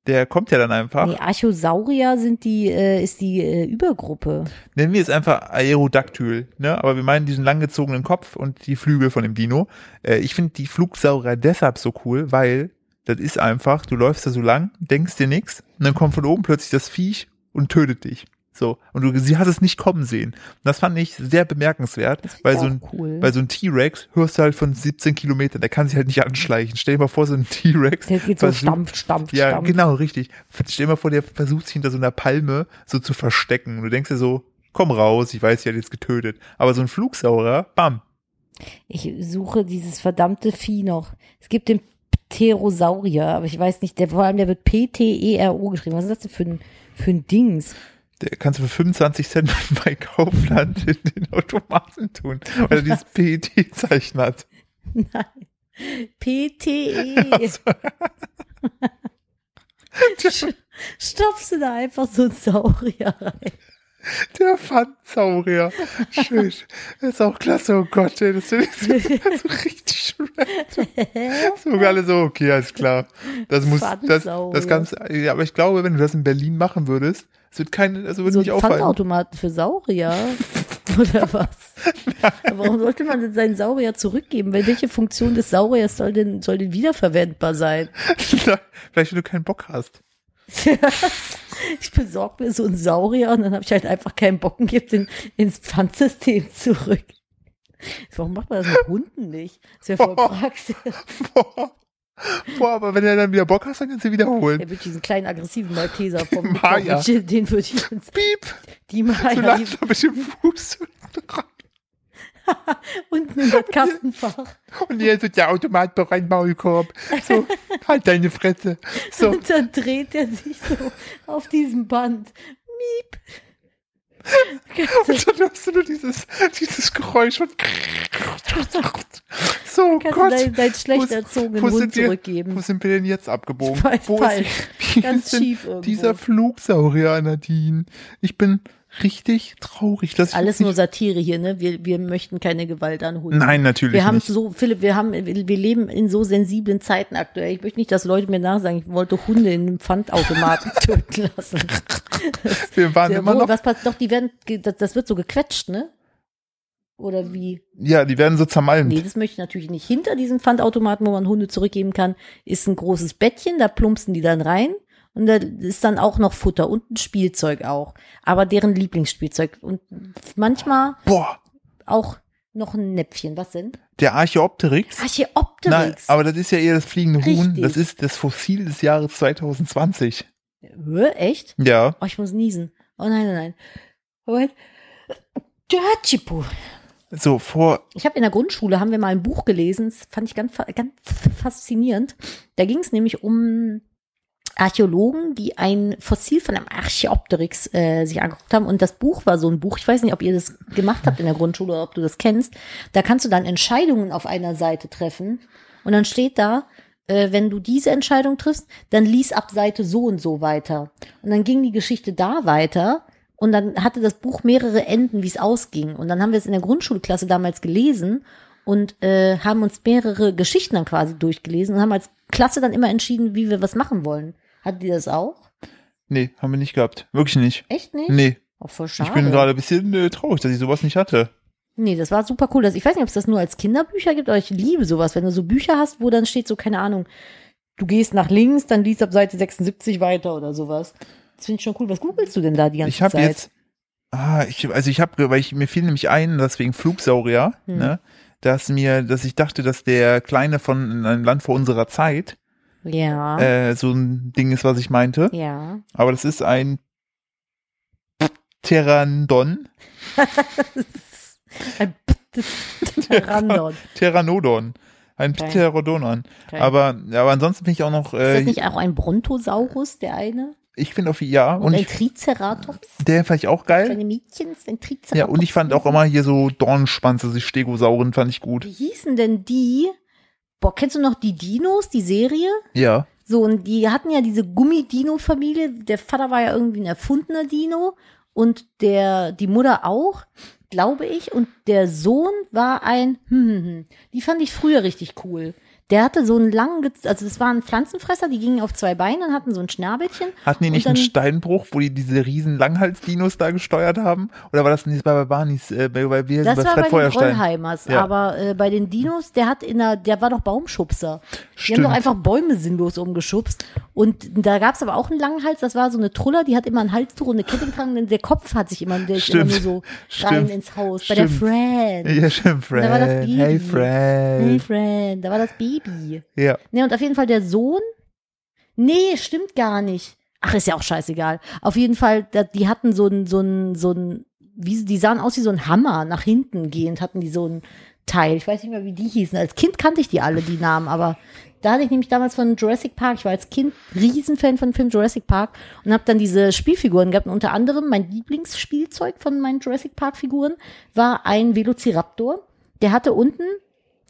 [SPEAKER 1] Der kommt ja dann einfach.
[SPEAKER 2] Nee, Archosaurier sind die, äh, ist die äh, Übergruppe.
[SPEAKER 1] Nennen wir es einfach Aerodactyl, ne? Aber wir meinen diesen langgezogenen Kopf und die Flügel von dem Dino. Äh, ich finde die Flugsaurer deshalb so cool, weil das ist einfach, du läufst da so lang, denkst dir nichts, und dann kommt von oben plötzlich das Viech und tötet dich. So. Und du sie hast es nicht kommen sehen. Und das fand ich sehr bemerkenswert,
[SPEAKER 2] Das find
[SPEAKER 1] weil
[SPEAKER 2] ich
[SPEAKER 1] so
[SPEAKER 2] auch
[SPEAKER 1] ein
[SPEAKER 2] cool.
[SPEAKER 1] Weil so ein T-Rex hörst du halt von 17 Kilometern, der kann sich halt nicht anschleichen. Stell dir mal vor, so ein T-Rex.
[SPEAKER 2] der geht so
[SPEAKER 1] versucht-
[SPEAKER 2] stampf, stampf,
[SPEAKER 1] Ja,
[SPEAKER 2] stampf.
[SPEAKER 1] genau, richtig. Stell dir mal vor, der versucht sich hinter so einer Palme so zu verstecken. Und du denkst dir so, komm raus, ich weiß, ich hat jetzt getötet. Aber so ein Flugsaurer, bam.
[SPEAKER 2] Ich suche dieses verdammte Vieh noch. Es gibt den Pterosaurier, aber ich weiß nicht, der vor allem, der wird P-T-E-R-O geschrieben. Was ist das denn für ein, für ein Dings?
[SPEAKER 1] Der kannst du für 25 Cent bei Kaufland in den Automaten tun, weil er dieses PET-Zeichen hat.
[SPEAKER 2] Nein.
[SPEAKER 1] E
[SPEAKER 2] P-T-E. Sch- Stopfst du da einfach so ein Saurier rein?
[SPEAKER 1] Der Pfandsaurier. Schön. Das ist auch klasse, oh Gott, ey, das finde ich so, so richtig random. So wir alle so, okay, alles klar. Das muss, das, das
[SPEAKER 2] Pfandsaurier.
[SPEAKER 1] kannst, ja, aber ich glaube, wenn du das in Berlin machen würdest, es wird kein, also würde
[SPEAKER 2] So ein
[SPEAKER 1] nicht auffallen.
[SPEAKER 2] Pfandautomaten für Saurier? Oder was? Warum sollte man denn seinen Saurier zurückgeben? Wel- Welche Funktion des Sauriers soll denn, soll denn wiederverwendbar sein?
[SPEAKER 1] Vielleicht, wenn du keinen Bock hast.
[SPEAKER 2] ich besorge mir so einen Saurier und dann habe ich halt einfach keinen Bock und gebe den ins Pfandsystem zurück. Warum macht man das mit Hunden nicht? Das wäre voll
[SPEAKER 1] Boah.
[SPEAKER 2] praktisch.
[SPEAKER 1] Boah. Boah, aber wenn du dann wieder Bock hast, dann kannst du wiederholen.
[SPEAKER 2] Der würde ich diesen kleinen aggressiven Malteser vom
[SPEAKER 1] Maya.
[SPEAKER 2] Mittwoch, den würde ich ins,
[SPEAKER 1] Piep,
[SPEAKER 2] die
[SPEAKER 1] du
[SPEAKER 2] Maya die,
[SPEAKER 1] lachst ein bisschen Fuß.
[SPEAKER 2] unten in das Kastenfach.
[SPEAKER 1] Und jetzt wird der Automat bei ein Maulkorb. So, halt deine Fresse. So,
[SPEAKER 2] Und dann dreht er sich so auf diesem Band. Miep.
[SPEAKER 1] Und dann hörst du nur dieses, dieses Geräusch von So,
[SPEAKER 2] Kannst du
[SPEAKER 1] Gott.
[SPEAKER 2] deinen, deinen schlecht
[SPEAKER 1] Wo-
[SPEAKER 2] erzogenen
[SPEAKER 1] wo
[SPEAKER 2] Hund
[SPEAKER 1] sind wir-
[SPEAKER 2] zurückgeben.
[SPEAKER 1] Wo sind wir denn jetzt abgebogen?
[SPEAKER 2] Ich weiß,
[SPEAKER 1] wo
[SPEAKER 2] falsch.
[SPEAKER 1] Ist, wie
[SPEAKER 2] Ganz
[SPEAKER 1] ist denn
[SPEAKER 2] schief irgendwo.
[SPEAKER 1] dieser Flugsaurier, Nadine? Ich bin richtig traurig. Dass ich
[SPEAKER 2] Alles
[SPEAKER 1] jetzt nicht-
[SPEAKER 2] nur Satire hier, ne? Wir, wir möchten keine Gewalt an Hunden.
[SPEAKER 1] Nein, natürlich
[SPEAKER 2] Wir haben
[SPEAKER 1] nicht.
[SPEAKER 2] so, Philipp, wir haben, wir wir leben in so sensiblen Zeiten aktuell. Ich möchte nicht, dass Leute mir nachsagen, ich wollte Hunde in einem Pfandautomaten töten lassen.
[SPEAKER 1] wir waren
[SPEAKER 2] Ja,
[SPEAKER 1] immer
[SPEAKER 2] wo-
[SPEAKER 1] noch.
[SPEAKER 2] was pass- doch, die werden, ge- das, das wird so gequetscht, ne? Oder wie?
[SPEAKER 1] Ja, die werden so zermalmt.
[SPEAKER 2] Nee, das möchte ich natürlich nicht. Hinter diesem Pfandautomaten, wo man Hunde zurückgeben kann, ist ein großes Bettchen, da plumpsen die dann rein. Und da ist dann auch noch Futter und ein Spielzeug auch. Aber deren Lieblingsspielzeug. Und manchmal
[SPEAKER 1] Boah,
[SPEAKER 2] auch noch ein Näpfchen. Was denn? Ah,
[SPEAKER 1] der Archeopteryx. Nein,
[SPEAKER 2] Archeopteryx.
[SPEAKER 1] aber das ist ja eher das fliegende Huhn.
[SPEAKER 2] Richtig.
[SPEAKER 1] Das ist das Fossil des Jahres 2020.
[SPEAKER 2] Hä, echt?
[SPEAKER 1] Ja.
[SPEAKER 2] Oh, ich muss niesen. Oh nein, nein, nein. Moment. Dörtschipu.
[SPEAKER 1] So, vor.
[SPEAKER 2] Ich habe in der Grundschule, haben wir mal ein Buch gelesen, das fand ich ganz, fa- ganz faszinierend. Da ging es nämlich um Archäologen, die ein Fossil von einem Archäopteryx äh, sich angeguckt haben. Und das Buch war so ein Buch, ich weiß nicht, ob ihr das gemacht habt in der Grundschule oder ob du das kennst. Da kannst du dann Entscheidungen auf einer Seite treffen. Und dann steht da, äh, wenn du diese Entscheidung triffst, dann lies ab Seite so und so weiter. Und dann ging die Geschichte da weiter. Und dann hatte das Buch mehrere Enden, wie es ausging. Und dann haben wir es in der Grundschulklasse damals gelesen und äh, haben uns mehrere Geschichten dann quasi durchgelesen und haben als Klasse dann immer entschieden, wie wir was machen wollen. Hattet ihr das auch?
[SPEAKER 1] Nee, haben wir nicht gehabt. Wirklich nicht.
[SPEAKER 2] Echt nicht?
[SPEAKER 1] Nee.
[SPEAKER 2] Oh, voll schade.
[SPEAKER 1] Ich bin gerade ein bisschen äh, traurig, dass ich sowas nicht hatte.
[SPEAKER 2] nee, das war super cool. Das- Ich weiß nicht, ob es das nur als Kinderbücher gibt, aber ich liebe sowas. Wenn du so Bücher hast, wo dann steht so, keine Ahnung, du gehst nach links, dann liest ab Seite 76 weiter oder sowas. Das finde ich schon cool. Was googelst du denn da die ganze
[SPEAKER 1] Ich habe
[SPEAKER 2] Zeit?
[SPEAKER 1] jetzt, ah, ich, also ich habe, weil ich mir fiel nämlich ein, dass wegen Flugsaurier,
[SPEAKER 2] Hm.
[SPEAKER 1] ne, dass mir, dass ich dachte, dass der Kleine von einem Land vor unserer Zeit
[SPEAKER 2] ja,
[SPEAKER 1] äh, so ein Ding ist, was ich meinte.
[SPEAKER 2] ja.
[SPEAKER 1] Aber das ist ein Pterandon,
[SPEAKER 2] Ein Pterandon.
[SPEAKER 1] Pteranodon, ein
[SPEAKER 2] Okay.
[SPEAKER 1] Pterodon.
[SPEAKER 2] Okay.
[SPEAKER 1] Aber, aber ansonsten finde ich auch noch,
[SPEAKER 2] ist das
[SPEAKER 1] äh,
[SPEAKER 2] nicht auch ein Brontosaurus, der eine?
[SPEAKER 1] ich finde auf ja
[SPEAKER 2] Und,
[SPEAKER 1] und
[SPEAKER 2] ein
[SPEAKER 1] ich,
[SPEAKER 2] Triceratops?
[SPEAKER 1] der fand ich auch geil.
[SPEAKER 2] Kleine Mädchen, ist ein Triceratops.
[SPEAKER 1] Ja, und ich fand auch immer hier so Dornschwanz, also die Stegosauren fand ich gut.
[SPEAKER 2] Wie hießen denn die? Boah, kennst du noch die Dinos, die Serie?
[SPEAKER 1] Ja.
[SPEAKER 2] So, und die hatten ja diese Gummidino-Familie. Der Vater war ja irgendwie ein erfundener Dino und der, die Mutter auch. glaube ich. Und der Sohn war ein, hm, hm, hm. die fand ich früher richtig cool. Der hatte so einen langen, Gez- also das waren Pflanzenfresser, die gingen auf zwei Beinen und hatten so ein Schnabelchen.
[SPEAKER 1] Hatten die
[SPEAKER 2] Und
[SPEAKER 1] nicht
[SPEAKER 2] dann-
[SPEAKER 1] einen Steinbruch, wo die diese riesen Langhals-Dinos da gesteuert haben? Oder war das nicht bei Barbanis, äh, bei, bei, bei,
[SPEAKER 2] Das
[SPEAKER 1] bei
[SPEAKER 2] war
[SPEAKER 1] Fred
[SPEAKER 2] bei den
[SPEAKER 1] Feuerstein?
[SPEAKER 2] Rollheimers,
[SPEAKER 1] Ja.
[SPEAKER 2] aber äh, bei den Dinos, der hat in der, der war doch Baumschubser. Die haben
[SPEAKER 1] Stimmt.
[SPEAKER 2] doch einfach Bäume sinnlos umgeschubst. Und da gab es aber auch einen langen Hals, das war so eine Truller, die hat immer ein Halstuch und eine Kette getragen, denn der Kopf hat sich immer, der ist immer
[SPEAKER 1] Stimmt.
[SPEAKER 2] nur so rein
[SPEAKER 1] Stimmt.
[SPEAKER 2] ins Haus. Bei
[SPEAKER 1] Stimmt.
[SPEAKER 2] der Fran.
[SPEAKER 1] Ja, stimmt, Fred.
[SPEAKER 2] da war das Mhm. Baby.
[SPEAKER 1] Hey,
[SPEAKER 2] Hey
[SPEAKER 1] Fred.
[SPEAKER 2] Fran, da war das Baby.
[SPEAKER 1] Ja.
[SPEAKER 2] Ne, und auf jeden Fall der Sohn. Nee, stimmt gar nicht. Ach, ist ja auch scheißegal. Auf jeden Fall, da, die hatten so ein, so ein, so ein, wie, sie- die sahen aus wie so ein Hammer, nach hinten gehend hatten die so ein Teil. Ich weiß nicht mehr, wie die hießen. Als Kind kannte ich die alle, die Namen, aber da hatte ich nämlich damals von Jurassic Park, ich war als Kind Riesenfan von dem Film Jurassic Park und habe dann diese Spielfiguren gehabt. Und unter anderem mein Lieblingsspielzeug von meinen Jurassic Park-Figuren war ein Velociraptor. Der hatte unten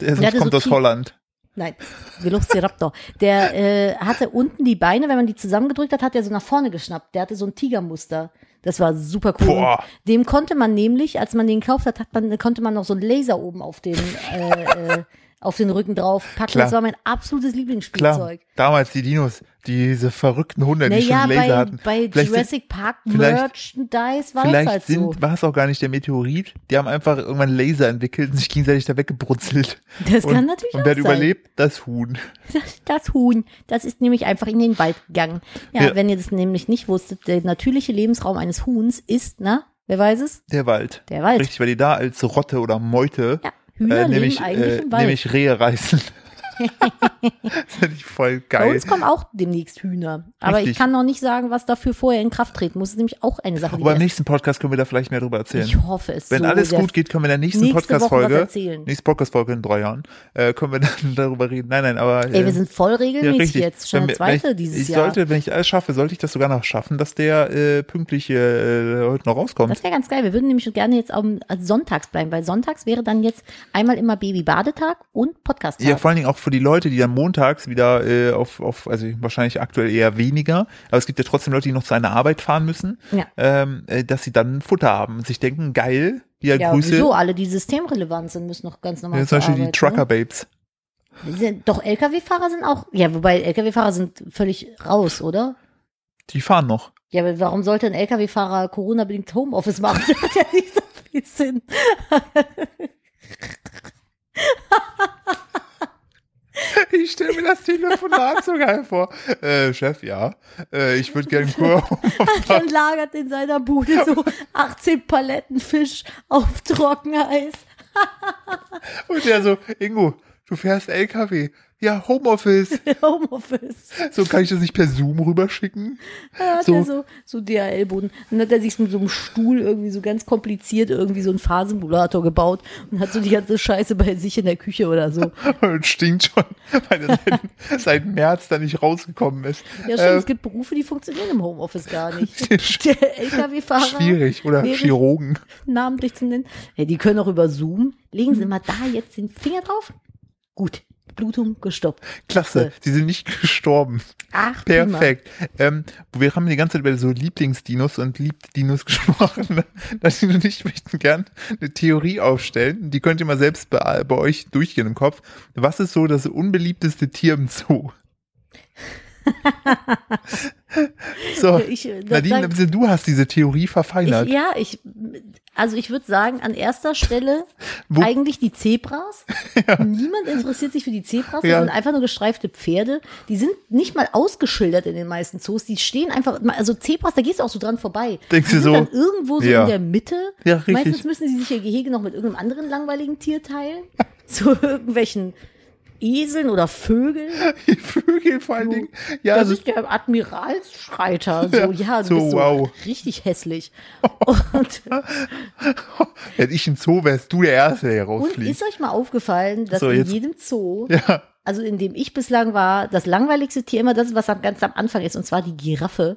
[SPEAKER 1] Der
[SPEAKER 2] hatte
[SPEAKER 1] sonst kommt
[SPEAKER 2] so
[SPEAKER 1] aus
[SPEAKER 2] Kie-
[SPEAKER 1] Holland.
[SPEAKER 2] Nein, Velociraptor. Der äh, hatte unten die Beine, wenn man die zusammengedrückt hat, hat er so nach vorne geschnappt. Der hatte so ein Tigermuster. Das war super cool.
[SPEAKER 1] Boah.
[SPEAKER 2] Dem konnte man nämlich, als man den gekauft hat, hat man, konnte man noch so einen Laser oben auf den, äh, äh, auf den Rücken drauf packen.
[SPEAKER 1] Klar.
[SPEAKER 2] Das war mein absolutes
[SPEAKER 1] Klar.
[SPEAKER 2] Lieblingsspielzeug.
[SPEAKER 1] Damals die Dinos, diese verrückten Hunde, die
[SPEAKER 2] Naja,
[SPEAKER 1] schon Laser
[SPEAKER 2] bei,
[SPEAKER 1] hatten.
[SPEAKER 2] bei
[SPEAKER 1] Vielleicht sind-
[SPEAKER 2] Jurassic Park
[SPEAKER 1] vielleicht-
[SPEAKER 2] Merchandise war es
[SPEAKER 1] Vielleicht
[SPEAKER 2] halt
[SPEAKER 1] sind,
[SPEAKER 2] so.
[SPEAKER 1] war es auch gar nicht der Meteorit. Die haben einfach irgendwann Laser entwickelt und sich gegenseitig da weggebrutzelt.
[SPEAKER 2] Das
[SPEAKER 1] und,
[SPEAKER 2] kann natürlich
[SPEAKER 1] Und
[SPEAKER 2] auch
[SPEAKER 1] wer
[SPEAKER 2] sein.
[SPEAKER 1] überlebt, das Huhn.
[SPEAKER 2] Das, das Huhn, das ist nämlich einfach in den Wald gegangen. Ja,
[SPEAKER 1] Ja.
[SPEAKER 2] wenn ihr das nämlich nicht wusstet, der natürliche Lebensraum eines Huhns ist, na, wer weiß es?
[SPEAKER 1] Der Wald.
[SPEAKER 2] Der Wald.
[SPEAKER 1] Richtig, weil die da als Rotte oder Meute
[SPEAKER 2] Ja, Hühner leben
[SPEAKER 1] nämlich,
[SPEAKER 2] eigentlich
[SPEAKER 1] äh,
[SPEAKER 2] im Wald.
[SPEAKER 1] nämlich Rehe reißen. das finde ich voll
[SPEAKER 2] Bei
[SPEAKER 1] geil.
[SPEAKER 2] uns kommen auch demnächst Hühner. Aber ich
[SPEAKER 1] Richtig.
[SPEAKER 2] kann noch nicht sagen, was dafür vorher in Kraft treten muss. Das ist nämlich auch eine Sache, die
[SPEAKER 1] Aber beim
[SPEAKER 2] wir
[SPEAKER 1] nächsten Podcast können wir da vielleicht mehr drüber
[SPEAKER 2] erst-
[SPEAKER 1] erzählen.
[SPEAKER 2] ich hoffe es
[SPEAKER 1] Wenn
[SPEAKER 2] so
[SPEAKER 1] alles
[SPEAKER 2] sehr.
[SPEAKER 1] gut geht, können wir in der nächsten
[SPEAKER 2] Nächste Woche was
[SPEAKER 1] Podcast-Folge,
[SPEAKER 2] erzählen.
[SPEAKER 1] nächste Podcast-Folge in drei Jahren, äh, können wir dann darüber reden. Nein, nein, aber.
[SPEAKER 2] Ey,
[SPEAKER 1] äh,
[SPEAKER 2] wir sind voll regelmäßig jetzt. Schon
[SPEAKER 1] Wenn-
[SPEAKER 2] der
[SPEAKER 1] wenn
[SPEAKER 2] zweite
[SPEAKER 1] ich,
[SPEAKER 2] dieses
[SPEAKER 1] ich
[SPEAKER 2] Jahr.
[SPEAKER 1] Sollte, wenn ich alles schaffe, sollte ich das sogar noch schaffen, dass der äh, pünktlich äh, heute noch rauskommt.
[SPEAKER 2] Das wäre ganz geil. Wir würden nämlich gerne jetzt am also Sonntags bleiben, weil Sonntags wäre dann jetzt einmal immer Babybadetag und Podcast-Tag.
[SPEAKER 1] Ja, vor allen Dingen auch für die Leute, die dann montags wieder äh, auf, auf, also wahrscheinlich aktuell eher weniger, aber es gibt ja trotzdem Leute, die noch zu einer Arbeit fahren müssen,
[SPEAKER 2] Ja.
[SPEAKER 1] ähm, äh, dass sie dann Futter haben und sich denken, geil, ja,
[SPEAKER 2] ja,
[SPEAKER 1] Äh, Grüße.
[SPEAKER 2] wieso? Alle, die systemrelevant sind, müssen noch ganz normal
[SPEAKER 1] Ja, zum
[SPEAKER 2] zur
[SPEAKER 1] Beispiel die
[SPEAKER 2] Arbeit,
[SPEAKER 1] Trucker
[SPEAKER 2] ne?
[SPEAKER 1] Babes.
[SPEAKER 2] Die Sind, doch, Lkw-Fahrer sind auch, ja, wobei Lkw-Fahrer sind völlig raus, oder?
[SPEAKER 1] Die fahren noch.
[SPEAKER 2] Ja, aber warum sollte ein Lkw-Fahrer Corona-bedingt Homeoffice machen? Das hat ja nicht so viel Sinn.
[SPEAKER 1] Ich stelle mir das Telefonat so geil vor. Äh, Chef, ja. Äh, ich würde gerne Kur.
[SPEAKER 2] Dann lagert in seiner Bude so 18 Paletten Fisch auf Trockeneis.
[SPEAKER 1] Und der so, Ingo, du fährst LKW. Ja, Homeoffice.
[SPEAKER 2] Homeoffice.
[SPEAKER 1] So kann ich das nicht per Zoom rüberschicken.
[SPEAKER 2] Da hat
[SPEAKER 1] So.
[SPEAKER 2] er so, so DHL-Boden. Dann hat er sich mit so einem Stuhl irgendwie so ganz kompliziert irgendwie so einen Fahrsimulator gebaut und hat so die ganze Scheiße bei sich in der Küche oder so.
[SPEAKER 1] Und stinkt schon, weil er seit, seit März da nicht rausgekommen ist.
[SPEAKER 2] Ja, stimmt, es gibt Berufe, die funktionieren im Homeoffice gar nicht. Der
[SPEAKER 1] Äh,
[SPEAKER 2] LKW-Fahrer.
[SPEAKER 1] schwierig. Oder
[SPEAKER 2] wäre
[SPEAKER 1] Chirurgen.
[SPEAKER 2] Namentlich zu nennen. Ja, die können auch über Zoom. Legen
[SPEAKER 1] Mhm.
[SPEAKER 2] Sie mal da jetzt den Finger drauf. Gut. Blutung gestoppt.
[SPEAKER 1] Klasse. Die sind nicht gestorben.
[SPEAKER 2] Ach, prima.
[SPEAKER 1] Perfekt. Ähm, wir haben die ganze Zeit über so Lieblingsdinos und Liebdinos gesprochen, ne? dass sie und ich möchten gern eine Theorie aufstellen. Die könnt ihr mal selbst bei, bei euch durchgehen im Kopf. Was ist so das unbeliebteste Tier im Zoo? so,
[SPEAKER 2] Ich, äh, das
[SPEAKER 1] Oh, Nadine,
[SPEAKER 2] sag-
[SPEAKER 1] du hast diese Theorie verfeinert.
[SPEAKER 2] ich, ja, ich, also ich würde sagen, an erster Stelle
[SPEAKER 1] Wo-
[SPEAKER 2] eigentlich die Zebras. Niemand interessiert sich für die Zebras.
[SPEAKER 1] Ja.
[SPEAKER 2] Das sind einfach nur gestreifte Pferde. Die sind nicht mal ausgeschildert in den meisten Zoos. Die stehen einfach, also Zebras, da gehst du auch so dran vorbei.
[SPEAKER 1] Denkst
[SPEAKER 2] die
[SPEAKER 1] du
[SPEAKER 2] sind
[SPEAKER 1] so,
[SPEAKER 2] dann irgendwo so
[SPEAKER 1] ja.
[SPEAKER 2] in der Mitte.
[SPEAKER 1] Ja, richtig.
[SPEAKER 2] Meistens müssen sie sich ihr Gehege noch mit irgendeinem anderen langweiligen Tier teilen. Zu irgendwelchen Eseln oder Vögeln.
[SPEAKER 1] die Vögel vor allen Dingen. Ja,
[SPEAKER 2] Das
[SPEAKER 1] so-
[SPEAKER 2] ist der Admiralsschreiter. So, ja, du
[SPEAKER 1] so,
[SPEAKER 2] bist so
[SPEAKER 1] wow.
[SPEAKER 2] richtig hässlich. Und,
[SPEAKER 1] wenn ich im Zoo wärst du der Erste, der
[SPEAKER 2] und
[SPEAKER 1] rausfliegt.
[SPEAKER 2] ist euch mal aufgefallen, dass
[SPEAKER 1] So,
[SPEAKER 2] in
[SPEAKER 1] jetzt-
[SPEAKER 2] jedem Zoo,
[SPEAKER 1] Ja,
[SPEAKER 2] also in dem ich bislang war, das langweiligste Tier immer das, ist, was am ganz am Anfang ist, und zwar die Giraffe.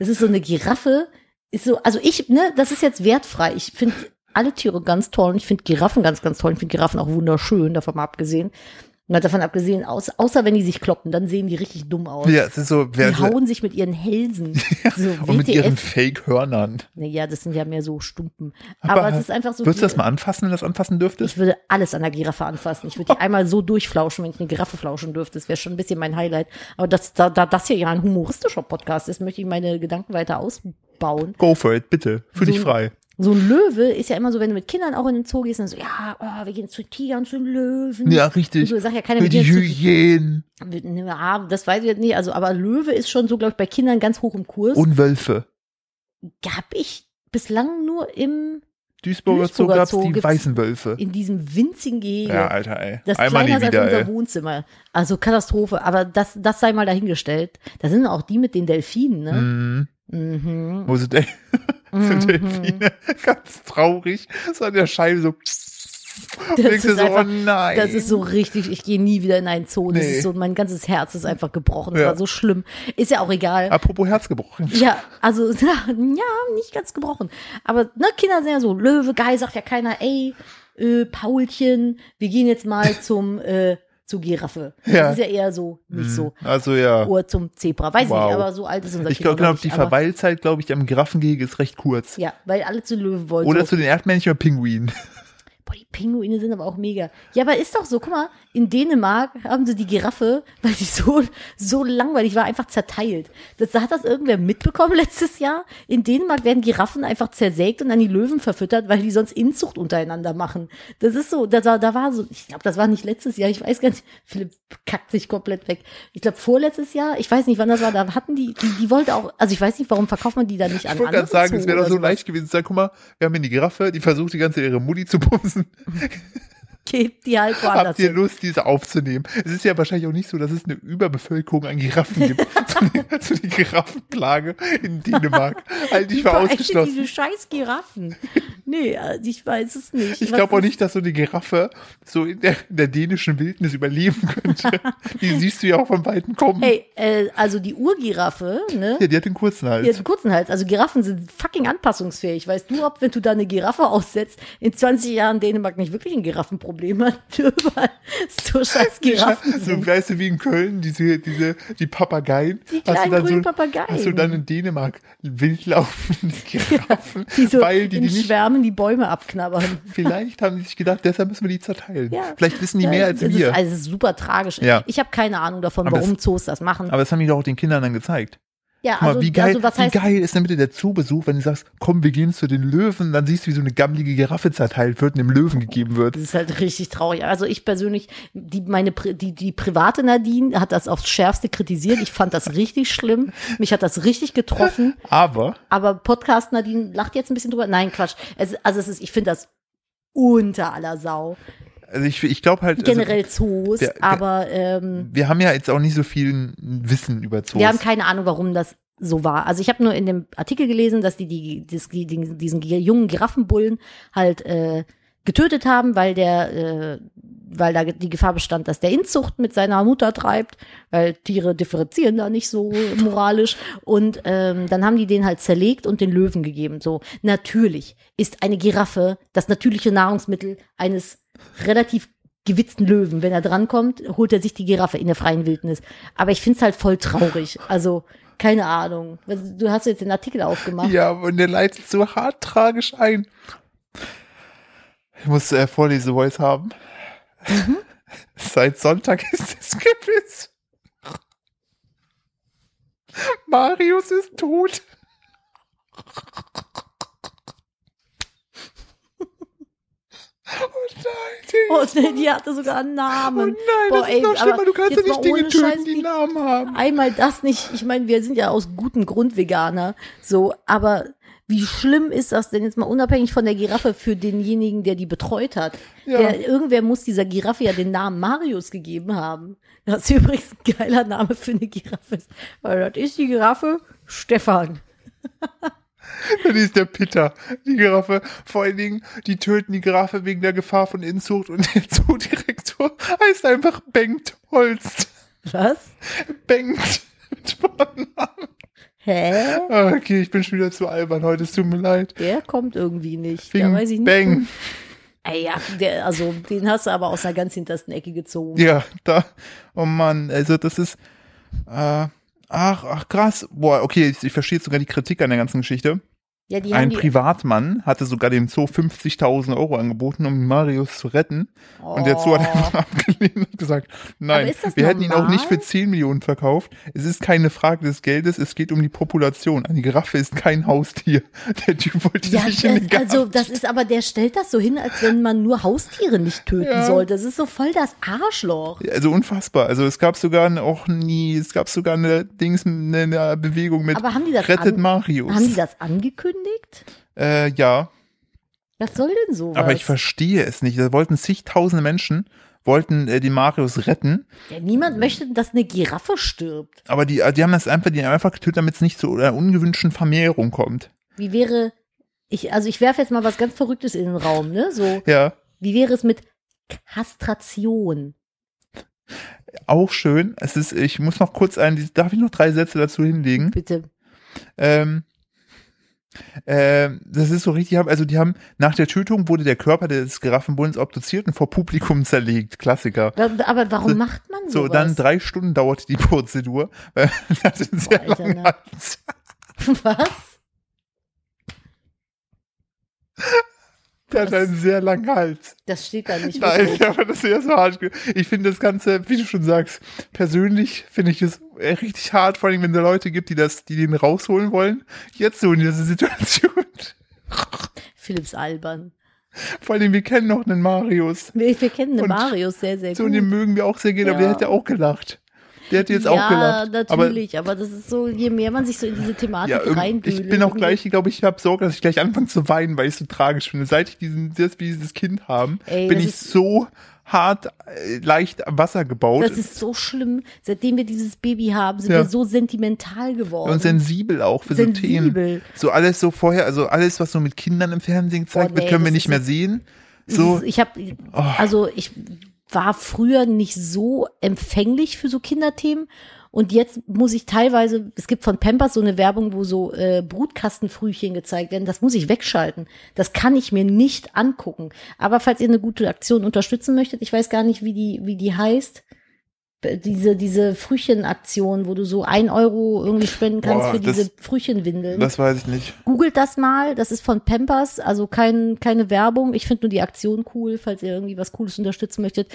[SPEAKER 2] Das ist so eine Giraffe, ist so, also ich, ne, das ist jetzt wertfrei. Ich finde alle Tiere ganz toll und ich finde Giraffen ganz, ganz toll. Ich finde Giraffen auch wunderschön, davon mal abgesehen. Mal davon abgesehen, aus, außer wenn die sich kloppen, dann sehen die richtig dumm aus.
[SPEAKER 1] Ja, es ist so, wer,
[SPEAKER 2] die hauen sich mit ihren Hälsen. So
[SPEAKER 1] und mit ihren
[SPEAKER 2] WTF.
[SPEAKER 1] Fake-Hörnern.
[SPEAKER 2] Naja, das sind ja mehr so Stumpen.
[SPEAKER 1] Aber
[SPEAKER 2] Aber, es ist einfach so.
[SPEAKER 1] Würdest du
[SPEAKER 2] die-
[SPEAKER 1] das mal anfassen, wenn du das anfassen dürftest?
[SPEAKER 2] ich würde alles an der Giraffe anfassen. Ich würde die einmal so durchflauschen, wenn ich eine Giraffe flauschen dürfte. Das wäre schon ein bisschen mein Highlight. Aber das, da, da das hier ja ein humoristischer Podcast ist, möchte ich meine Gedanken weiter ausbauen.
[SPEAKER 1] Go for it, bitte. Fühl dich
[SPEAKER 2] So-
[SPEAKER 1] frei.
[SPEAKER 2] So ein Löwe ist ja immer so, wenn du mit Kindern auch in den Zoo gehst, dann so, ja, oh, wir gehen zu Tigern, zu den Löwen.
[SPEAKER 1] Ja,
[SPEAKER 2] Und
[SPEAKER 1] richtig.
[SPEAKER 2] so sagt ja keiner,
[SPEAKER 1] Für
[SPEAKER 2] wir
[SPEAKER 1] die
[SPEAKER 2] gehen zu
[SPEAKER 1] Hyänen
[SPEAKER 2] Ja, das weiß ich jetzt nicht. Also, aber Löwe ist schon so, glaube ich, bei Kindern ganz hoch im Kurs.
[SPEAKER 1] und Wölfe.
[SPEAKER 2] Hab ich bislang nur im,
[SPEAKER 1] Duisburger Zoo
[SPEAKER 2] Duisburger
[SPEAKER 1] gab's
[SPEAKER 2] Zoo
[SPEAKER 1] die
[SPEAKER 2] gibt's-
[SPEAKER 1] weißen Wölfe.
[SPEAKER 2] in diesem winzigen Gehege.
[SPEAKER 1] Ja, Alter, ey.
[SPEAKER 2] das
[SPEAKER 1] Einmal nie
[SPEAKER 2] kleiner ist als
[SPEAKER 1] wieder,
[SPEAKER 2] unser
[SPEAKER 1] ey.
[SPEAKER 2] Wohnzimmer. Also Katastrophe. Aber das, das sei mal dahingestellt. Da sind auch die mit den Delfinen, ne?
[SPEAKER 1] Mhm.
[SPEAKER 2] Mhm.
[SPEAKER 1] Wo sind denn
[SPEAKER 2] Mhm.
[SPEAKER 1] sind Delfine? Ganz traurig. So an der Scheibe so. Das
[SPEAKER 2] ist
[SPEAKER 1] so,
[SPEAKER 2] einfach-
[SPEAKER 1] oh nein.
[SPEAKER 2] Das ist so richtig, ich gehe nie wieder in einen Zoo. Das
[SPEAKER 1] Nee.
[SPEAKER 2] ist so, mein ganzes Herz ist einfach gebrochen. Das
[SPEAKER 1] Ja.
[SPEAKER 2] war so schlimm. Ist ja auch egal.
[SPEAKER 1] Apropos Herz gebrochen.
[SPEAKER 2] Ja, also, ja, nicht ganz gebrochen. Aber, ne, Kinder sind ja so, Löwe, geil, sagt ja keiner, ey, äh, Paulchen, wir gehen jetzt mal zum, äh, zur Giraffe.
[SPEAKER 1] Ja.
[SPEAKER 2] Das ist ja eher so, nicht so.
[SPEAKER 1] Also ja.
[SPEAKER 2] Oder zum Zebra, weiß
[SPEAKER 1] Wow.
[SPEAKER 2] nicht, aber so alt ist unser
[SPEAKER 1] Ich
[SPEAKER 2] Kind
[SPEAKER 1] glaube,
[SPEAKER 2] noch
[SPEAKER 1] glaub,
[SPEAKER 2] nicht,
[SPEAKER 1] die
[SPEAKER 2] aber-
[SPEAKER 1] Verweilzeit, glaube ich, am Giraffengehege ist recht kurz.
[SPEAKER 2] Ja, weil alle zu Löwe wollten.
[SPEAKER 1] Oder zu den Erdmännchen oder Pinguinen.
[SPEAKER 2] Boah, die Pinguine sind aber auch mega. Ja, aber ist doch so, guck mal, in Dänemark haben sie die Giraffe, weil die so, so langweilig war, einfach zerteilt. Das, hat das irgendwer mitbekommen letztes Jahr? In Dänemark werden Giraffen einfach zersägt und an die Löwen verfüttert, weil die sonst Inzucht untereinander machen. Das ist so, da, war- da war so, ich glaube, das war nicht letztes Jahr, ich weiß gar nicht, Philipp kackt sich komplett weg. Ich glaube, vorletztes Jahr, ich weiß nicht, wann das war, da hatten die, die, die wollte auch, also ich weiß nicht, warum verkauft man die da nicht an
[SPEAKER 1] Ich wollte gerade
[SPEAKER 2] andere
[SPEAKER 1] sagen, es wäre doch so
[SPEAKER 2] leicht.
[SPEAKER 1] leicht gewesen zu sagen, guck mal, wir haben hier eine Giraffe, die versucht die ganze Zeit ihre Mutti zu bumsen.
[SPEAKER 2] Gebt die halt woanders
[SPEAKER 1] Habt ihr
[SPEAKER 2] hin.
[SPEAKER 1] Lust, diese aufzunehmen? Es ist ja wahrscheinlich auch nicht so, dass es eine Überbevölkerung an Giraffen gibt. zu, der- zu der Giraffenplage in Dänemark. Halte ich für
[SPEAKER 2] Boah, echt,
[SPEAKER 1] ausgeschlossen.
[SPEAKER 2] Diese scheiß Giraffen. Nee, also ich weiß es nicht.
[SPEAKER 1] Ich
[SPEAKER 2] Was
[SPEAKER 1] glaube auch
[SPEAKER 2] ist-
[SPEAKER 1] nicht, dass so eine Giraffe so in der, in der dänischen Wildnis überleben könnte. die siehst du ja auch von Weitem kommen.
[SPEAKER 2] Hey, äh, also die Urgiraffe, ne?
[SPEAKER 1] Ja, die hat den kurzen Hals.
[SPEAKER 2] Die hat einen kurzen Hals. Also Giraffen sind fucking anpassungsfähig. Weißt du, ob wenn du da eine Giraffe aussetzt, in 20 Jahren Dänemark nicht wirklich ein Giraffenproblem hat? Überall so scheiß Giraffen
[SPEAKER 1] So,
[SPEAKER 2] sind.
[SPEAKER 1] weißt du, wie in Köln, diese, diese, die Papageien.
[SPEAKER 2] Die
[SPEAKER 1] Hast du
[SPEAKER 2] kleinen
[SPEAKER 1] dann
[SPEAKER 2] grünen
[SPEAKER 1] so,
[SPEAKER 2] Papageien.
[SPEAKER 1] Hast du dann in Dänemark wild laufende Giraffen,
[SPEAKER 2] Die so
[SPEAKER 1] weil die,
[SPEAKER 2] in
[SPEAKER 1] die nicht,
[SPEAKER 2] Schwärmen die Bäume abknabbern.
[SPEAKER 1] vielleicht haben die sich gedacht, deshalb müssen wir die zerteilen.
[SPEAKER 2] Ja.
[SPEAKER 1] Vielleicht wissen die mehr als
[SPEAKER 2] das
[SPEAKER 1] wir.
[SPEAKER 2] Ist, also es ist super tragisch.
[SPEAKER 1] Ja.
[SPEAKER 2] Ich habe keine Ahnung davon,
[SPEAKER 1] Aber
[SPEAKER 2] warum Zoos das machen.
[SPEAKER 1] Aber das haben die doch auch den Kindern dann gezeigt.
[SPEAKER 2] ja,
[SPEAKER 1] Guck mal,
[SPEAKER 2] also,
[SPEAKER 1] wie geil,
[SPEAKER 2] also was
[SPEAKER 1] wie
[SPEAKER 2] heißt
[SPEAKER 1] geil ist denn bitte der Zoobesuch, wenn du sagst, komm, wir gehen zu den Löwen, dann siehst du, wie so eine gammelige Giraffe zerteilt wird und dem Löwen gegeben wird.
[SPEAKER 2] Das ist halt richtig traurig. Also ich persönlich, die, meine, Pri- die, die private Nadine hat das aufs Schärfste kritisiert. Ich fand das richtig schlimm. Mich hat das richtig getroffen.
[SPEAKER 1] Aber
[SPEAKER 2] Aber Podcast Nadine lacht jetzt ein bisschen drüber. Nein, Quatsch. Es, also es ist, ich finde das unter aller Sau.
[SPEAKER 1] also ich, ich glaube halt, also,
[SPEAKER 2] Generell Zoos,
[SPEAKER 1] der- der-
[SPEAKER 2] aber ähm,
[SPEAKER 1] wir haben ja jetzt auch nicht so viel Wissen über Zoos.
[SPEAKER 2] wir haben keine Ahnung, warum das so war. Also ich habe nur in dem Artikel gelesen, dass die, die, das, die den- diesen gi- jungen Giraffenbullen halt äh, getötet haben, weil der, äh, weil da die Gefahr bestand, dass der Inzucht mit seiner Mutter treibt, weil Tiere differenzieren da nicht so moralisch. Und ähm, dann haben die den halt zerlegt und den Löwen gegeben. So natürlich ist eine Giraffe das natürliche Nahrungsmittel eines relativ gewitzten Löwen. Wenn er drankommt, holt er sich die Giraffe in der freien Wildnis. Aber ich finde es halt voll traurig. Also, keine Ahnung. Was- Du hast jetzt den Artikel aufgemacht.
[SPEAKER 1] Ja, und der leitet so hart tragisch ein. Ich muss äh, Vorlesevoice haben. Mhm. Seit Sonntag ist es gewiss. Marius ist tot. Oh nein, Ding.
[SPEAKER 2] Oh, nee, die hatte sogar einen
[SPEAKER 1] Oh
[SPEAKER 2] Namen.
[SPEAKER 1] nein, das ist noch schlimmer. Du kannst ja
[SPEAKER 2] jetzt mal
[SPEAKER 1] nicht Dinge
[SPEAKER 2] ohne
[SPEAKER 1] töten,
[SPEAKER 2] Scheiß,
[SPEAKER 1] die
[SPEAKER 2] wie-
[SPEAKER 1] Namen haben.
[SPEAKER 2] Einmal das nicht. Ich meine, wir sind ja aus gutem Grund Veganer. So, aber wie schlimm ist das denn jetzt mal unabhängig von der Giraffe für denjenigen, der die betreut hat?
[SPEAKER 1] Ja.
[SPEAKER 2] Der, irgendwer muss dieser Giraffe ja den Namen Marius gegeben haben. Das ist übrigens ein geiler Name für eine Giraffe. Weil das ist die Giraffe Stefan.
[SPEAKER 1] Dann ist der Pitter, die Giraffe. Vor allen Dingen, die töten die Giraffe wegen der Gefahr von Inzucht und der Zoodirektor heißt einfach Bengt Holst.
[SPEAKER 2] Was?
[SPEAKER 1] Bengt. mit Vornamen.
[SPEAKER 2] Hä?
[SPEAKER 1] Ah, Okay, ich bin schon wieder zu albern heute, es tut mir leid.
[SPEAKER 2] Der kommt irgendwie nicht.
[SPEAKER 1] Wegen
[SPEAKER 2] da weiß ich nicht.
[SPEAKER 1] Bang.
[SPEAKER 2] Ey, ja, der, also den hast du aber aus einer ganz hintersten Ecke gezogen.
[SPEAKER 1] Ja, da, oh Mann, also das ist, äh, ach, ach krass, boah, okay, ich, ich verstehe jetzt sogar die Kritik an der ganzen Geschichte.
[SPEAKER 2] Ja, die
[SPEAKER 1] Ein
[SPEAKER 2] haben die,
[SPEAKER 1] Privatmann hatte sogar dem Zoo 50.000 Euro angeboten, um Marius zu retten. Und der Zoo hat einfach abgelehnt und gesagt,
[SPEAKER 2] Oh. Aber
[SPEAKER 1] nein,
[SPEAKER 2] ist das
[SPEAKER 1] wir hätten ihn auch nicht für
[SPEAKER 2] normal?
[SPEAKER 1] 10 Millionen verkauft. Es ist keine Frage des Geldes, es geht um die Population. Eine Giraffe ist kein Haustier. Der Typ wollte
[SPEAKER 2] Ja,
[SPEAKER 1] sich in den
[SPEAKER 2] das,
[SPEAKER 1] Garten.
[SPEAKER 2] also das ist aber, der stellt das so hin, als wenn man nur Haustiere nicht töten
[SPEAKER 1] Ja.
[SPEAKER 2] sollte. Das ist so voll das Arschloch.
[SPEAKER 1] Also unfassbar. Also es gab sogar auch nie, es gab sogar eine Dings, eine, eine Bewegung mit
[SPEAKER 2] Aber haben die das
[SPEAKER 1] Rettet
[SPEAKER 2] an-
[SPEAKER 1] Marius.
[SPEAKER 2] Haben die das angekündigt?
[SPEAKER 1] äh, ja,
[SPEAKER 2] Was soll denn sowas?
[SPEAKER 1] aber ich verstehe es nicht. Da wollten zigtausende Menschen, wollten äh, die Marius retten,
[SPEAKER 2] ja, niemand möchte, dass eine Giraffe stirbt.
[SPEAKER 1] aber die, äh, die haben das einfach, die haben einfach getötet, damit es nicht zu einer ungewünschten Vermehrung kommt.
[SPEAKER 2] Wie wäre, ich, also ich werfe jetzt mal was ganz Verrücktes in den Raum, ne? So,
[SPEAKER 1] Ja,
[SPEAKER 2] wie wäre es mit Kastration?
[SPEAKER 1] auch schön. Es ist, ich muss noch kurz einen, darf ich noch drei Sätze dazu hinlegen?
[SPEAKER 2] Bitte.
[SPEAKER 1] Ähm, ähm, das ist so richtig, also die haben, nach der Tötung wurde der Körper des Giraffenbullen obduziert und vor Publikum zerlegt. Klassiker.
[SPEAKER 2] Aber warum
[SPEAKER 1] So-
[SPEAKER 2] macht man sowas?
[SPEAKER 1] So, dann drei Stunden dauerte die Prozedur, weil er hatte einen sehr
[SPEAKER 2] Boah, Alter,
[SPEAKER 1] langen
[SPEAKER 2] ne?
[SPEAKER 1] Hals.
[SPEAKER 2] Was?
[SPEAKER 1] Der hatte einen sehr langen Hals.
[SPEAKER 2] Das steht da nicht.
[SPEAKER 1] Nein,
[SPEAKER 2] wirklich.
[SPEAKER 1] ich habe das sehr so hart. ge- Ich finde das Ganze, wie du schon sagst, persönlich finde ich es äh, richtig hart, vor allem wenn es Leute gibt, die das, die den rausholen wollen. Jetzt so in dieser Situation.
[SPEAKER 2] Philips Alban.
[SPEAKER 1] Vor allem, wir kennen noch einen Marius.
[SPEAKER 2] Wir, wir kennen den
[SPEAKER 1] Und
[SPEAKER 2] Marius sehr, sehr
[SPEAKER 1] So,
[SPEAKER 2] gut.
[SPEAKER 1] und den mögen wir auch sehr gerne, aber
[SPEAKER 2] Ja.
[SPEAKER 1] der hätte auch gelacht. Der hätte jetzt
[SPEAKER 2] ja,
[SPEAKER 1] auch gelacht.
[SPEAKER 2] natürlich, aber, das ist so, je mehr man sich so in diese
[SPEAKER 1] Aber,
[SPEAKER 2] Thematik
[SPEAKER 1] ja, irgend-
[SPEAKER 2] reinwühlt.
[SPEAKER 1] ich bin auch gleich, ich glaube, ich habe Sorge, dass ich gleich anfange zu weinen, weil ich es so tragisch finde. Seit ich diesen, dass wir dieses Kind haben,
[SPEAKER 2] Ey,
[SPEAKER 1] bin
[SPEAKER 2] das
[SPEAKER 1] ich
[SPEAKER 2] ist-
[SPEAKER 1] so hart äh, leicht am Wasser gebaut
[SPEAKER 2] Das ist so schlimm. Seitdem wir dieses Baby haben, sind
[SPEAKER 1] Ja.
[SPEAKER 2] wir so sentimental geworden.
[SPEAKER 1] und sensibel auch für so Themen.
[SPEAKER 2] Sensibel.
[SPEAKER 1] So alles so vorher, also alles, was so mit Kindern im Fernsehen gezeigt
[SPEAKER 2] Boah,
[SPEAKER 1] wird,
[SPEAKER 2] Oh, nee,
[SPEAKER 1] können wir
[SPEAKER 2] das
[SPEAKER 1] nicht
[SPEAKER 2] ist
[SPEAKER 1] mehr sehen. So, Oh.
[SPEAKER 2] Ich habe, also ich war früher nicht so empfänglich für so Kinderthemen und jetzt muss ich teilweise, es gibt von Pampers so eine Werbung, wo so äh, Brutkastenfrühchen gezeigt werden, das muss ich wegschalten. Das kann ich mir nicht angucken. Aber falls ihr eine gute Aktion unterstützen möchtet, ich weiß gar nicht, wie die, wie die heißt. Diese, diese Frühchenaktion, wo du so ein Euro irgendwie spenden kannst
[SPEAKER 1] Boah,
[SPEAKER 2] für
[SPEAKER 1] das-
[SPEAKER 2] diese Frühchenwindeln.
[SPEAKER 1] das weiß ich nicht.
[SPEAKER 2] Googelt das mal, das ist von Pampers, also kein, keine Werbung. Ich finde nur die Aktion cool, falls ihr irgendwie was Cooles unterstützen möchtet.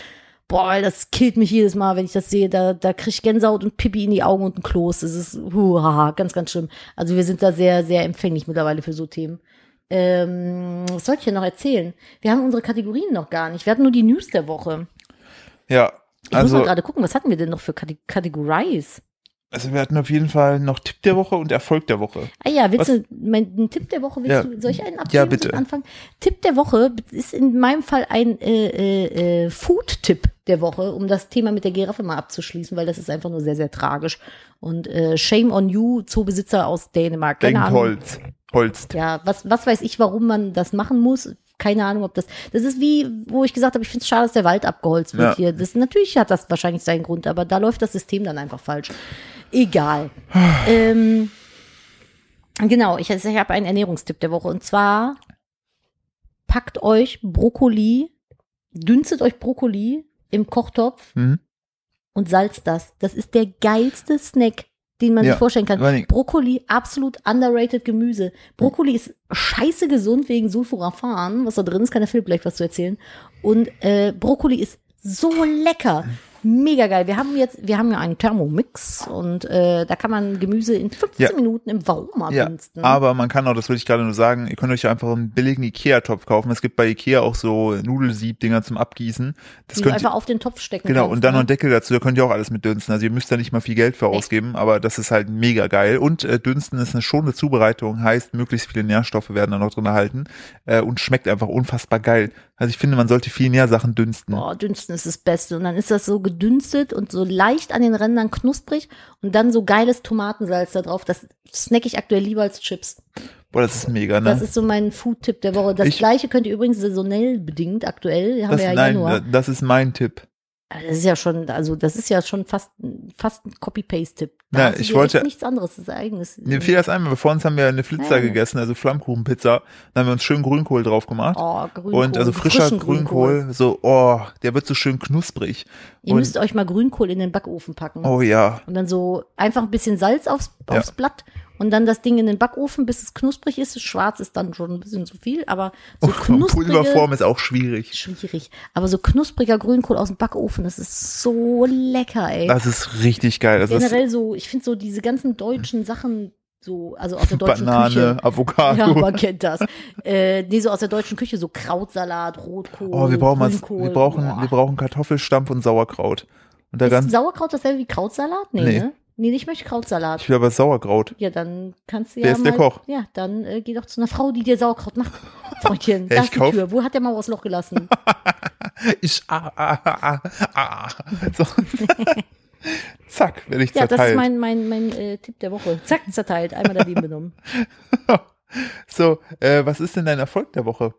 [SPEAKER 2] Boah, das killt mich jedes Mal, wenn ich das sehe. Da, da krieg ich Gänsehaut und Pipi in die Augen und ein Kloß. Das ist huha, ganz, ganz schlimm. Also wir sind da sehr, sehr empfänglich mittlerweile für so Themen. Ähm, was soll ich denn noch erzählen? Wir haben unsere Kategorien noch gar nicht. Wir hatten nur die News der Woche.
[SPEAKER 1] Ja,
[SPEAKER 2] Ich muss
[SPEAKER 1] also,
[SPEAKER 2] mal gerade gucken, was hatten wir denn noch für Kate Kategories?
[SPEAKER 1] also wir hatten auf jeden Fall noch Tipp der Woche und Erfolg der Woche.
[SPEAKER 2] Ah ja, willst
[SPEAKER 1] Was-
[SPEAKER 2] du mein Tipp der Woche, willst
[SPEAKER 1] Ja.
[SPEAKER 2] du, soll ich einen abgeben
[SPEAKER 1] Ja, bitte.
[SPEAKER 2] zum Anfang? Tipp der Woche ist in meinem Fall ein äh, äh, äh, Food-Tipp der Woche, um das Thema mit der Giraffe mal abzuschließen, weil das ist einfach nur sehr, sehr tragisch. Und äh, Shame on you, Zoobesitzer aus Dänemark. Keine
[SPEAKER 1] Denkt
[SPEAKER 2] Ahnung.
[SPEAKER 1] Holz. Holz.
[SPEAKER 2] Ja, was, was weiß ich, warum man das machen muss. Keine Ahnung, ob das. Das ist wie, wo ich gesagt habe, ich finde es schade, dass der Wald abgeholzt wird
[SPEAKER 1] Ja.
[SPEAKER 2] hier. Das, natürlich hat das wahrscheinlich seinen Grund, aber da läuft das System dann einfach falsch. Egal. ähm, genau, ich, ich habe einen Ernährungstipp der Woche und zwar packt euch Brokkoli, dünstet euch Brokkoli im Kochtopf
[SPEAKER 1] Mhm.
[SPEAKER 2] und salzt das. Das ist der geilste Snack, den man
[SPEAKER 1] Ja.
[SPEAKER 2] sich vorstellen kann.
[SPEAKER 1] Vor allen Dingen-
[SPEAKER 2] Brokkoli, absolut underrated Gemüse. Brokkoli ist scheiße gesund wegen Sulforaphan, was da drin ist, kann der Philipp gleich was zu erzählen. Und äh, Brokkoli ist so lecker. Mega geil. Wir haben jetzt, wir haben ja einen Thermomix und äh, da kann man Gemüse in 15
[SPEAKER 1] Ja.
[SPEAKER 2] Minuten im Varoma
[SPEAKER 1] Ja,
[SPEAKER 2] dünsten.
[SPEAKER 1] aber man kann auch, das will ich gerade nur sagen, ihr könnt euch einfach einen billigen Ikea-Topf kaufen. Es gibt bei Ikea auch so Nudelsieb-Dinger zum Abgießen. Das
[SPEAKER 2] die du
[SPEAKER 1] könnt
[SPEAKER 2] einfach
[SPEAKER 1] ihr,
[SPEAKER 2] auf den Topf stecken
[SPEAKER 1] genau,
[SPEAKER 2] kannst,
[SPEAKER 1] und dann noch
[SPEAKER 2] ne?
[SPEAKER 1] einen Deckel dazu, da könnt ihr auch alles mit dünsten. Also ihr müsst da nicht mal viel Geld für ausgeben, aber das ist halt mega geil. Und äh, dünsten ist eine schonende Zubereitung, heißt, möglichst viele Nährstoffe werden da noch drin erhalten äh, und schmeckt einfach unfassbar geil. Also ich finde, man sollte viel mehr Sachen dünsten.
[SPEAKER 2] Boah, dünsten ist das Beste. Und dann ist das so gedünstet und so leicht an den Rändern knusprig und dann so geiles Tomatensalz da drauf. Das snack ich aktuell lieber als Chips.
[SPEAKER 1] Boah, das ist mega, ne?
[SPEAKER 2] Das ist so mein Food-Tipp der Woche. Das
[SPEAKER 1] Ich-
[SPEAKER 2] gleiche könnt ihr übrigens saisonell bedingt aktuell, haben
[SPEAKER 1] Das-
[SPEAKER 2] wir ja
[SPEAKER 1] nein, ne?
[SPEAKER 2] Januar.
[SPEAKER 1] das ist mein Tipp.
[SPEAKER 2] Also Das ist ja schon, also das ist ja schon fast, fast ein Copy-Paste-Tipp. Da
[SPEAKER 1] Na,
[SPEAKER 2] hast du
[SPEAKER 1] ich
[SPEAKER 2] dir echt
[SPEAKER 1] wollte-
[SPEAKER 2] nichts anderes, das ist eigenes.
[SPEAKER 1] Mir fiel das ein, weil wir vor uns haben wir eine Flitzer
[SPEAKER 2] Ja.
[SPEAKER 1] gegessen, also Flammkuchenpizza. Dann haben wir uns schön Grünkohl drauf gemacht.
[SPEAKER 2] Oh, Grünkohl.
[SPEAKER 1] und also frischer
[SPEAKER 2] frischen
[SPEAKER 1] Grünkohl, so, oh, der wird so schön knusprig.
[SPEAKER 2] Ihr
[SPEAKER 1] und,
[SPEAKER 2] müsst euch mal Grünkohl in den Backofen packen.
[SPEAKER 1] oh ja.
[SPEAKER 2] Und dann so einfach ein bisschen Salz aufs,
[SPEAKER 1] Ja.
[SPEAKER 2] aufs Blatt und dann das Ding in den Backofen, bis es knusprig ist. Schwarz ist dann schon ein bisschen zu viel, aber
[SPEAKER 1] Oh,
[SPEAKER 2] so knusprige,
[SPEAKER 1] Pulverform ist auch schwierig.
[SPEAKER 2] schwierig. Aber so knuspriger Grünkohl aus dem Backofen, das ist so lecker, ey.
[SPEAKER 1] Das ist richtig geil. Das ist
[SPEAKER 2] Generell so, ich finde so diese ganzen deutschen Sachen so, also aus der deutschen
[SPEAKER 1] Banane, Ah,
[SPEAKER 2] Küche. Ja,
[SPEAKER 1] Avocado.
[SPEAKER 2] man kennt das. Äh, nee, so aus der deutschen Küche, so Krautsalat, Rotkohl,
[SPEAKER 1] oh, wir brauchen was,
[SPEAKER 2] Grünkohl.
[SPEAKER 1] wir brauchen,
[SPEAKER 2] boah.
[SPEAKER 1] wir brauchen Kartoffelstampf und Sauerkraut. Und da
[SPEAKER 2] Ist
[SPEAKER 1] ganz,
[SPEAKER 2] Sauerkraut dasselbe wie Krautsalat? Nee,
[SPEAKER 1] Nee.
[SPEAKER 2] ne? Nee, ich möchte Krautsalat.
[SPEAKER 1] ich will aber Sauerkraut.
[SPEAKER 2] Ja, dann kannst du
[SPEAKER 1] Wer
[SPEAKER 2] ja
[SPEAKER 1] ist
[SPEAKER 2] mal,
[SPEAKER 1] der Koch?
[SPEAKER 2] Ja, dann äh, geh doch zu einer Frau, die dir Sauerkraut macht. Freundchen,
[SPEAKER 1] Ja,
[SPEAKER 2] da
[SPEAKER 1] ich
[SPEAKER 2] ist die
[SPEAKER 1] kauf-
[SPEAKER 2] Tür. Wo hat der Mauer das Loch gelassen?
[SPEAKER 1] Ich, ah, ah, ah, ah, ah. So. Zack, werde ich
[SPEAKER 2] ja, das ist
[SPEAKER 1] zerteilt.
[SPEAKER 2] mein, mein, mein äh, Tipp der Woche. Zack, zerteilt, einmal daneben genommen.
[SPEAKER 1] so, äh, was ist denn dein Erfolg der Woche?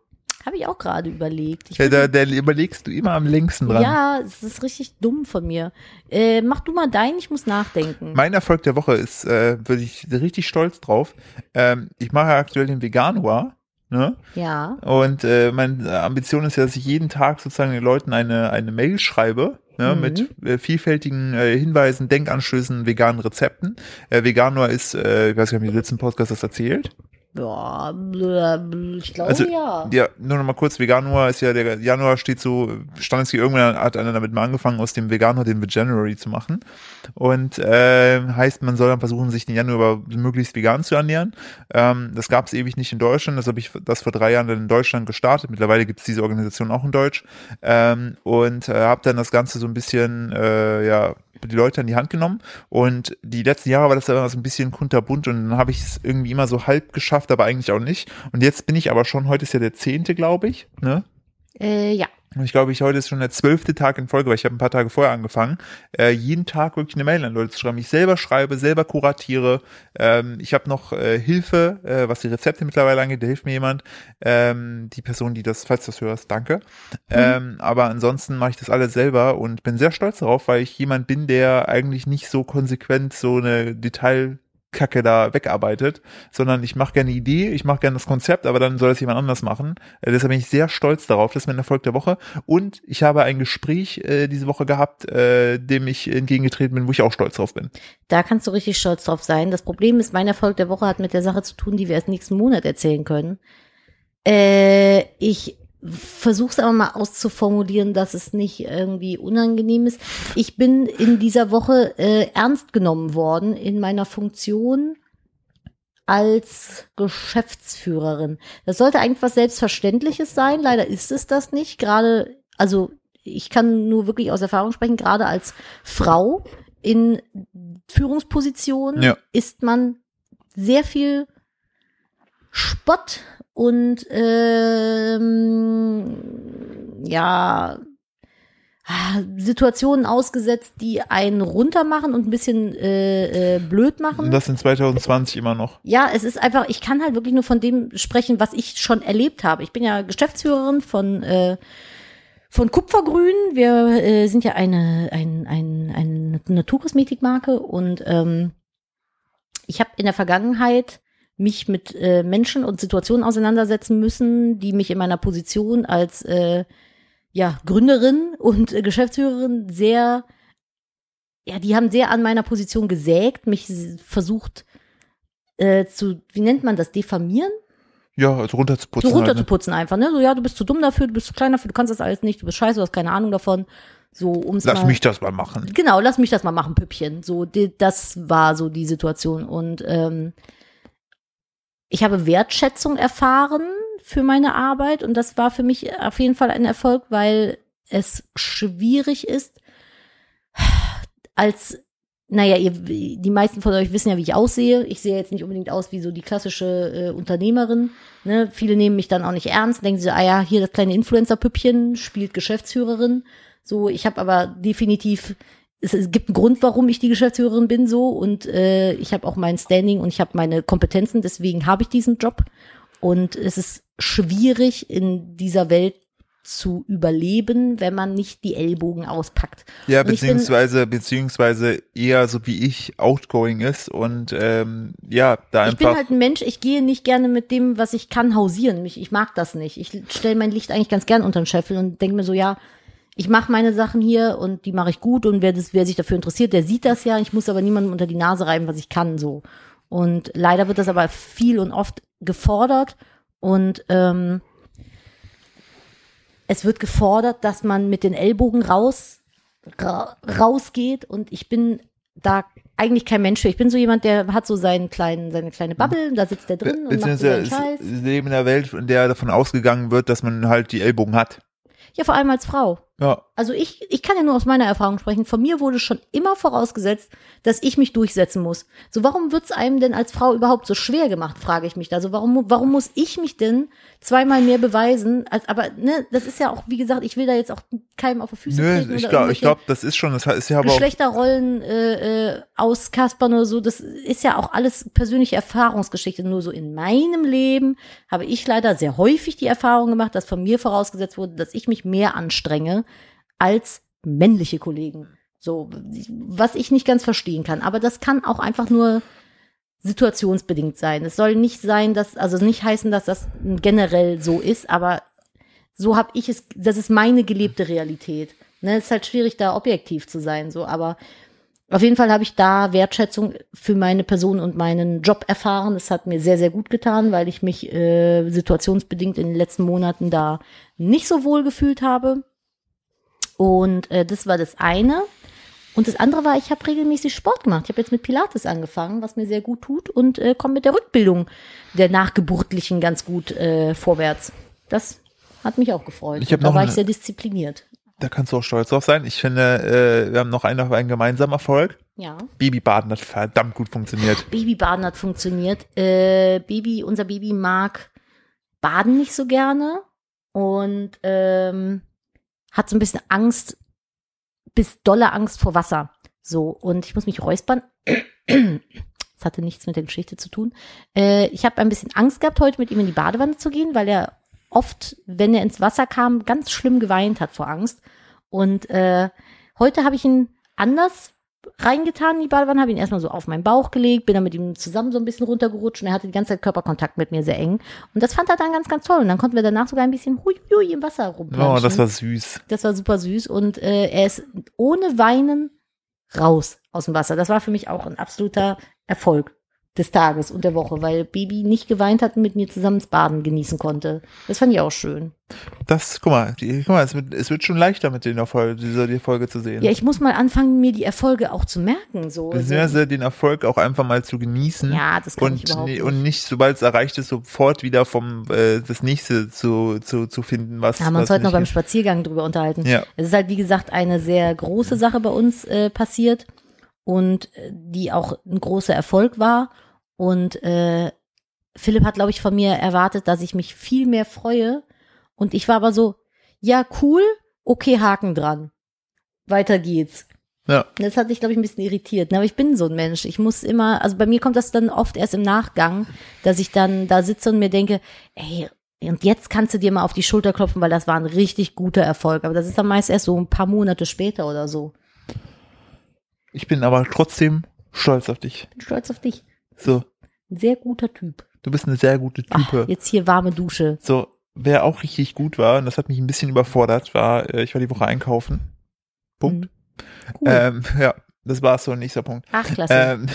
[SPEAKER 2] Habe ich auch gerade überlegt. Ich
[SPEAKER 1] Ja,
[SPEAKER 2] würd-
[SPEAKER 1] da, da überlegst du immer am längsten dran.
[SPEAKER 2] ja, es ist richtig dumm von mir. Äh, mach du mal deinen, ich muss nachdenken.
[SPEAKER 1] Mein Erfolg der Woche ist, äh, bin ich richtig stolz drauf. Ähm, ich mache aktuell den Veganuar, ne?
[SPEAKER 2] ja.
[SPEAKER 1] Und äh, meine Ambition ist ja, dass ich jeden Tag sozusagen den Leuten eine, eine Mail schreibe. Ne,
[SPEAKER 2] Mhm.
[SPEAKER 1] Mit äh, vielfältigen äh, Hinweisen, Denkanstößen, veganen Rezepten. Äh, Veganor ist, äh, ich weiß gar nicht, wie letzten Podcast das erzählt.
[SPEAKER 2] Boah, blö, blö, ich glaube
[SPEAKER 1] Also,
[SPEAKER 2] ja.
[SPEAKER 1] Ja, nur noch mal kurz, Veganor ist ja, der Januar steht so, Staniski irgendwann hat einer damit mal angefangen, aus dem Veganor den Veganuary zu machen. Und äh, heißt, man soll dann versuchen, sich den Januar möglichst vegan zu ernähren. Ähm, das gab es ewig nicht in Deutschland, das habe ich das vor drei Jahren dann in Deutschland gestartet. Mittlerweile gibt es diese Organisation auch in Deutsch. Ähm, und äh, habe dann das Ganze so ein bisschen, äh, ja, die Leute an die Hand genommen. Und die letzten Jahre war das aber so ein bisschen kunterbunt und dann habe ich es irgendwie immer so halb geschafft, aber eigentlich auch nicht. Und jetzt bin ich aber schon, heute ist ja der zehnte, glaube ich, ne?
[SPEAKER 2] Äh, ja.
[SPEAKER 1] Und ich glaube, ich heute ist schon der zwölfte Tag in Folge, weil ich habe ein paar Tage vorher angefangen, äh, jeden Tag wirklich eine Mail an Leute zu schreiben. Ich selber schreibe, selber kuratiere. Ähm, ich habe noch äh, Hilfe, äh, was die Rezepte mittlerweile angeht. Da hilft mir jemand. Ähm, die Person, die das, falls du das hörst, danke. Ähm, aber ansonsten mache ich das alles selber und bin sehr stolz darauf, weil ich jemand bin, der eigentlich nicht so konsequent so eine Detailkacke da wegarbeitet, sondern ich mache gerne die Idee, ich mache gerne das Konzept, aber dann soll das jemand anders machen. Äh, deshalb bin ich sehr stolz darauf, das ist mein Erfolg der Woche. Und ich habe ein Gespräch äh, diese Woche gehabt, äh, dem ich entgegengetreten bin, wo ich auch stolz drauf bin.
[SPEAKER 2] Da kannst du richtig stolz drauf sein. Das Problem ist, mein Erfolg der Woche hat mit der Sache zu tun, die wir erst nächsten Monat erzählen können. Äh, ich versuche es aber mal auszuformulieren, dass es nicht irgendwie unangenehm ist. Ich bin in dieser Woche äh, ernst genommen worden in meiner Funktion als Geschäftsführerin. Das sollte eigentlich was Selbstverständliches sein. Leider ist es das nicht. Gerade, also ich kann nur wirklich aus Erfahrung sprechen, gerade als Frau in Führungspositionen
[SPEAKER 1] Ja.
[SPEAKER 2] ist man sehr viel Spott und ähm, ja ah, Situationen ausgesetzt, die einen runtermachen und ein bisschen äh, äh, blöd machen.
[SPEAKER 1] Und das in 2020 immer noch.
[SPEAKER 2] Ja, es ist einfach, ich kann halt wirklich nur von dem sprechen, was ich schon erlebt habe. Ich bin ja Geschäftsführerin von, äh, von Kupfergrün. Wir äh, sind ja eine, ein, ein, ein, eine Naturkosmetikmarke und ähm, ich habe in der Vergangenheit mich mit äh, Menschen und Situationen auseinandersetzen müssen, die mich in meiner Position als äh, ja, Gründerin und äh, Geschäftsführerin sehr, ja, die haben sehr an meiner Position gesägt, mich s- versucht äh, zu, wie nennt man das, diffamieren?
[SPEAKER 1] Ja, also runterzuputzen.
[SPEAKER 2] so
[SPEAKER 1] halt, ne?
[SPEAKER 2] runterzuputzen einfach, ne? So, ja, du bist zu dumm dafür, du bist zu klein dafür, du kannst das alles nicht, du bist scheiße, du hast keine Ahnung davon. So, ums
[SPEAKER 1] Lass
[SPEAKER 2] mal,
[SPEAKER 1] mich das mal machen.
[SPEAKER 2] Genau, lass mich das mal machen, Püppchen. So, die, das war so die Situation. Und ähm, ich habe Wertschätzung erfahren für meine Arbeit und das war für mich auf jeden Fall ein Erfolg, weil es schwierig ist, als, naja, ihr, die meisten von euch wissen ja, wie ich aussehe. Ich sehe jetzt nicht unbedingt aus wie so die klassische äh, Unternehmerin. Ne? Viele nehmen mich dann auch nicht ernst, denken sie, ah ja, hier das kleine Influencer-Püppchen spielt Geschäftsführerin. So, ich habe aber definitiv, es, es gibt einen Grund, warum ich die Geschäftsführerin bin so und äh, ich habe auch mein Standing und ich habe meine Kompetenzen, deswegen habe ich diesen Job. Und es ist schwierig in dieser Welt zu überleben, wenn man nicht die Ellbogen auspackt.
[SPEAKER 1] Ja,
[SPEAKER 2] Und ich bin-
[SPEAKER 1] beziehungsweise, beziehungsweise eher so wie ich outgoing ist und ähm, ja, da
[SPEAKER 2] Ich bin
[SPEAKER 1] einfach.
[SPEAKER 2] halt ein Mensch, ich gehe nicht gerne mit dem, was ich kann, hausieren. Ich, ich mag das nicht. Ich stelle mein Licht eigentlich ganz gern unter den Scheffel und denke mir so, ja, ich mache meine Sachen hier und die mache ich gut und wer, das, wer sich dafür interessiert, der sieht das ja. Ich muss aber niemandem unter die Nase reiben, was ich kann, so. Und leider wird das aber viel und oft gefordert und ähm, es wird gefordert, dass man mit den Ellbogen raus ra rausgeht und ich bin da eigentlich kein Mensch für. Ich bin so jemand, der hat so seinen kleinen, seine kleine Bubble, da sitzt der drin und macht so
[SPEAKER 1] Mhm. Beziehungsweise
[SPEAKER 2] seinen
[SPEAKER 1] ist
[SPEAKER 2] Scheiß.
[SPEAKER 1] Leben in der Welt, in der davon ausgegangen wird, dass man halt die Ellbogen hat.
[SPEAKER 2] Ja, vor allem als Frau.
[SPEAKER 1] Ja.
[SPEAKER 2] Also ich, ich kann ja nur aus meiner Erfahrung sprechen. Von mir wurde schon immer vorausgesetzt, dass ich mich durchsetzen muss. So, warum wird's einem denn als Frau überhaupt so schwer gemacht, frage ich mich da. Also warum, warum muss ich mich denn zweimal mehr beweisen? Als, aber ne, das ist ja auch, wie gesagt, ich will da jetzt auch keinem auf die Füße treten
[SPEAKER 1] Nö, ich
[SPEAKER 2] oder
[SPEAKER 1] glaube, ich
[SPEAKER 2] irgendwelche-
[SPEAKER 1] glaub, das ist schon, das ist ja aber auch
[SPEAKER 2] Geschlechterrollen äh, äh, auskaspern oder so, das ist ja auch alles persönliche Erfahrungsgeschichte. Nur so in meinem Leben habe ich leider sehr häufig die Erfahrung gemacht, dass von mir vorausgesetzt wurde, dass ich mich mehr anstrenge als männliche Kollegen. So, was ich nicht ganz verstehen kann. Aber das kann auch einfach nur situationsbedingt sein. Es soll nicht sein, dass, also nicht heißen, dass das generell so ist, aber so habe ich es, das ist meine gelebte Realität. Ne, es ist halt schwierig, da objektiv zu sein, so, aber auf jeden Fall habe ich da Wertschätzung für meine Person und meinen Job erfahren. Das hat mir sehr, sehr gut getan, weil ich mich äh, situationsbedingt in den letzten Monaten da nicht so wohl gefühlt habe. Und äh, das war das eine. Und das andere war, ich habe regelmäßig Sport gemacht. Ich habe jetzt mit Pilates angefangen, was mir sehr gut tut und äh, komme mit der Rückbildung der Nachgeburtlichen ganz gut äh, vorwärts. Das hat mich auch gefreut.
[SPEAKER 1] Ich hab
[SPEAKER 2] Und da
[SPEAKER 1] noch
[SPEAKER 2] war
[SPEAKER 1] eine-
[SPEAKER 2] ich sehr diszipliniert.
[SPEAKER 1] Da kannst du auch stolz drauf sein. Ich finde, äh, wir haben noch einen, einen gemeinsamen Erfolg.
[SPEAKER 2] Ja.
[SPEAKER 1] Babybaden hat verdammt gut funktioniert.
[SPEAKER 2] Babybaden hat funktioniert. Äh, Baby, unser Baby mag Baden nicht so gerne und ähm, hat so ein bisschen Angst, bis dolle Angst vor Wasser. So, und ich muss mich räuspern. Das hatte nichts mit der Geschichte zu tun. Äh, ich habe ein bisschen Angst gehabt, heute mit ihm in die Badewanne zu gehen, weil er oft, wenn er ins Wasser kam, ganz schlimm geweint hat vor Angst. Und äh, heute habe ich ihn anders reingetan in die Badewanne, habe ihn erstmal so auf meinen Bauch gelegt, bin dann mit ihm zusammen so ein bisschen runtergerutscht und er hatte die ganze Zeit Körperkontakt mit mir sehr eng. Und das fand er dann ganz, ganz toll. Und dann konnten wir danach sogar ein bisschen hui, hui im Wasser rumplanschen.
[SPEAKER 1] Oh, das war süß.
[SPEAKER 2] Das war super süß und äh, er ist ohne Weinen raus aus dem Wasser. Das war für mich auch ein absoluter Erfolg des Tages und der Woche, weil Baby nicht geweint hat und mit mir zusammen das Baden genießen konnte. Das fand ich auch schön.
[SPEAKER 1] Das, guck mal, die, guck mal es, wird, es wird schon leichter mit den Erfolg, dieser die Folge zu sehen.
[SPEAKER 2] Ja, ich muss mal anfangen, mir die Erfolge auch zu merken. So. Also,
[SPEAKER 1] Beziehungsweise den Erfolg auch einfach mal zu genießen.
[SPEAKER 2] ja, das kann ich
[SPEAKER 1] Und,
[SPEAKER 2] überhaupt
[SPEAKER 1] ni-
[SPEAKER 2] nicht.
[SPEAKER 1] und nicht, sobald es erreicht ist, sofort wieder vom äh, das nächste zu, zu, zu finden, was.
[SPEAKER 2] Da haben wir uns
[SPEAKER 1] was
[SPEAKER 2] heute noch
[SPEAKER 1] nicht
[SPEAKER 2] beim
[SPEAKER 1] geht.
[SPEAKER 2] Spaziergang drüber unterhalten.
[SPEAKER 1] Ja.
[SPEAKER 2] Es ist halt, wie gesagt, eine sehr große Sache bei uns äh, passiert und äh, die auch ein großer Erfolg war. Und äh, Philipp hat, glaube ich, von mir erwartet, dass ich mich viel mehr freue. Und ich war aber so, ja, cool, okay, Haken dran. Weiter geht's.
[SPEAKER 1] Ja.
[SPEAKER 2] Das hat mich, glaube ich, ein bisschen irritiert. ne? Aber ich bin so ein Mensch. Ich muss immer, also bei mir kommt das dann oft erst im Nachgang, dass ich dann da sitze und mir denke, ey, und jetzt kannst du dir mal auf die Schulter klopfen, weil das war ein richtig guter Erfolg. Aber das ist dann meist erst so ein paar Monate später oder so.
[SPEAKER 1] Ich bin aber trotzdem stolz auf dich.
[SPEAKER 2] Bin stolz auf dich.
[SPEAKER 1] So,
[SPEAKER 2] Ein sehr guter Typ.
[SPEAKER 1] du bist eine sehr gute
[SPEAKER 2] Ach,
[SPEAKER 1] Type.
[SPEAKER 2] jetzt hier warme Dusche.
[SPEAKER 1] so, wer auch richtig gut war, und das hat mich ein bisschen überfordert, war, äh, ich war die Woche einkaufen. Punkt.
[SPEAKER 2] Mhm. Cool.
[SPEAKER 1] Ähm, ja, das war so ein nächster Punkt.
[SPEAKER 2] Ach, klasse.
[SPEAKER 1] Ähm,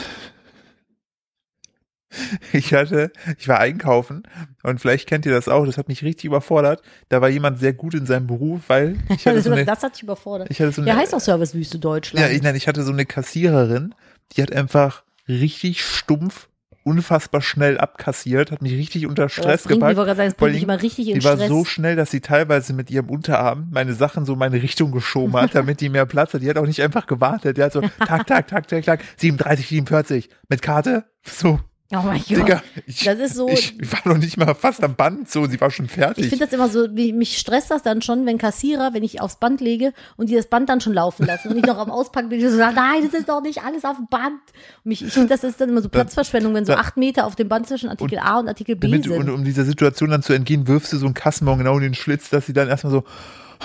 [SPEAKER 1] ich hatte, ich war einkaufen und vielleicht kennt ihr das auch, das hat mich richtig überfordert. Da war jemand sehr gut in seinem Beruf, weil ich hatte
[SPEAKER 2] das,
[SPEAKER 1] so eine,
[SPEAKER 2] Also, das hat dich überfordert.
[SPEAKER 1] ich hatte so eine,
[SPEAKER 2] Der heißt auch Servicewüste
[SPEAKER 1] ja,
[SPEAKER 2] Deutschland.
[SPEAKER 1] ich, nein, ich hatte so eine Kassiererin, die hat einfach richtig stumpf, unfassbar schnell abkassiert, hat mich richtig unter Stress
[SPEAKER 2] Oh, das bringt mich,
[SPEAKER 1] gepackt.
[SPEAKER 2] wollte gerade sagen, das
[SPEAKER 1] Vor
[SPEAKER 2] bringt mich
[SPEAKER 1] allem,
[SPEAKER 2] immer richtig in
[SPEAKER 1] Die war
[SPEAKER 2] Stress.
[SPEAKER 1] so schnell, dass sie teilweise mit ihrem Unterarm meine Sachen so in meine Richtung geschoben hat, damit die mehr Platz hat. Die hat auch nicht einfach gewartet. Die hat so, tak, tak, tak, tak, tak, 37, 47, mit Karte. So,
[SPEAKER 2] Oh mein Gott.
[SPEAKER 1] Digga, ich,
[SPEAKER 2] Das ist so-
[SPEAKER 1] ich war noch nicht mal fast am Band so, sie war schon
[SPEAKER 2] Ich
[SPEAKER 1] fertig.
[SPEAKER 2] finde das immer so, wie- mich stresst das dann schon, wenn Kassierer, wenn ich aufs Band lege und die das Band dann schon laufen lassen und ich noch am Auspacken bin, die so sagen, nein, das ist doch nicht alles auf dem Band. Und mich, ich finde, das ist dann immer so Platzverschwendung, wenn so
[SPEAKER 1] da-
[SPEAKER 2] acht Meter auf dem Band zwischen Artikel A und Artikel B
[SPEAKER 1] Damit,
[SPEAKER 2] sind.
[SPEAKER 1] und um dieser Situation dann zu entgehen, wirfst du so einen Kassenbon genau in den Schlitz, dass sie dann erstmal so,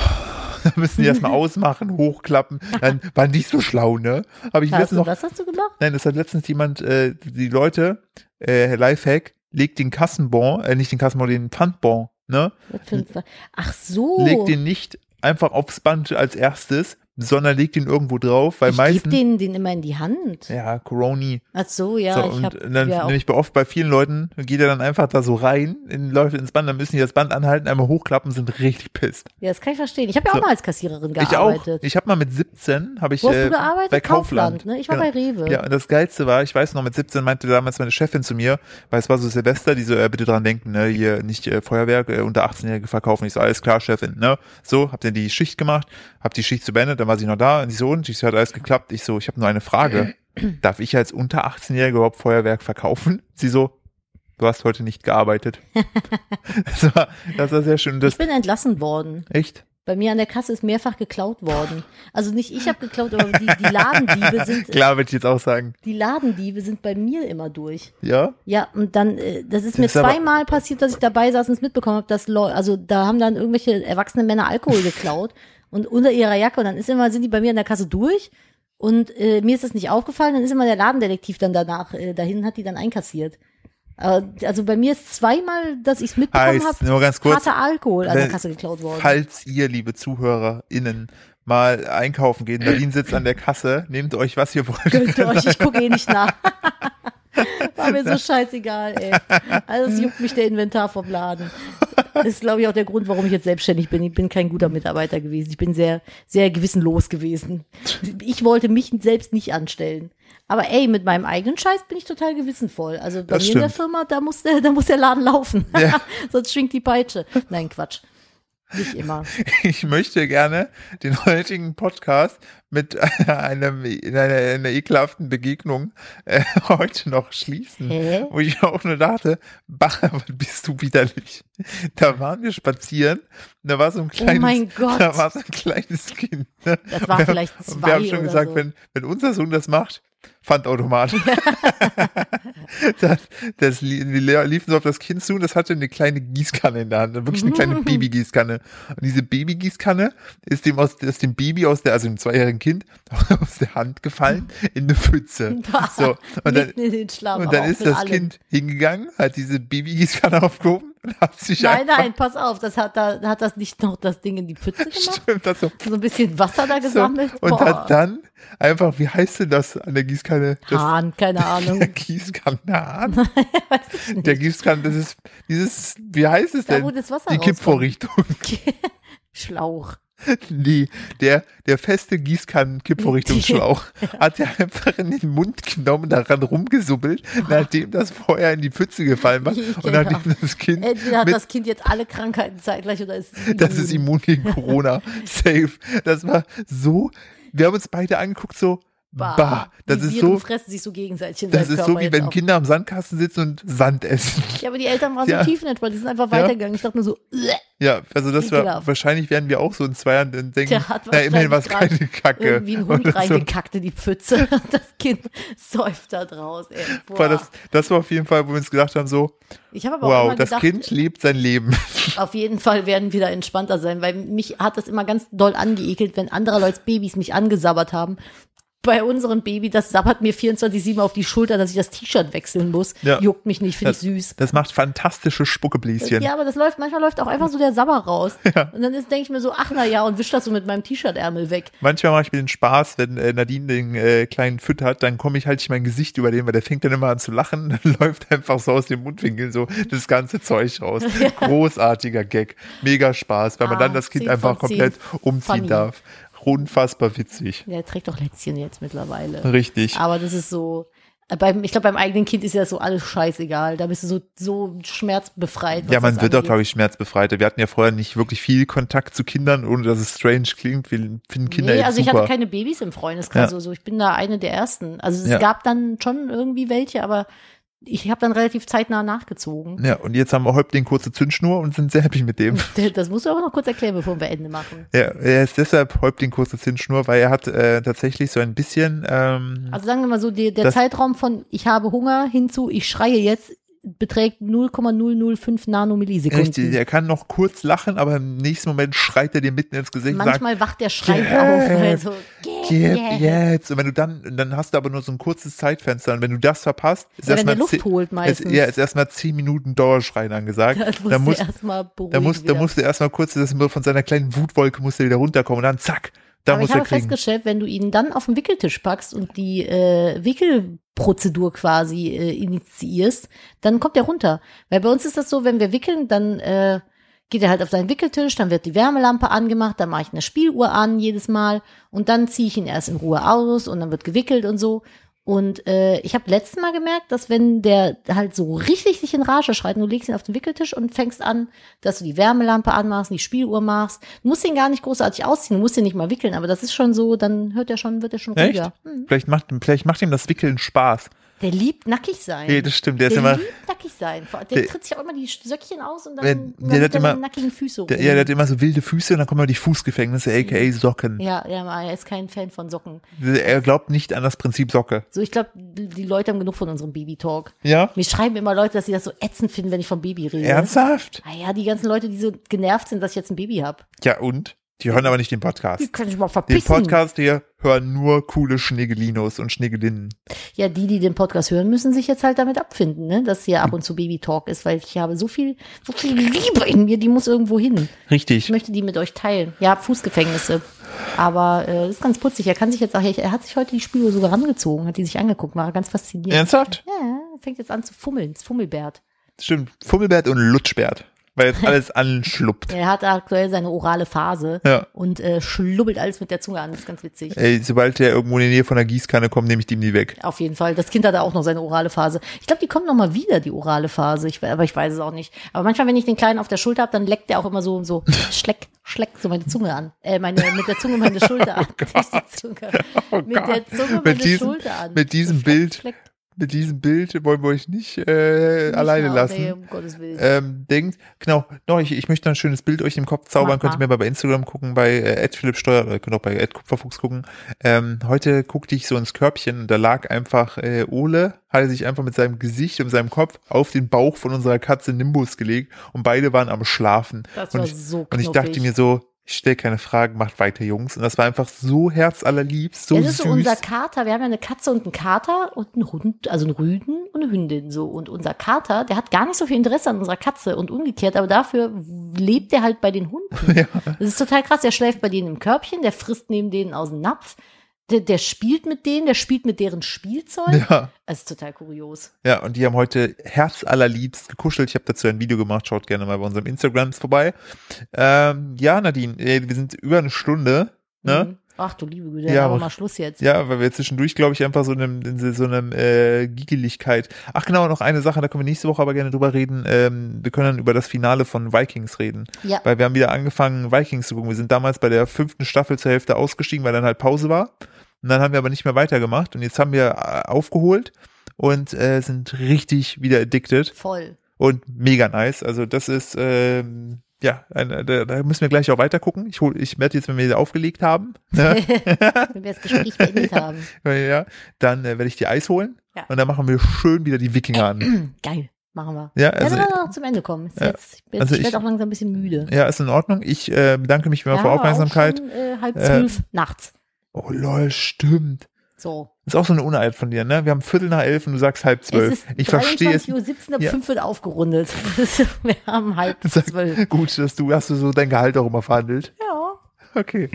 [SPEAKER 1] dann müssen die erstmal ausmachen, hochklappen. Dann waren die so schlau, ne? Habe ich
[SPEAKER 2] hast
[SPEAKER 1] letztens
[SPEAKER 2] du,
[SPEAKER 1] noch
[SPEAKER 2] was hast du gemacht?
[SPEAKER 1] Nein, das hat letztens jemand, äh, die Leute, äh, Herr Lifehack, legt den Kassenbon, äh, nicht den Kassenbon, den Pfandbon, ne?
[SPEAKER 2] Was für ein- Ach so.
[SPEAKER 1] Legt den nicht einfach aufs Band als erstes, sondern legt den irgendwo drauf, weil
[SPEAKER 2] ich gebe
[SPEAKER 1] meistens.
[SPEAKER 2] denen den immer in die Hand.
[SPEAKER 1] ja, Coroni.
[SPEAKER 2] Ach so, ja,
[SPEAKER 1] so,
[SPEAKER 2] ich
[SPEAKER 1] und
[SPEAKER 2] habe
[SPEAKER 1] dann
[SPEAKER 2] ja, auch-
[SPEAKER 1] nämlich bei oft bei vielen Leuten geht er dann einfach da so rein, in, läuft ins Band, dann müssen die das Band anhalten, einmal hochklappen, sind richtig pisst.
[SPEAKER 2] ja, das kann ich verstehen. Ich habe ja auch
[SPEAKER 1] So.
[SPEAKER 2] mal als Kassiererin
[SPEAKER 1] Ich auch.
[SPEAKER 2] gearbeitet.
[SPEAKER 1] Ich habe mal mit 17, habe ich
[SPEAKER 2] Wo hast
[SPEAKER 1] äh,
[SPEAKER 2] du gearbeitet?
[SPEAKER 1] bei Kaufland. Genau.
[SPEAKER 2] ne? Ich war bei Rewe.
[SPEAKER 1] Ja, und das Geilste war, ich weiß noch, mit 17 meinte damals meine Chefin zu mir, weil es war so Silvester, die so, äh, bitte dran denken, ne, hier nicht äh, Feuerwerk, äh, unter 18-Jährige verkaufen. Ich so, alles klar, Chefin, ne? So, hab dann die Schicht gemacht, hab die Schicht zu beendet, dann war sie noch da und ich so, und ich so, hat alles geklappt. Ich so, ich habe nur eine Frage. Darf ich als unter 18-Jährige überhaupt Feuerwerk verkaufen? Sie so, du hast heute nicht gearbeitet. das, war, das war sehr schön. Das,
[SPEAKER 2] Ich bin entlassen worden.
[SPEAKER 1] echt?
[SPEAKER 2] Bei mir an der Kasse ist mehrfach geklaut worden. Also nicht ich habe geklaut, aber die, die Ladendiebe sind
[SPEAKER 1] Klar, würde ich jetzt auch sagen.
[SPEAKER 2] die Ladendiebe sind bei mir immer durch.
[SPEAKER 1] Ja?
[SPEAKER 2] Ja, und dann, äh, das ist mir
[SPEAKER 1] Ist aber-
[SPEAKER 2] zweimal passiert, dass ich dabei saß und es mitbekommen habe, dass Leute, also da haben dann irgendwelche erwachsene Männer Alkohol geklaut und unter ihrer Jacke und dann ist immer, sind die bei mir an der Kasse durch und äh, mir ist das nicht aufgefallen, dann ist immer der Ladendetektiv dann danach äh, dahin, hat die dann einkassiert. Aber, also bei mir ist zweimal, dass ich es mitbekommen
[SPEAKER 1] Heißt,
[SPEAKER 2] habe,
[SPEAKER 1] nur ganz kurz,
[SPEAKER 2] harter Alkohol an der
[SPEAKER 1] wenn-
[SPEAKER 2] Kasse geklaut worden.
[SPEAKER 1] Falls ihr, liebe ZuhörerInnen, mal einkaufen gehen, Berlin sitzt an der Kasse, nehmt euch, was ihr wollt.
[SPEAKER 2] Gönnt ihr euch, ich gucke eh nicht nach. War mir so scheißegal, ey. Also es juckt mich der Inventar vom Laden. Das ist, glaube ich, auch der Grund, warum ich jetzt selbstständig bin. Ich bin kein guter Mitarbeiter gewesen. Ich bin sehr, sehr gewissenlos gewesen. Ich wollte mich selbst nicht anstellen. Aber ey, mit meinem eigenen Scheiß bin ich total gewissenvoll. Also bei
[SPEAKER 1] Das
[SPEAKER 2] mir in der
[SPEAKER 1] stimmt.
[SPEAKER 2] Firma, da muss der, da muss der Laden laufen.
[SPEAKER 1] Ja.
[SPEAKER 2] Sonst schwingt die Peitsche. Nein, Quatsch. Nicht immer.
[SPEAKER 1] Ich möchte gerne den heutigen Podcast mit einem, in einer, einer ekelhaften Begegnung äh, heute noch schließen.
[SPEAKER 2] Hä?
[SPEAKER 1] Wo ich auch nur dachte, Bacher, bist du widerlich. Da waren wir spazieren, und da war so ein kleines,
[SPEAKER 2] Oh mein Gott.
[SPEAKER 1] da war so ein kleines Kind. Ne?
[SPEAKER 2] Das war
[SPEAKER 1] Wir-
[SPEAKER 2] vielleicht
[SPEAKER 1] Und
[SPEAKER 2] zwei
[SPEAKER 1] wir haben schon
[SPEAKER 2] oder
[SPEAKER 1] gesagt,
[SPEAKER 2] so.
[SPEAKER 1] wenn, wenn unser Sohn das macht, Pfandautomat. das, das, li- die le- liefen so auf das Kind zu und das hatte eine kleine Gießkanne in der Hand, wirklich eine
[SPEAKER 2] Mhm.
[SPEAKER 1] kleine Babygießkanne. Und diese Babygießkanne ist dem aus, ist dem Baby aus der, also dem zweijährigen Kind, aus der Hand gefallen in eine Pfütze. So. Und dann,
[SPEAKER 2] Mitten in den Schlamm.
[SPEAKER 1] und
[SPEAKER 2] aber
[SPEAKER 1] dann
[SPEAKER 2] auch
[SPEAKER 1] ist
[SPEAKER 2] mit
[SPEAKER 1] das
[SPEAKER 2] allem.
[SPEAKER 1] Kind hingegangen, hat diese Babygießkanne aufgehoben und hat sich
[SPEAKER 2] Nein,
[SPEAKER 1] einfach,
[SPEAKER 2] nein, pass auf, das hat, da, hat das nicht noch das Ding in die Pfütze gemacht?
[SPEAKER 1] stimmt, das so,
[SPEAKER 2] So ein bisschen Wasser da
[SPEAKER 1] so,
[SPEAKER 2] gesammelt?
[SPEAKER 1] und hat dann einfach, wie heißt denn das an der Gießkanne? Das
[SPEAKER 2] Hahn, keine
[SPEAKER 1] Der
[SPEAKER 2] Ahnung.
[SPEAKER 1] Gießkanne. der Gießkanne, das ist dieses, wie heißt es
[SPEAKER 2] Da,
[SPEAKER 1] denn?
[SPEAKER 2] wo das Wasser
[SPEAKER 1] Die Kippvorrichtung.
[SPEAKER 2] Schlauch.
[SPEAKER 1] Nee, der, der feste Gießkannen-Kippvorrichtungsschlauch hat er einfach in den Mund genommen, daran rumgesubbelt, nachdem das Feuer in die Pfütze gefallen war.
[SPEAKER 2] Genau.
[SPEAKER 1] Und nachdem das Kind,
[SPEAKER 2] Entweder hat
[SPEAKER 1] Mit-
[SPEAKER 2] das Kind jetzt alle Krankheiten zeitgleich oder ist es
[SPEAKER 1] das ist immun gegen Corona, safe. Das war so, wir haben uns beide angeguckt, so, bah, das
[SPEAKER 2] die
[SPEAKER 1] ist
[SPEAKER 2] Viren
[SPEAKER 1] so,
[SPEAKER 2] fressen sich so gegenseitig in
[SPEAKER 1] das
[SPEAKER 2] seinem
[SPEAKER 1] ist
[SPEAKER 2] Körper
[SPEAKER 1] so, wie
[SPEAKER 2] jetzt
[SPEAKER 1] wenn
[SPEAKER 2] auf.
[SPEAKER 1] Kinder am Sandkasten sitzen und Sand essen.
[SPEAKER 2] Ja, aber die Eltern waren
[SPEAKER 1] Ja.
[SPEAKER 2] so tiefenentspannt, die sind einfach
[SPEAKER 1] Ja.
[SPEAKER 2] weitergegangen. Ich dachte nur so, äh,
[SPEAKER 1] Ja, also das war,
[SPEAKER 2] Ekelhaft.
[SPEAKER 1] wahrscheinlich werden wir auch so in zwei Jahren dann denken,
[SPEAKER 2] genau. Der hat
[SPEAKER 1] na immerhin war es
[SPEAKER 2] wahrscheinlich
[SPEAKER 1] keine Kacke. Also
[SPEAKER 2] irgendwie ein Hund
[SPEAKER 1] Oder so.
[SPEAKER 2] reingekackt in die Pfütze. Das Kind säuft da draus. Ey. Boah.
[SPEAKER 1] War das, das war auf jeden Fall, wo wir uns gedacht haben, so,
[SPEAKER 2] ich habe aber auch
[SPEAKER 1] wow,
[SPEAKER 2] immer
[SPEAKER 1] das
[SPEAKER 2] gedacht,
[SPEAKER 1] Kind lebt sein Leben.
[SPEAKER 2] Auf jeden Fall werden wir da entspannter sein, weil mich hat das immer ganz doll angeekelt, wenn andere Leute Babys mich angesabbert haben. Bei unserem Baby, das sabbert mir 24-7 auf die Schulter, dass ich das T-Shirt wechseln muss.
[SPEAKER 1] Ja.
[SPEAKER 2] Juckt mich nicht, finde ich
[SPEAKER 1] Das,
[SPEAKER 2] süß.
[SPEAKER 1] das macht fantastische
[SPEAKER 2] Das,
[SPEAKER 1] Spuckebläschen.
[SPEAKER 2] ja, aber das läuft, manchmal läuft auch einfach so der Sabber raus. Und dann denke ich mir so, ach na ja, und wisch das so mit meinem T-Shirt-Ärmel weg.
[SPEAKER 1] Manchmal mache ich mir den Spaß, wenn äh, Nadine den äh, kleinen füttert, dann komme ich halt nicht mein Gesicht über den, weil der fängt dann immer an zu lachen, dann läuft einfach so aus dem Mundwinkel so das ganze Zeug raus. Großartiger Gag, mega Spaß, weil man
[SPEAKER 2] Ah,
[SPEAKER 1] dann das Kind
[SPEAKER 2] 10 von
[SPEAKER 1] einfach
[SPEAKER 2] 10.
[SPEAKER 1] komplett umziehen
[SPEAKER 2] Funny.
[SPEAKER 1] darf. Unfassbar witzig.
[SPEAKER 2] Der trägt doch Lätzchen jetzt mittlerweile.
[SPEAKER 1] Richtig.
[SPEAKER 2] Aber das ist so, äh, beim, ich glaube, beim eigenen Kind ist ja so alles scheißegal. Da bist du so, so schmerzbefreit. was
[SPEAKER 1] Ja, man
[SPEAKER 2] das
[SPEAKER 1] wird auch,
[SPEAKER 2] angeht.
[SPEAKER 1] glaube ich, schmerzbefreiter. Wir hatten ja vorher nicht wirklich viel Kontakt zu Kindern, ohne dass es strange klingt. Wir finden Kinder
[SPEAKER 2] nee,
[SPEAKER 1] jetzt
[SPEAKER 2] also ich
[SPEAKER 1] super.
[SPEAKER 2] hatte keine Babys im Freundeskreis
[SPEAKER 1] Ja.
[SPEAKER 2] oder so. Ich bin da eine der ersten. Also es
[SPEAKER 1] Ja.
[SPEAKER 2] gab dann schon irgendwie welche, aber ich habe dann relativ zeitnah nachgezogen.
[SPEAKER 1] Ja, und jetzt haben wir Häuptling kurze Zündschnur und sind sehr happy mit dem.
[SPEAKER 2] Das musst du aber noch kurz erklären, bevor wir Ende machen.
[SPEAKER 1] Ja, er ist deshalb Häuptling kurze Zündschnur, weil er hat äh, tatsächlich so ein bisschen, ähm,
[SPEAKER 2] Also sagen wir mal so, die, der
[SPEAKER 1] Das-
[SPEAKER 2] Zeitraum von ich habe Hunger hinzu, ich schreie jetzt, beträgt 0,005 Nanomillisekunden.
[SPEAKER 1] richtig, er kann noch kurz lachen, aber im nächsten Moment schreit er dir mitten ins Gesicht und sagt,
[SPEAKER 2] Manchmal wacht der Schrei
[SPEAKER 1] Gäb,
[SPEAKER 2] auf. Also,
[SPEAKER 1] gib
[SPEAKER 2] gäb.
[SPEAKER 1] jetzt. Und wenn du dann, und dann hast du aber nur so ein kurzes Zeitfenster und wenn du das verpasst, ist
[SPEAKER 2] Ja, wenn
[SPEAKER 1] erstmal
[SPEAKER 2] der Luft
[SPEAKER 1] zehn-
[SPEAKER 2] holt
[SPEAKER 1] ist,
[SPEAKER 2] meistens.
[SPEAKER 1] ja, ist erstmal zehn Minuten Dauerschreien angesagt.
[SPEAKER 2] das
[SPEAKER 1] Da
[SPEAKER 2] musst
[SPEAKER 1] muss
[SPEAKER 2] du erstmal beruhigen.
[SPEAKER 1] Da muss, da
[SPEAKER 2] wieder.
[SPEAKER 1] musst du erstmal kurz das von seiner kleinen Wutwolke musst du wieder runterkommen und dann zack, da
[SPEAKER 2] Aber
[SPEAKER 1] muss
[SPEAKER 2] ich
[SPEAKER 1] er
[SPEAKER 2] habe
[SPEAKER 1] kriegen.
[SPEAKER 2] festgestellt, wenn du ihn dann auf den Wickeltisch packst und die äh, Wickelprozedur quasi äh, initiierst, dann kommt er runter. Weil bei uns ist das so, wenn wir wickeln, dann äh, geht er halt auf seinen Wickeltisch, dann wird die Wärmelampe angemacht, dann mache ich eine Spieluhr an jedes Mal und dann ziehe ich ihn erst in Ruhe aus und dann wird gewickelt und so. Und äh, ich habe letztes Mal gemerkt, dass wenn der halt so richtig dich in Rage schreit, und du legst ihn auf den Wickeltisch und fängst an, dass du die Wärmelampe anmachst, die Spieluhr machst, du musst ihn gar nicht großartig ausziehen, du musst ihn nicht mal wickeln, aber das ist schon so, dann hört er schon, wird er schon
[SPEAKER 1] Echt?
[SPEAKER 2] ruhiger. Hm.
[SPEAKER 1] Vielleicht macht, vielleicht macht ihm das Wickeln Spaß.
[SPEAKER 2] Der liebt nackig sein.
[SPEAKER 1] Nee, das stimmt. Der ist
[SPEAKER 2] der
[SPEAKER 1] immer,
[SPEAKER 2] liebt nackig sein. Vor- Der,
[SPEAKER 1] Der-
[SPEAKER 2] tritt sich auch immer die Söckchen aus und dann,
[SPEAKER 1] Wenn- der
[SPEAKER 2] und dann
[SPEAKER 1] hat
[SPEAKER 2] hat er
[SPEAKER 1] immer-
[SPEAKER 2] seine nackigen Füße
[SPEAKER 1] der,
[SPEAKER 2] rum.
[SPEAKER 1] ja, der hat immer so wilde Füße und dann kommen immer die Fußgefängnisse, aka Socken.
[SPEAKER 2] ja, ja, er ist kein Fan von Socken.
[SPEAKER 1] Er glaubt nicht an das Prinzip Socke.
[SPEAKER 2] So, ich glaube, die Leute haben genug von unserem Baby-Talk.
[SPEAKER 1] Ja?
[SPEAKER 2] Mir schreiben immer Leute, dass sie das so ätzend finden, wenn ich vom Baby rede.
[SPEAKER 1] Ernsthaft?
[SPEAKER 2] Ah ja, die ganzen Leute, die so genervt sind, dass ich jetzt ein Baby habe.
[SPEAKER 1] Ja, und? Die hören aber nicht den Podcast.
[SPEAKER 2] Die können sich mal
[SPEAKER 1] Den
[SPEAKER 2] verpissen.
[SPEAKER 1] Podcast hier hören nur coole Schneegelinos und Schneegelinnen.
[SPEAKER 2] Ja, die, die den Podcast hören, müssen sich jetzt halt damit abfinden, ne? dass hier ab und zu Baby-Talk ist, weil ich habe so viel, so viel Liebe in mir, die muss irgendwo hin. Ich
[SPEAKER 1] Richtig.
[SPEAKER 2] möchte die mit euch teilen. Ja, Fußgefängnisse. Aber äh, das ist ganz putzig. Er kann sich jetzt auch, er hat sich heute die Spieluhr sogar angezogen, hat die sich angeguckt, war ganz faszinierend.
[SPEAKER 1] Ernsthaft?
[SPEAKER 2] Ja, er fängt jetzt an zu fummeln, das Fummelbärt.
[SPEAKER 1] Stimmt. Fummelbert und Lutschbert. Weil jetzt alles anschluppt.
[SPEAKER 2] Er hat aktuell seine orale Phase
[SPEAKER 1] Ja.
[SPEAKER 2] und äh, schlubbelt alles mit der Zunge an, das ist ganz witzig.
[SPEAKER 1] Ey, sobald der irgendwo in die Nähe von der Gießkanne kommt, nehme ich dem die weg.
[SPEAKER 2] Auf jeden Fall. Das Kind hatte auch noch seine orale Phase. Ich glaube, die kommt noch mal wieder, die orale Phase. Ich, aber ich weiß es auch nicht. Aber manchmal, wenn ich den Kleinen auf der Schulter habe, dann leckt der auch immer so, so schleck, schleck so meine Zunge an. Äh, meine, mit der Zunge meine Schulter
[SPEAKER 1] Oh
[SPEAKER 2] an. Nicht die Zunge. mit der Zunge
[SPEAKER 1] Mit
[SPEAKER 2] meine
[SPEAKER 1] diesem-
[SPEAKER 2] Schulter an.
[SPEAKER 1] mit diesem
[SPEAKER 2] So schleck,
[SPEAKER 1] Bild
[SPEAKER 2] schleck.
[SPEAKER 1] mit diesem Bild wollen wir euch nicht, äh,
[SPEAKER 2] Nicht
[SPEAKER 1] alleine
[SPEAKER 2] mal-
[SPEAKER 1] lassen.
[SPEAKER 2] Nee, um Gottes Willen.
[SPEAKER 1] Ähm, denkt, genau, no, ich, ich möchte noch ein schönes Bild euch im Kopf zaubern,
[SPEAKER 2] Mach mal.
[SPEAKER 1] könnt ihr mir mal bei Instagram gucken, bei äh, @philippsteuer oder ihr könnt auch bei @kupferfuchs gucken. Ähm, heute guckte ich so ins Körbchen und da lag einfach äh, Ole, hatte sich einfach mit seinem Gesicht und seinem Kopf auf den Bauch von unserer Katze Nimbus gelegt und beide waren am Schlafen.
[SPEAKER 2] Das
[SPEAKER 1] und
[SPEAKER 2] war
[SPEAKER 1] ich,
[SPEAKER 2] so
[SPEAKER 1] und ich dachte
[SPEAKER 2] knuffig.
[SPEAKER 1] mir so, ich stell keine Fragen, macht weiter, Jungs. Und das war einfach so herzallerliebst, so
[SPEAKER 2] das ist
[SPEAKER 1] süß.
[SPEAKER 2] so unser Kater. Wir haben ja eine Katze und einen Kater und einen Hund, also einen Rüden und eine Hündin so. Und unser Kater, der hat gar nicht so viel Interesse an unserer Katze und umgekehrt, aber dafür lebt er halt bei den Hunden. Das ist total krass. Der schläft bei denen im Körbchen, der frisst neben denen aus dem Napf, der, der spielt mit denen, der spielt mit deren Spielzeug.
[SPEAKER 1] ja.
[SPEAKER 2] Das ist total kurios.
[SPEAKER 1] Ja, und die haben heute Herz allerliebst gekuschelt. Ich habe dazu ein Video gemacht. Schaut gerne mal bei unserem Instagrams vorbei. Ähm, ja, Nadine, ey, wir sind über eine Stunde. Ne?
[SPEAKER 2] Mhm. Ach du liebe Güte,
[SPEAKER 1] Ja,
[SPEAKER 2] ja, aber
[SPEAKER 1] aber-
[SPEAKER 2] mal Schluss jetzt.
[SPEAKER 1] Ja, weil wir zwischendurch, glaube ich, einfach so einem, in so einem äh, Giegeligkeit. Ach genau, noch eine Sache, da können wir nächste Woche aber gerne drüber reden. Ähm, wir können dann über das Finale von Vikings reden.
[SPEAKER 2] Ja.
[SPEAKER 1] Weil wir haben wieder angefangen, Vikings zu gucken. Wir sind damals bei der fünften Staffel zur Hälfte ausgestiegen, weil dann halt Pause war. Und dann haben wir aber nicht mehr weitergemacht. Und jetzt haben wir äh, aufgeholt und äh, sind richtig wieder addicted.
[SPEAKER 2] Voll.
[SPEAKER 1] und mega nice. Also das ist ähm, ja, ein, da, da müssen wir gleich auch weiter gucken. Ich hol, ich werde jetzt, wenn wir sie aufgelegt haben, ne,
[SPEAKER 2] Wenn wir das Gespräch beendet haben.
[SPEAKER 1] ja, dann äh, werde ich die Eis holen
[SPEAKER 2] Ja.
[SPEAKER 1] und dann machen wir schön wieder die Wikinger an.
[SPEAKER 2] Geil. Machen wir.
[SPEAKER 1] Ja,
[SPEAKER 2] Also,
[SPEAKER 1] also
[SPEAKER 2] ja, dann wollen wir noch zum Ende kommen. Ist
[SPEAKER 1] Ja.
[SPEAKER 2] Jetzt, ich bin-
[SPEAKER 1] Also
[SPEAKER 2] ich
[SPEAKER 1] ich-
[SPEAKER 2] werde auch langsam ein bisschen müde.
[SPEAKER 1] ja, ist in Ordnung. Ich äh, bedanke mich wie immer für
[SPEAKER 2] aber auch
[SPEAKER 1] Aufmerksamkeit.
[SPEAKER 2] Schon, äh, halb
[SPEAKER 1] Äh,
[SPEAKER 2] zwölf nachts.
[SPEAKER 1] Oh lol, stimmt.
[SPEAKER 2] So.
[SPEAKER 1] Ist auch so eine Unart von dir, ne? Wir haben Viertel nach elf und du sagst halb zwölf.
[SPEAKER 2] Es ist
[SPEAKER 1] Ich verstehe es.
[SPEAKER 2] 23 Uhr 17 ab
[SPEAKER 1] Ja.
[SPEAKER 2] 5 wird aufgerundet. Wir haben halb
[SPEAKER 1] Sag-
[SPEAKER 2] zwölf.
[SPEAKER 1] Gut, dass du hast du so dein Gehalt auch immer verhandelt.
[SPEAKER 2] Ja.
[SPEAKER 1] Okay,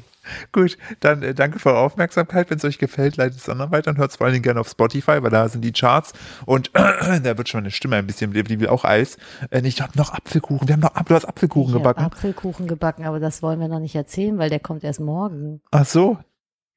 [SPEAKER 1] gut. Dann äh, danke für eure Aufmerksamkeit. Wenn es euch gefällt, leitet es anderen weiter und hört es vor allen Dingen gerne auf Spotify, weil da sind die Charts und da wird schon meine Stimme ein bisschen, die will auch Eis. Äh, ich habe noch Apfelkuchen. Wir haben noch Apfel, du hast Apfelkuchen
[SPEAKER 2] Ich hab
[SPEAKER 1] gebacken.
[SPEAKER 2] Apfelkuchen gebacken, aber das wollen wir noch nicht erzählen, weil der kommt erst morgen.
[SPEAKER 1] Ach so.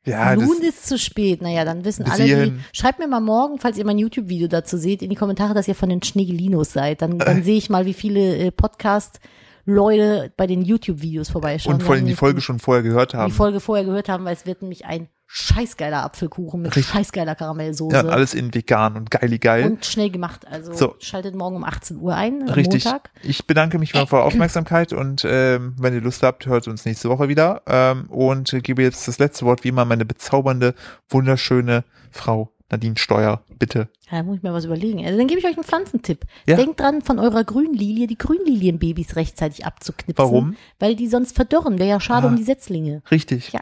[SPEAKER 1] Ja,
[SPEAKER 2] Nun
[SPEAKER 1] Ah, das,
[SPEAKER 2] ist zu spät. Naja, dann wissen
[SPEAKER 1] Bis
[SPEAKER 2] alle, die,
[SPEAKER 1] hierhin.
[SPEAKER 2] schreibt mir mal morgen, falls ihr mein YouTube-Video dazu seht, in die Kommentare, dass ihr von den Schneegelinos seid. Dann, dann sehe ich mal, wie viele äh, Podcast Leute äh, bei den YouTube-Videos vorbeischauen.
[SPEAKER 1] Und vor allem die Folge schon vorher gehört
[SPEAKER 2] die
[SPEAKER 1] haben.
[SPEAKER 2] Folge vorher gehört haben, weil es wird nämlich ein scheißgeiler Apfelkuchen mit
[SPEAKER 1] Richtig.
[SPEAKER 2] scheißgeiler Karamellsoße.
[SPEAKER 1] Ja, alles in vegan und geili geil.
[SPEAKER 2] und schnell gemacht. Also
[SPEAKER 1] So.
[SPEAKER 2] schaltet morgen um 18 Uhr ein, am
[SPEAKER 1] Richtig.
[SPEAKER 2] Montag. Äh,
[SPEAKER 1] Ich bedanke mich mal für eure Aufmerksamkeit und ähm, wenn ihr Lust habt, hört uns nächste Woche wieder. Ähm, und gebe jetzt das letzte Wort wie immer meine bezaubernde, wunderschöne Frau Nadine Steuer. Bitte.
[SPEAKER 2] Ja, da muss ich mir was überlegen. Also, dann gebe ich euch einen Pflanzentipp.
[SPEAKER 1] Ja.
[SPEAKER 2] Denkt dran, von eurer Grünlilie die Grünlilienbabys rechtzeitig abzuknipsen.
[SPEAKER 1] Warum?
[SPEAKER 2] Weil die sonst verdörren. Wäre ja schade
[SPEAKER 1] Ah.
[SPEAKER 2] um die Setzlinge.
[SPEAKER 1] Richtig.
[SPEAKER 2] Ja.